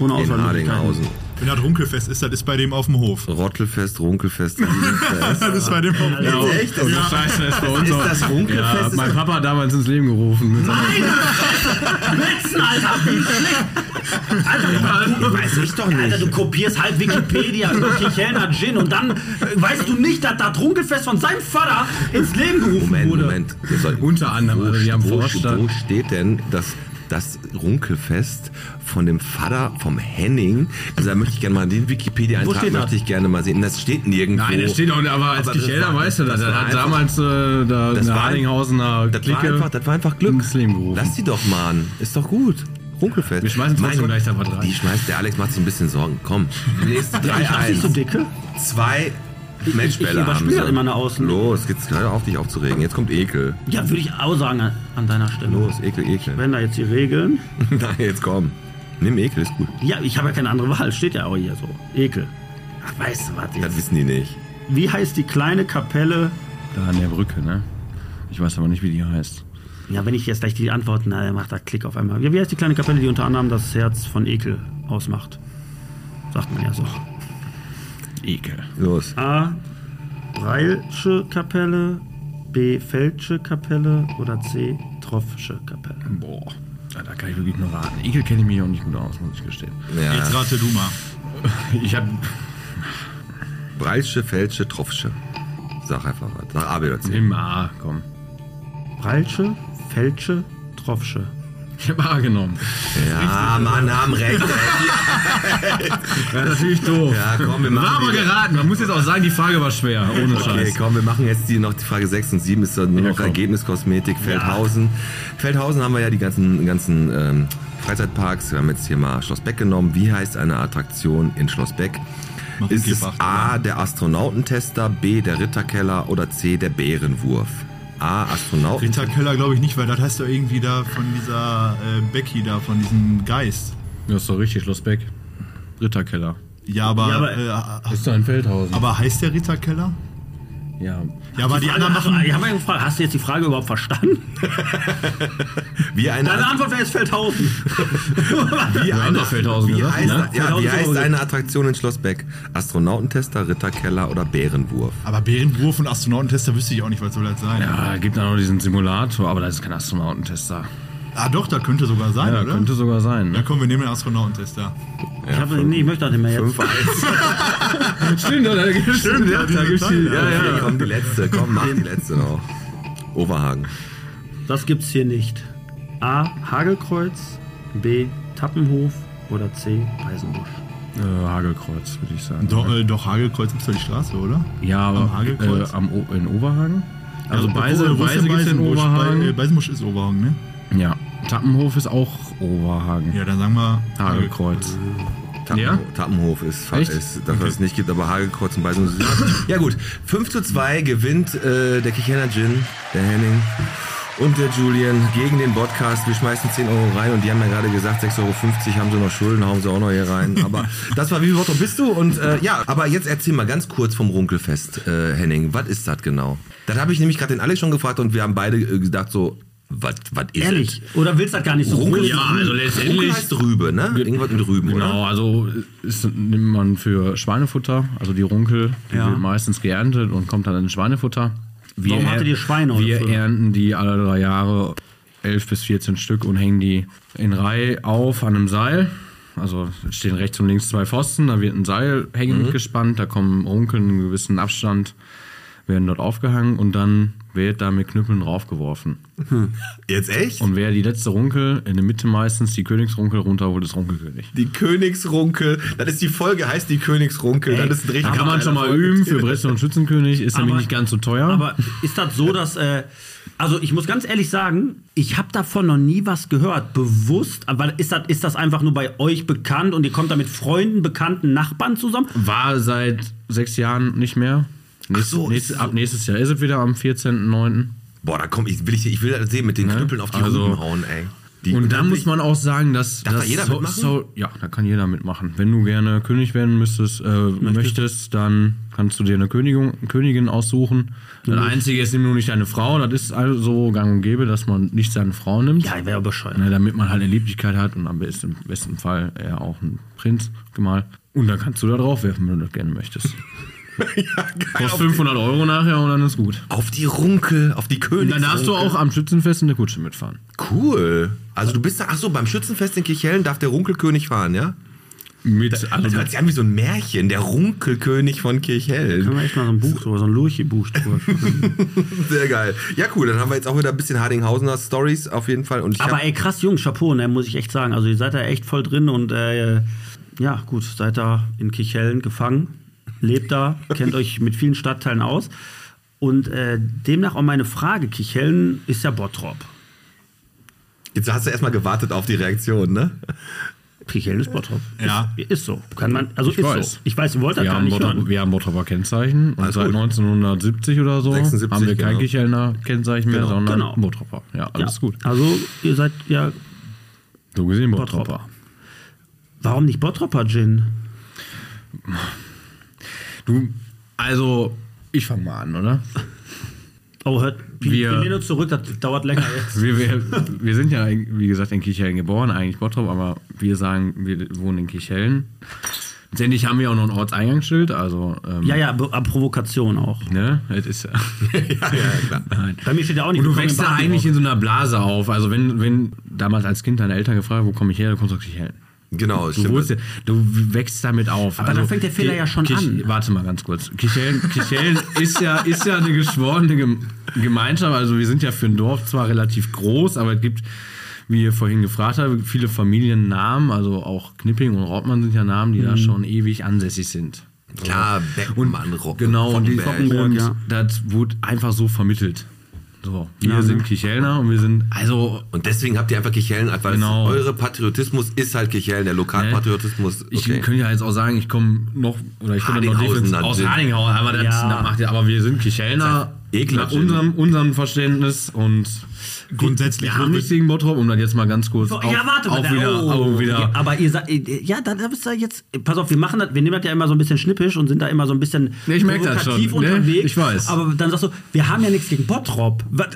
Ohne In Hardinghausen. Wenn das Runkelfest ist, das ist bei dem auf dem Hof. Rottelfest, Runkelfest, Liebenfest. Das ist bei dem auf dem Hof. echt? Das ja. Scheiße, das ist bei uns Ist auch- das Runkelfest? Ja, Ist mein das- Papa hat damals ins Leben gerufen. Mit seiner- Witzen, Alter. Wie schlecht. Alter, du, weiß ich doch nicht. Alter, du kopierst halt Wikipedia über Kichelner Gin und dann äh, weißt du nicht, dass das Trunkelfest von seinem Vater ins Leben gerufen Moment, wurde. Moment. Ihr sollt- Unter anderem, Wo, also wir haben wo, Vorstand. wo steht denn das, das Runkelfest von dem Vater vom Henning? Also da möchte ich gerne mal den Wikipedia-Eintrag steht das? möchte ich gerne mal sehen. Das steht nirgendwo. Nein, das steht auch, aber als Aber das Kichelner war- weißt du das das. Das war hat einfach- damals äh, da Das eine war ein- Hardinghausener das war, Clique. einfach, das war einfach Glück. ins Leben gerufen. Lass die doch, Mann. Ist doch gut. Runkelfest. Wir schmeißen trotzdem Meine- gleich da was rein. Die schmeißt, der Alex macht sich ein bisschen Sorgen. Komm. Nächste Ich hab dich so 3-1. dicke. Zwei Matchbälle ich überspiele haben das sie. immer nach außen. Los, jetzt hör auf, dich aufzuregen. Jetzt kommt Ekel. Ja, würde ich auch sagen an deiner Stelle. Los, Ekel, Ekel. Wenn da jetzt die Regeln. Nein, jetzt komm. Nimm Ekel, ist gut. Ja, ich habe ja keine andere Wahl. Steht ja auch hier so. Ekel. Ach, weißt du was Das jetzt? wissen die nicht. Wie heißt die kleine Kapelle? Da an der Brücke, ne? Ich weiß aber nicht, wie die heißt. Ja, wenn ich jetzt gleich die Antworten, na, macht da Klick auf einmal. Ja, wie heißt die kleine Kapelle, die unter anderem das Herz von Ekel ausmacht? Sagt man ja so. mit Ekel. Los. A. Breilsche Kapelle, B. Feldsche Kapelle oder C. Troffsche Kapelle. Boah. Ja, Da kann ich wirklich nur raten. Ekel kenne ich mich auch nicht gut aus, muss ich gestehen. Jetzt Ja. rate du mal. Ich habe Breilsche, Felsche, Tropfsche. Sag einfach was. Sag A, B oder C. im A, komm. Breilsche, Feldsche, Troffsche. Ich habe A genommen. Ja, Ah, Mann, haben recht. Ja, natürlich doof. Ja, komm, wir machen War aber die- geraten. Man muss jetzt auch sagen, die Frage war schwer. Ohne Okay, Scheiß. komm, wir machen jetzt die, noch die Frage 6 und 7 ist dann nur Ja, noch komm. Ergebniskosmetik. Feldhausen. Feldhausen haben wir ja die ganzen, ganzen ähm, Freizeitparks. Wir haben jetzt hier mal Schloss Beck genommen. Wie heißt eine Attraktion in Schloss Beck? Ist es Gefacht, A, der Astronautentester, B, der Ritterkeller oder C, der Bärenwurf? A, Astronauten. Rita Keller glaube ich nicht, weil das heißt doch irgendwie da von dieser äh, Becky da, von diesem Geist. Das ist doch richtig, Schlossbeck. Ritterkeller. Ja, aber, Ja, aber- äh, Ist doch in Feldhausen. aber heißt der Rita Keller? ja. Ja, aber die anderen Hast du, machen. ich hab mal gefragt, hast du jetzt die Frage überhaupt verstanden? Wie eine, Deine Antwort wäre jetzt Feldhausen. wie haben doch Feldhausen wie gesagt, heißt, ne? ja, wie Feldhausen heißt ist aber- eine Attraktion in Schloss Beck? Astronautentester, Ritterkeller oder Bärenwurf? Aber Bärenwurf und Astronautentester wüsste ich auch nicht, was soll das sein? Ja, gibt da noch diesen Simulator, aber das ist kein Astronautentester. Ah, doch, das könnte sogar sein, Ja, oder? könnte sogar sein. Ja, Ne? komm, wir nehmen den Astronautentester. ich, hab, nee, ich möchte das nicht mehr jetzt. 5-1. Stimmt, da gibt's ja, da gibt's die- Ja, Okay, ja. komm, die letzte. Komm, mach die letzte noch. Oberhagen. Das gibt's hier nicht. A. Hagelkreuz, B. Tappenhof oder C. Eisenbusch. Äh, Hagelkreuz, würde ich sagen. Doch, äh, doch Hagelkreuz ist doch die Straße, oder? Ja, aber Am Hagelkreuz? Äh, am o in Oberhagen? Also Ja, Beise, obwohl, Äh, wo ist Beise denn gibt's in Beisenbusch? Bei- äh, Oberhagen. Beisenbusch ist Oberhagen, ne? Ja. Tappenhof ist auch Oberhagen. Ja, dann sagen wir Hagelkreuz. Tappen, Ja? Tappenhof ist, fa- Echt? ist das, was es nicht gibt, aber Hagelkreuz und Beißen. ja gut, 5 zu 2 gewinnt äh, der Kichener Gin, der Henning und der Julian gegen den Podcast. Wir schmeißen 10 Euro rein und die haben ja gerade gesagt, 6,50 Euro haben sie noch Schulden, hauen sie auch noch hier rein. Aber das war wie viel Wort bist du? Und äh, ja, aber jetzt erzähl mal ganz kurz vom Runkelfest, äh, Henning. Was ist das genau? Das habe ich nämlich gerade den Alex schon gefragt und wir haben beide äh, gedacht so, was was ist Ehrlich? Oder willst du das gar nicht das? so Runkel, groß Ja, machen? also letztendlich- Runkel heißt Rübe, ne? Irgendwas mit Rüben, oder? Genau, also ist, nimmt man für Schweinefutter, also die Runkel, die Ja. wird meistens geerntet und kommt dann in Schweinefutter. Wir Warum er- hattet ihr Schweine Wir dafür? ernten die alle drei Jahre 11 bis 14 Stück und hängen die in Reihe auf an einem Seil. Also stehen rechts und links zwei Pfosten, da wird ein Seil hängend Mhm. gespannt, da kommen Runkeln in einem gewissen Abstand, werden dort aufgehangen und dann wird da mit Knüppeln draufgeworfen. Jetzt echt? Und wer die letzte Runkel, in der Mitte meistens die Königsrunkel runterholt, ist Runkelkönig. Die Königsrunkel. Das ist die Folge, heißt die Königsrunkel. Das ist ein richtig Da kann man schon mal üben für Breslau und Schützenkönig, ist nämlich Aber- nicht ganz so teuer. Aber ist das so, dass. Äh, also, ich muss ganz ehrlich sagen, ich habe davon noch nie was gehört. Bewusst. Aber ist das, ist das einfach nur bei euch bekannt und ihr kommt da mit Freunden, Bekannten, Nachbarn zusammen? War seit sechs Jahren nicht mehr. Nächst, so, nächst, ist so. Ab nächstes Jahr ist es wieder am 14.09. Boah, da komm, ich will, ich, ich will das sehen mit den Knüppeln auf die Also- Rüben hauen, ey. Die, Und da muss man auch sagen, dass. Darf da dass jeder mitmachen? ja, da kann jeder mitmachen. Wenn du gerne König werden müsstest, äh, möchtest, dann kannst du dir eine Königung, Königin aussuchen. Mhm. Das Einzige ist eben nur nicht deine Frau. Das ist also so gang und gäbe, dass man nicht seine Frau nimmt. Ja, wäre bescheuert. Ne, damit man halt eine Lieblichkeit hat und am besten, im besten Fall eher auch einen Prinz gemalt. Und dann kannst du da drauf werfen, wenn du das gerne möchtest. Kostet 500 Euro nachher und dann ist gut. auf die Runkel, auf die Und Königsrunkel. dann darfst du auch am Schützenfest in der Kutsche mitfahren. Cool. Also du bist da, ach so, beim Schützenfest in Kirchhellen darf der Runkelkönig fahren, ja? Mit also, Das hört sich an wie so ein Märchen, der Runkelkönig von Kirchhellen. Können wir echt mal so ein Buch drüber, so ein Lurchi-Buch drüber schreiben. Sehr geil. Ja, cool, dann haben wir jetzt auch wieder ein bisschen Hardinghausener Stories auf jeden Fall. Und ich Aber hab, ey, krass, Jungs, Chapeau, ne, muss ich echt sagen. Also, ihr seid da echt voll drin und äh, ja, gut, seid da in Kichellen gefangen, lebt da, kennt euch mit vielen Stadtteilen aus. Und äh, demnach auch meine Frage: Kichellen ist ja Bottrop. jetzt hast du erstmal gewartet auf die Reaktion, ne? Kichellen ist Bottrop. Ja. Ist, ist so. Kann man, also ist weiß. so. Ich weiß, ihr wollt das wir gar haben, nicht Bottrop, hören. wir haben Bottroper Kennzeichen und Alles seit gut. 1970 oder so 76, haben wir kein genau. Kichelner Kennzeichen mehr, sondern Genau. Bottroper. Ja, alles ja. gut. Also, ihr seid ja So gesehen Bottrop. Bottroper. Warum nicht Bottroper Gin? Du, also, ich fang mal an, oder? Oh, hört, wir, Wir- wir nehmen uns zurück, das dauert länger jetzt. Wir, wir, wir sind ja, wie gesagt, in Kichellen geboren, eigentlich Bottrop, aber wir sagen, wir wohnen in Kichellen. Letztendlich haben wir auch noch ein Ortseingangsschild, also. Ähm, Ja, ja, Be- Provokation auch. Ne? Das ist ja. Nein. Bei mir steht ja auch nicht. Und du willkommen wächst in da Baden eigentlich drauf. in so einer Blase auf. Also wenn, wenn damals als Kind deine Eltern gefragt haben, wo komme ich her, dann kommst du nicht her. Genau, Du, stimmt. wurdest ja, du wächst damit auf. Also Aber dann fängt der Fehler Ki- ja schon Kich- an. Warte mal ganz kurz. Kichellen, Kichellen ist, ja, ist ja eine geschworene Gem Gemeinschaft. Also wir sind ja für ein Dorf zwar relativ groß, aber es gibt, wie ihr vorhin gefragt habt, viele Familiennamen. Also auch Knipping und Rottmann sind ja Namen, die Mhm. da schon ewig ansässig sind. Klar, Beckmann, Rock. Genau, Mhm. und, die, Rockenberg. und ja. das wurde einfach so vermittelt. So, wir Ja, sind ne? Kichelner und wir sind, also Und deswegen habt ihr einfach Kichellen, weil Genau. Ne? eure Patriotismus ist halt Kichellen, der Lokalpatriotismus. Hm? Ich könnte ja jetzt auch sagen, ich komme noch oder ich komme noch Hardinghausen definitiv dann aus sind- Hardinghausen, aber das, Ja. das macht ja, aber wir sind Kichelner Das ist ekelhaft, nach unserem, unserem Verständnis und Grundsätzlich wir haben nichts gegen Bottrop, um dann jetzt mal ganz kurz auf, Oh, ja, warte mal. auch da- wieder, oh. auch Ja, wieder aber ihr sagt, ja, dann bist du jetzt. Pass auf, wir machen das, wir nehmen das ja immer so ein bisschen schnippisch und sind da immer so ein bisschen Nee, ich merk das provokativ schon, ne? unterwegs. Ich weiß. Aber dann sagst du, wir haben ja nichts gegen Bottrop. Was?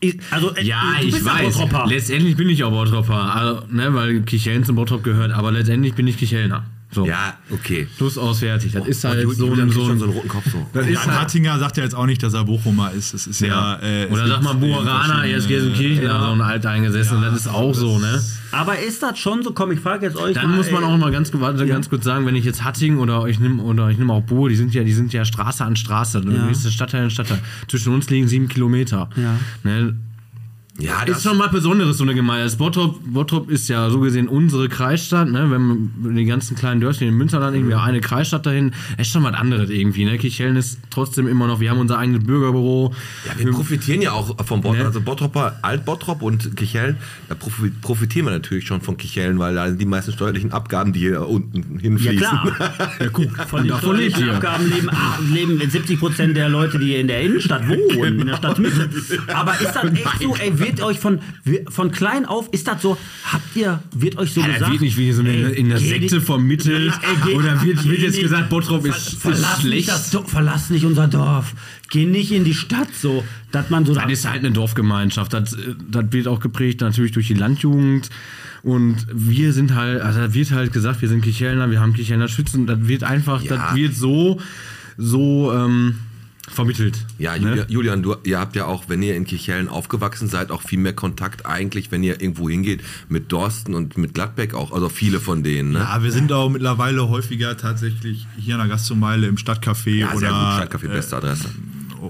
Ich- Also, äh, ja, du ich bist weiß. Bottropper. Letztendlich bin ich auch Bottropper, also, ne, weil Kichellen zum Bottrop gehört, aber letztendlich bin ich Kichelner. So. Ja, okay. Plus aus fertig. Das ist halt Julian so kriegt ein, so schon so ein einen roten Kopf so. das Ja, ist ein halt, Hartinger sagt ja jetzt auch nicht, dass er Bochumer ist. Das ist äh, ja. ja. äh, es Oder sag gibt, mal äh, Buaraner, er ist verschiedene- Gelsenkirchen, ja. so ein alteingesessener, das ist auch so, ne? aber ist das schon so? Komm, ich frage jetzt euch. Dann mal, muss man ey. auch mal ganz, warte, ganz kurz sagen, wenn ich jetzt Hattingen oder ich nehme oder ich nehme auch Buhr, die sind ja, die sind ja Straße an Straße, Ne? du Ja. gehst Stadtteil an Stadtteil. Zwischen uns liegen sieben Kilometer. Ja. Ne? Ja, Ist schon mal Besonderes, so eine Gemeinde. Das Bottrop, Bottrop ist ja so gesehen unsere Kreisstadt, ne? Wenn man die ganzen kleinen Dörfchen in Münsterland irgendwie eine Kreisstadt dahin, ist schon was anderes irgendwie, ne? Kichellen ist trotzdem immer noch, wir haben unser eigenes Bürgerbüro. Ja, wir profitieren ja auch vom Ne? Bottrop, also Bottropper, Alt-Bottrop und Kichellen, da profi- profitieren wir natürlich schon von Kichellen, weil da sind die meisten steuerlichen Abgaben, die hier unten Ja, hinfließen. klar. Ja, guck, Von den davon lebt steuerlichen ihr. Abgaben leben, ah, leben 70 Prozent der Leute, die in der Innenstadt wohnen, in Genau. der Stadtmitte. Aber ist das echt so, ey, wird euch von, wir- von klein auf, ist das so, habt ihr, wird euch so Ja, gesagt? das wird nicht wie so in, ey, in der geh Sekte nicht- vermittelt Ey, geh- oder wird, geh wird jetzt nicht- gesagt, Bottrop Ver- ist, ist verlass schlecht. Nicht das Dorf, verlass nicht unser Dorf. Geh nicht in die Stadt so, dass man so. Dann ist halt eine Dorfgemeinschaft. Das, äh, das wird auch geprägt natürlich durch die Landjugend. Und wir sind halt, also das wird halt gesagt, wir sind Kichelner, wir haben Kichelner Schützen. Das wird einfach, Ja. das wird so, so ähm, vermittelt. Ja, ne? Julia- Julian, du, ihr habt ja auch, wenn ihr in Kirchhellen aufgewachsen seid, auch viel mehr Kontakt eigentlich, wenn ihr irgendwo hingeht, mit Dorsten und mit Gladbeck auch, also viele von denen. Ne? Ja, wir sind auch mittlerweile häufiger tatsächlich hier an der Gastromeile im Stadtcafé Ja, äh, sehr gut, oder, äh, Stadtcafé, beste Adresse.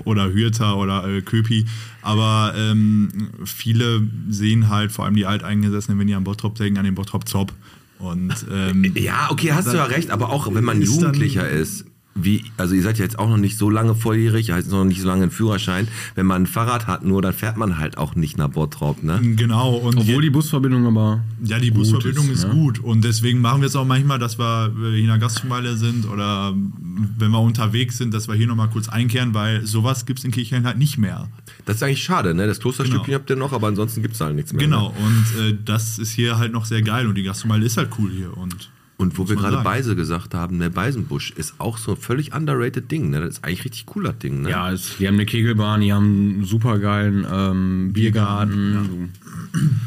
oder Hürter oder äh, Köpi. Aber ähm, viele sehen halt, vor allem die Alteingesessenen, wenn die an Bottrop denken, an den Bottrop Zop. Und ähm, Ja, okay, hast du ja recht, aber auch wenn man ist dann- Jugendlicher ist, wie, also ihr seid ja jetzt auch noch nicht so lange volljährig, heißt noch nicht so lange einen Führerschein. Wenn man ein Fahrrad hat, nur dann fährt man halt auch nicht nach Bottrop, ne? genau. Und Obwohl die Busverbindung aber. Ja, die gut Busverbindung ist, ne? gut und deswegen machen wir es auch manchmal, dass wir äh, hier in der Gastmeile sind oder ähm, wenn wir unterwegs sind, dass wir hier nochmal kurz einkehren, weil sowas gibt es in Kirchhellen halt nicht mehr. Das ist eigentlich schade, ne? Das Klosterstückchen Genau. habt ihr noch, aber ansonsten gibt's halt nichts mehr. Genau, Ne? und äh, das ist hier halt noch sehr geil und die Gastmeile ist halt cool hier. Und Und wo wir man gerade sagen. Beise gesagt haben, der Beisenbusch ist auch so ein völlig underrated Ding, ne? Das ist eigentlich richtig cooler Ding, ne? Ja, es, die haben eine Kegelbahn, die haben einen supergeilen ähm, Biergarten.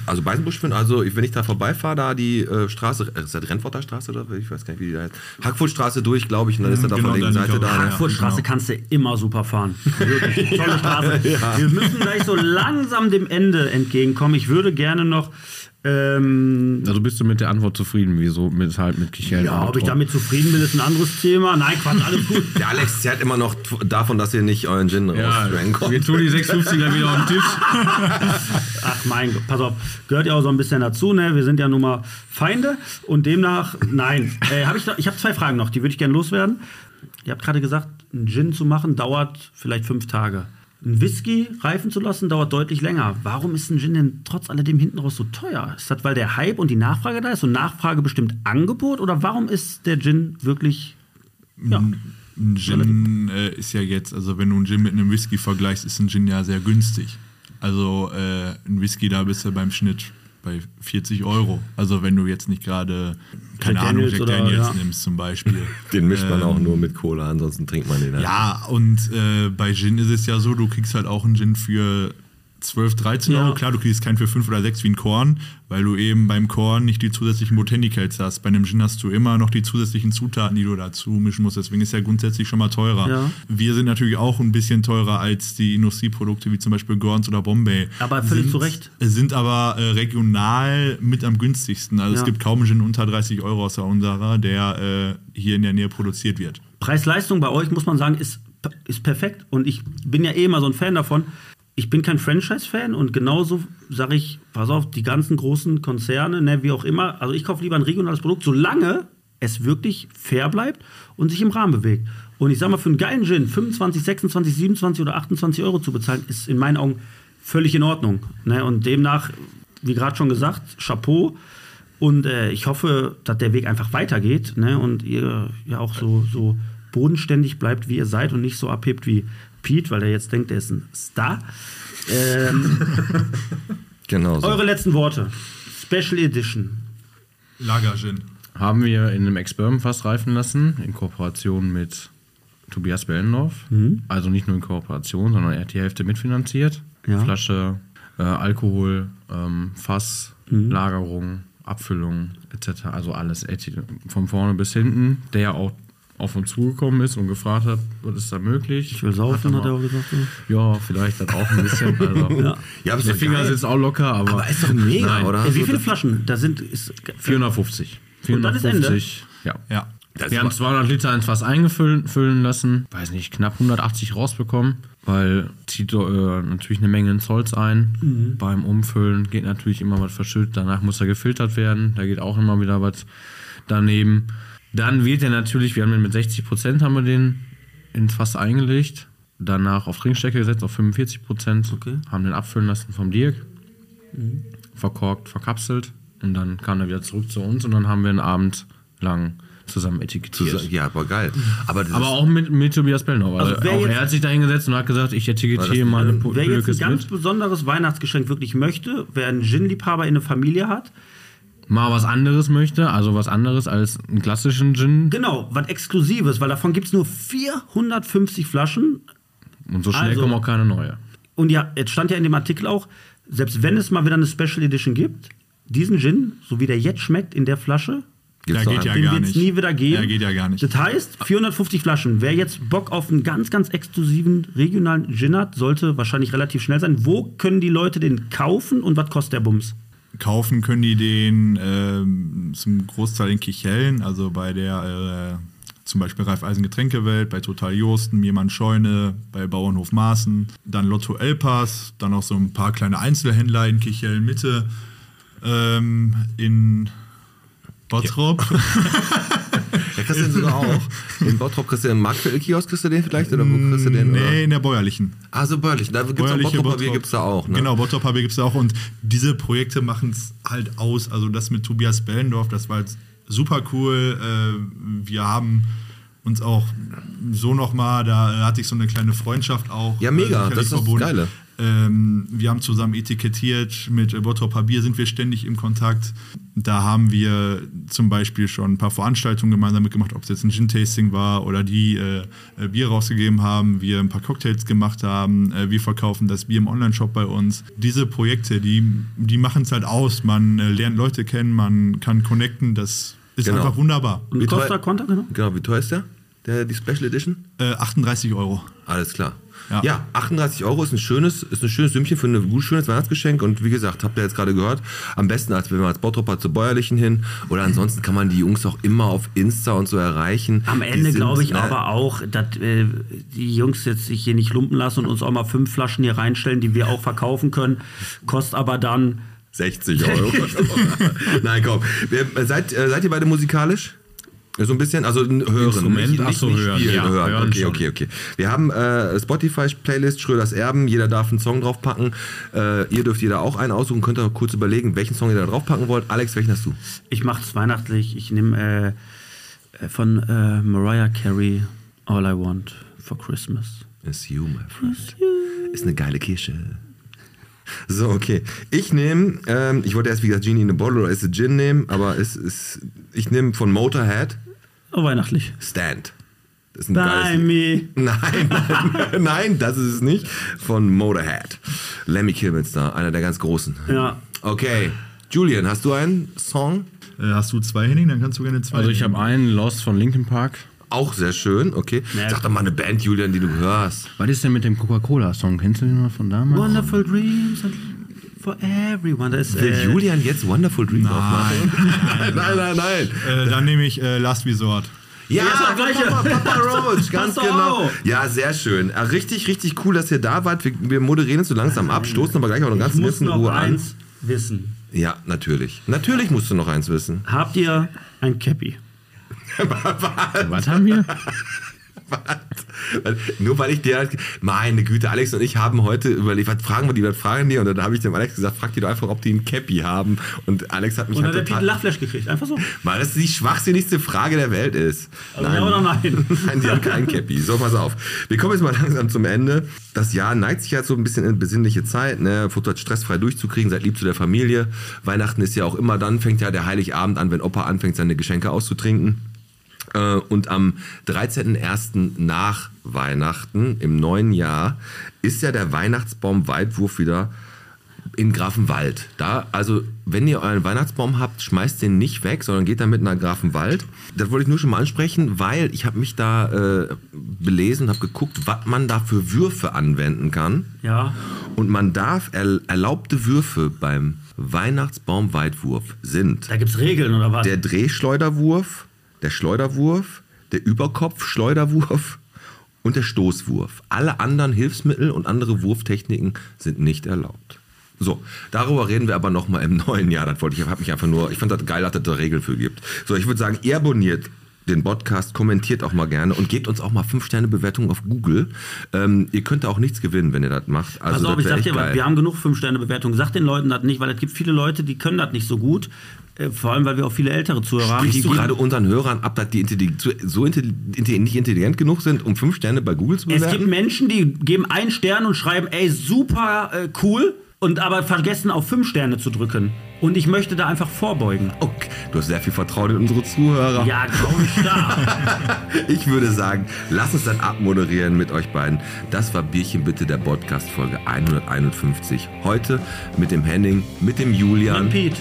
Also Beisenbusch finde, also ich- wenn ich da vorbeifahre, da die äh, Straße, äh, ist das Rennforter Straße oder ich weiß gar nicht, wie die da heißt. Hackfurtstraße durch, glaube ich, und dann Mhm, ist er da Genau, von der dann linken Seite die da. Autobahn. Ne? Frankfurtstraße genau. kannst du immer super fahren. Wirklich, tolle Straße. Wir müssen gleich so langsam dem Ende entgegenkommen. Ich würde gerne noch. Ähm, Also bist du mit der Antwort zufrieden, wieso mit, halt mit Kicheln? ja, ob ich Bottrop? damit zufrieden bin, ist ein anderes Thema. Nein, Quatsch, alles gut. Der Alex zerrt immer noch t- davon, dass ihr nicht euren Gin Ja, rausdrängen wir konntet. tun die 650er wieder auf den Tisch. Ach mein Gott, pass auf, gehört ja auch so ein bisschen dazu, ne? Wir sind ja nun mal Feinde und demnach, nein. Äh, hab ich noch, ich habe zwei Fragen noch, die würde ich gerne loswerden. Ihr habt gerade gesagt, einen Gin zu machen dauert vielleicht fünf Tage. Ein Whisky reifen zu lassen dauert deutlich länger. Warum ist ein Gin denn trotz alledem hinten raus so teuer? Ist das, weil der Hype und die Nachfrage da ist und Nachfrage bestimmt Angebot? Oder warum ist der Gin wirklich. Ja. ein Gin äh, ist ja jetzt, also wenn du einen Gin mit einem Whisky vergleichst, ist ein Gin ja sehr günstig. Also äh, ein Whisky, da bist du beim Schnitt bei 40 Euro. Also wenn du jetzt nicht gerade, keine Jack Ahnung, Daniels Jack oder- Daniels ja. nimmst zum Beispiel. Den mischt Ähm. man auch nur mit Cola, ansonsten trinkt man den halt. Ja, und äh, bei Gin ist es ja so, du kriegst halt auch einen Gin für 12, 13 Ja. Euro. Klar, du kriegst keinen für 5 oder 6 wie ein Korn, weil du eben beim Korn nicht die zusätzlichen Botanicals hast. Bei einem Gin hast du immer noch die zusätzlichen Zutaten, die du dazu mischen musst. Deswegen ist er grundsätzlich schon mal teurer. Ja. Wir sind natürlich auch ein bisschen teurer als die Industrieprodukte wie zum Beispiel Gorns oder Bombay. Aber völlig sind, zu Recht. Sind aber äh, regional mit am günstigsten. Also Ja. es gibt kaum einen Gin unter 30 Euro außer unserer, der äh, hier in der Nähe produziert wird. Preis-Leistung bei euch, muss man sagen, ist, ist perfekt. Und ich bin ja eh immer so ein Fan davon. Ich bin kein Franchise-Fan und genauso sage ich, pass auf, die ganzen großen Konzerne, ne, wie auch immer. Also ich kaufe lieber ein regionales Produkt, solange es wirklich fair bleibt und sich im Rahmen bewegt. Und ich sag mal, für einen geilen Gin 25, 26, 27 oder 28 Euro zu bezahlen, ist in meinen Augen völlig in Ordnung. Ne? Und demnach, wie gerade schon gesagt, Chapeau. Und äh, ich hoffe, dass der Weg einfach weitergeht ne? und ihr ja auch so, so bodenständig bleibt, wie ihr seid und nicht so abhebt wie Pete, weil der jetzt denkt, er ist ein Star. Ähm, Genau so. eure letzten Worte. Special Edition. Lagergin. Haben wir in einem Experiment fast reifen lassen, in Kooperation mit Tobias Bellendorf. Mhm. Also nicht nur in Kooperation, sondern er hat die Hälfte mitfinanziert. Ja. Flasche, äh, Alkohol, ähm, Fass, Mhm. Lagerung, Abfüllung etc. Also alles Eti- von vorne bis hinten, der ja auch auf uns zugekommen ist und gefragt hat, was ist da möglich? Ich will saufen, hat er aber- auch gesagt. ne? Ja, vielleicht das auch ein bisschen. Also, Ja, aber ist Der doch Finger geil. sitzt auch locker, aber, Aber ist doch mega, Nein. oder? Ey, Äh, wie viele Flaschen? Da sind. Ist, äh, 450. Und dann ist Ende? 450. Ja. Ja. Das Wir haben war- 200 Liter ins Fass eingefüllen füllen lassen. Weiß nicht, knapp 180 rausbekommen, weil zieht äh, natürlich eine Menge ins Holz ein. Beim Umfüllen geht natürlich immer was verschüttet. Danach muss er gefiltert werden. Da geht auch immer wieder was daneben. Dann wird er natürlich, wir haben den mit 60 Prozent haben wir den ins Fass eingelegt. Danach auf Trinkstärke gesetzt, auf 45 Prozent. Okay. Mhm. Haben den abfüllen lassen vom Dirk. Verkorkt, verkapselt. Und dann kam er wieder zurück zu uns und dann haben wir einen Abend lang zusammen etikettiert. Zusa- Ja, war geil. Aber, das Aber ist- auch mit, mit Tobias Bellner. Also Also wer auch jetzt- er hat sich da hingesetzt und hat gesagt, ich etikettiere meine Pu- Wer jetzt ein Pulkes ganz mit. besonderes Weihnachtsgeschenk wirklich möchte, wer einen Gin-Liebhaber in der Familie hat, Mal was anderes möchte, also was anderes als einen klassischen Gin. genau, was Exklusives, weil davon gibt es nur 450 Flaschen. Und so schnell Also- kommen auch keine neue. Und ja, jetzt stand ja in dem Artikel auch, selbst wenn es mal wieder eine Special Edition gibt, diesen Gin, so wie der jetzt schmeckt in der Flasche, gibt's Da doch geht ja einen. den gar wird es nicht. nie wieder geben. Ja, geht ja gar nicht. Das heißt, 450 Flaschen. Wer jetzt Bock auf einen ganz, ganz exklusiven regionalen Gin hat, sollte wahrscheinlich relativ schnell sein. Wo können die Leute den kaufen und was kostet der Bums? Kaufen können die den ähm, zum Großteil in Kichellen, also bei der äh, zum Beispiel Raiffeisen Getränkewelt, bei Total Josten, Jemand Scheune, bei Bauernhof Maaßen, dann Lotto Elpas, dann auch so ein paar kleine Einzelhändler in Kichellen Mitte, ähm, in Bottrop. Ja, kriegst du den sogar auch. In Bottrop kriegst du den Marktfeld-Kiosk, kriegst du den vielleicht? Oder wo kriegst du den? nee, in der bäuerlichen. Oder? Also bäuerlich. Da gibt's auch Bäuerliche Bottroper Bier, gibt's da auch. Ne? Genau, Bottroper Bier gibt's da auch. Und diese Projekte machen es halt aus. Also das mit Tobias Bellendorf, das war jetzt super cool. Äh, wir haben uns auch so nochmal, da äh, hatte ich so eine kleine Freundschaft auch. äh, Ja, mega. sicherlich Das ist das Geile. Ähm, wir haben zusammen etikettiert, mit äh, Bottroper Bier sind wir ständig im Kontakt. Da haben wir zum Beispiel schon ein paar Veranstaltungen gemeinsam mitgemacht, ob es jetzt ein Gin-Tasting war oder die äh, äh, Bier rausgegeben haben, wir ein paar Cocktails gemacht haben, äh, wir verkaufen das Bier im Online-Shop bei uns. Diese Projekte, die, die machen es halt aus. Man äh, lernt Leute kennen, man kann connecten, das ist Genau. einfach wunderbar. Und Wie Costa teuer- Conta, genau. Genau, wie teuer ist der? der? Die Special Edition? Äh, 38 Euro. Alles klar. Ja. Ja. 38 Euro ist ein schönes, ist ein schönes Sümmchen für ein gut schönes Weihnachtsgeschenk. Und wie gesagt, habt ihr jetzt gerade gehört, am besten als wenn man als Bottropper zur Bäuerlichen hin. Oder ansonsten kann man die Jungs auch immer auf Insta und so erreichen. Am Die Ende sind, glaube ich ne, aber auch, dass äh, die Jungs jetzt sich hier nicht lumpen lassen und uns auch mal fünf Flaschen hier reinstellen, die wir auch verkaufen können. Kostet aber dann 60 Euro. Nein, komm. Wer, seid, äh, seid ihr beide musikalisch? So ein bisschen, also n- hören. Instrument, nicht, ach so, nicht hören, Spielen, ja, hören. hören okay, schon. okay, okay. Wir haben äh, Spotify-Playlist Schröders Erben. Jeder darf einen Song draufpacken. Äh, ihr dürft jeder auch einen aussuchen. Könnt ihr kurz überlegen, welchen Song ihr da draufpacken wollt. Alex, welchen hast du? Ich mache es weihnachtlich. Ich nehme äh, äh, von äh, Mariah Carey All I Want for Christmas. It's you, my friend. Ist eine geile Kirsche. So, okay. Ich nehme, ähm, ich wollte erst wie gesagt Genie in a Bottle oder ist es Gin nehmen, aber es ist, ich nehme von Motorhead Oh, weihnachtlich. Stand. Das ist ein By geiles me. Nein, nein, nein, das ist es nicht. Von Motorhead. Lemmy Kilminster, einer der ganz Großen. Ja. Okay. Julian, hast du einen Song? Äh, hast du zwei, Henning? Dann kannst du gerne zwei. Also ich habe einen Lost von Linkin Park. Auch sehr schön, okay. Sag doch mal eine Band, Julian, die du hörst. Was ist denn mit dem Coca-Cola-Song? Kennst du den noch von damals? Wonderful Dreams and for everyone. Da ist Will äh, Julian jetzt Wonderful Dream aufmachen? Nein, nein, nein, nein. äh, dann nehme ich äh, Last Resort. Ja, ist doch gleiche. Papa, Papa Roach, ganz Passt doch genau. auf. Ja, sehr schön. Ah, Richtig, richtig cool, dass ihr da wart. Wir, wir moderieren jetzt so langsam ab, stoßen aber gleich auch noch Ich ganz muss in noch Ruhe an. eins wissen. Ja, natürlich. Natürlich musst du noch eins wissen. Habt ihr ein Cappy? Also, Was haben wir? Weil- Nur weil ich dir halt, meine Güte, Alex und ich haben heute überlegt, was fragen wir die, was fragen die? Und dann habe ich dem Alex gesagt, frag die doch einfach, ob die einen Cappy haben. Und Alex hat mich Und halt hat der Pete einen total, Lachflash gekriegt. Einfach so. weil das die schwachsinnigste Frage der Welt ist. Also ja oder nein? Nein, die haben kein Cappy. So, pass auf. Wir kommen jetzt mal langsam zum Ende. Das Jahr neigt sich halt so ein bisschen in besinnliche Zeit. Ne? Versucht stressfrei durchzukriegen, seid lieb zu der Familie. Weihnachten ist ja auch immer dann, fängt ja der Heiligabend an, wenn Opa anfängt, seine Geschenke auszutrinken. Äh, Und am 13.01. nach Weihnachten im neuen Jahr ist ja der Weihnachtsbaum-Weitwurf wieder in Grafenwald. Da, also, wenn ihr euren Weihnachtsbaum habt, schmeißt den nicht weg, sondern geht damit nach Grafenwald. Das wollte ich nur schon mal ansprechen, weil ich habe mich da äh, belesen, habe geguckt, was man da für Würfe anwenden kann. Ja. Und man darf erl erlaubte Würfe beim Weihnachtsbaumweitwurf sind Da gibt's Regeln oder was? der Drehschleuderwurf, der Schleuderwurf, der Überkopfschleuderwurf und der Stoßwurf. Alle anderen Hilfsmittel und andere Wurftechniken sind nicht erlaubt. So, darüber reden wir aber nochmal im neuen Jahr. Das wollte ich, habe mich einfach nur, ich fand das geil, dass es da Regeln für gibt. So, ich würde sagen, ihr abonniert den Podcast, kommentiert auch mal gerne und gebt uns auch mal 5-Sterne-Bewertungen auf Google. Ähm, ihr könnt da auch nichts gewinnen, wenn ihr das macht. Also, Pass auf, das ich wär sag echt dir was, geil. wir haben genug 5-Sterne-Bewertungen. Sag den Leuten das nicht, weil es gibt viele Leute, die können das nicht so gut. Äh, Vor allem, weil wir auch viele ältere Zuhörer haben. die Brichst du geben- gerade um, unseren Hörern ab, dass die intelli- zu- so intelli- inte- nicht intelligent genug sind, um fünf Sterne bei Google zu es gibt bewerten? Menschen, die geben einen Stern und schreiben, ey, super äh, cool, und aber vergessen auf 5 Sterne zu drücken. Und ich möchte da einfach vorbeugen. Okay. Du hast sehr viel Vertrauen in unsere Zuhörer. Ja, glaube ich da. Ich würde sagen, lass uns dann abmoderieren mit euch beiden. Das war Bierchen bitte der Podcast Folge 151. Heute mit dem Henning, mit dem Julian Dann Pete.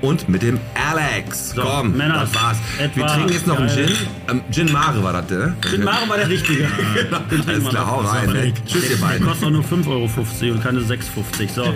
und mit dem Alex. So, Komm, Männer, das war's. etwa. Wir trinken jetzt noch einen Geil. Gin. Ähm, Gin Mare war das, ne? Gin Mare war der Richtige. Den trinken Alles wir klar, noch. hau rein. Ne? Tschüss, ihr Der beiden. kostet auch nur 5,50 Euro und keine 6,50. So.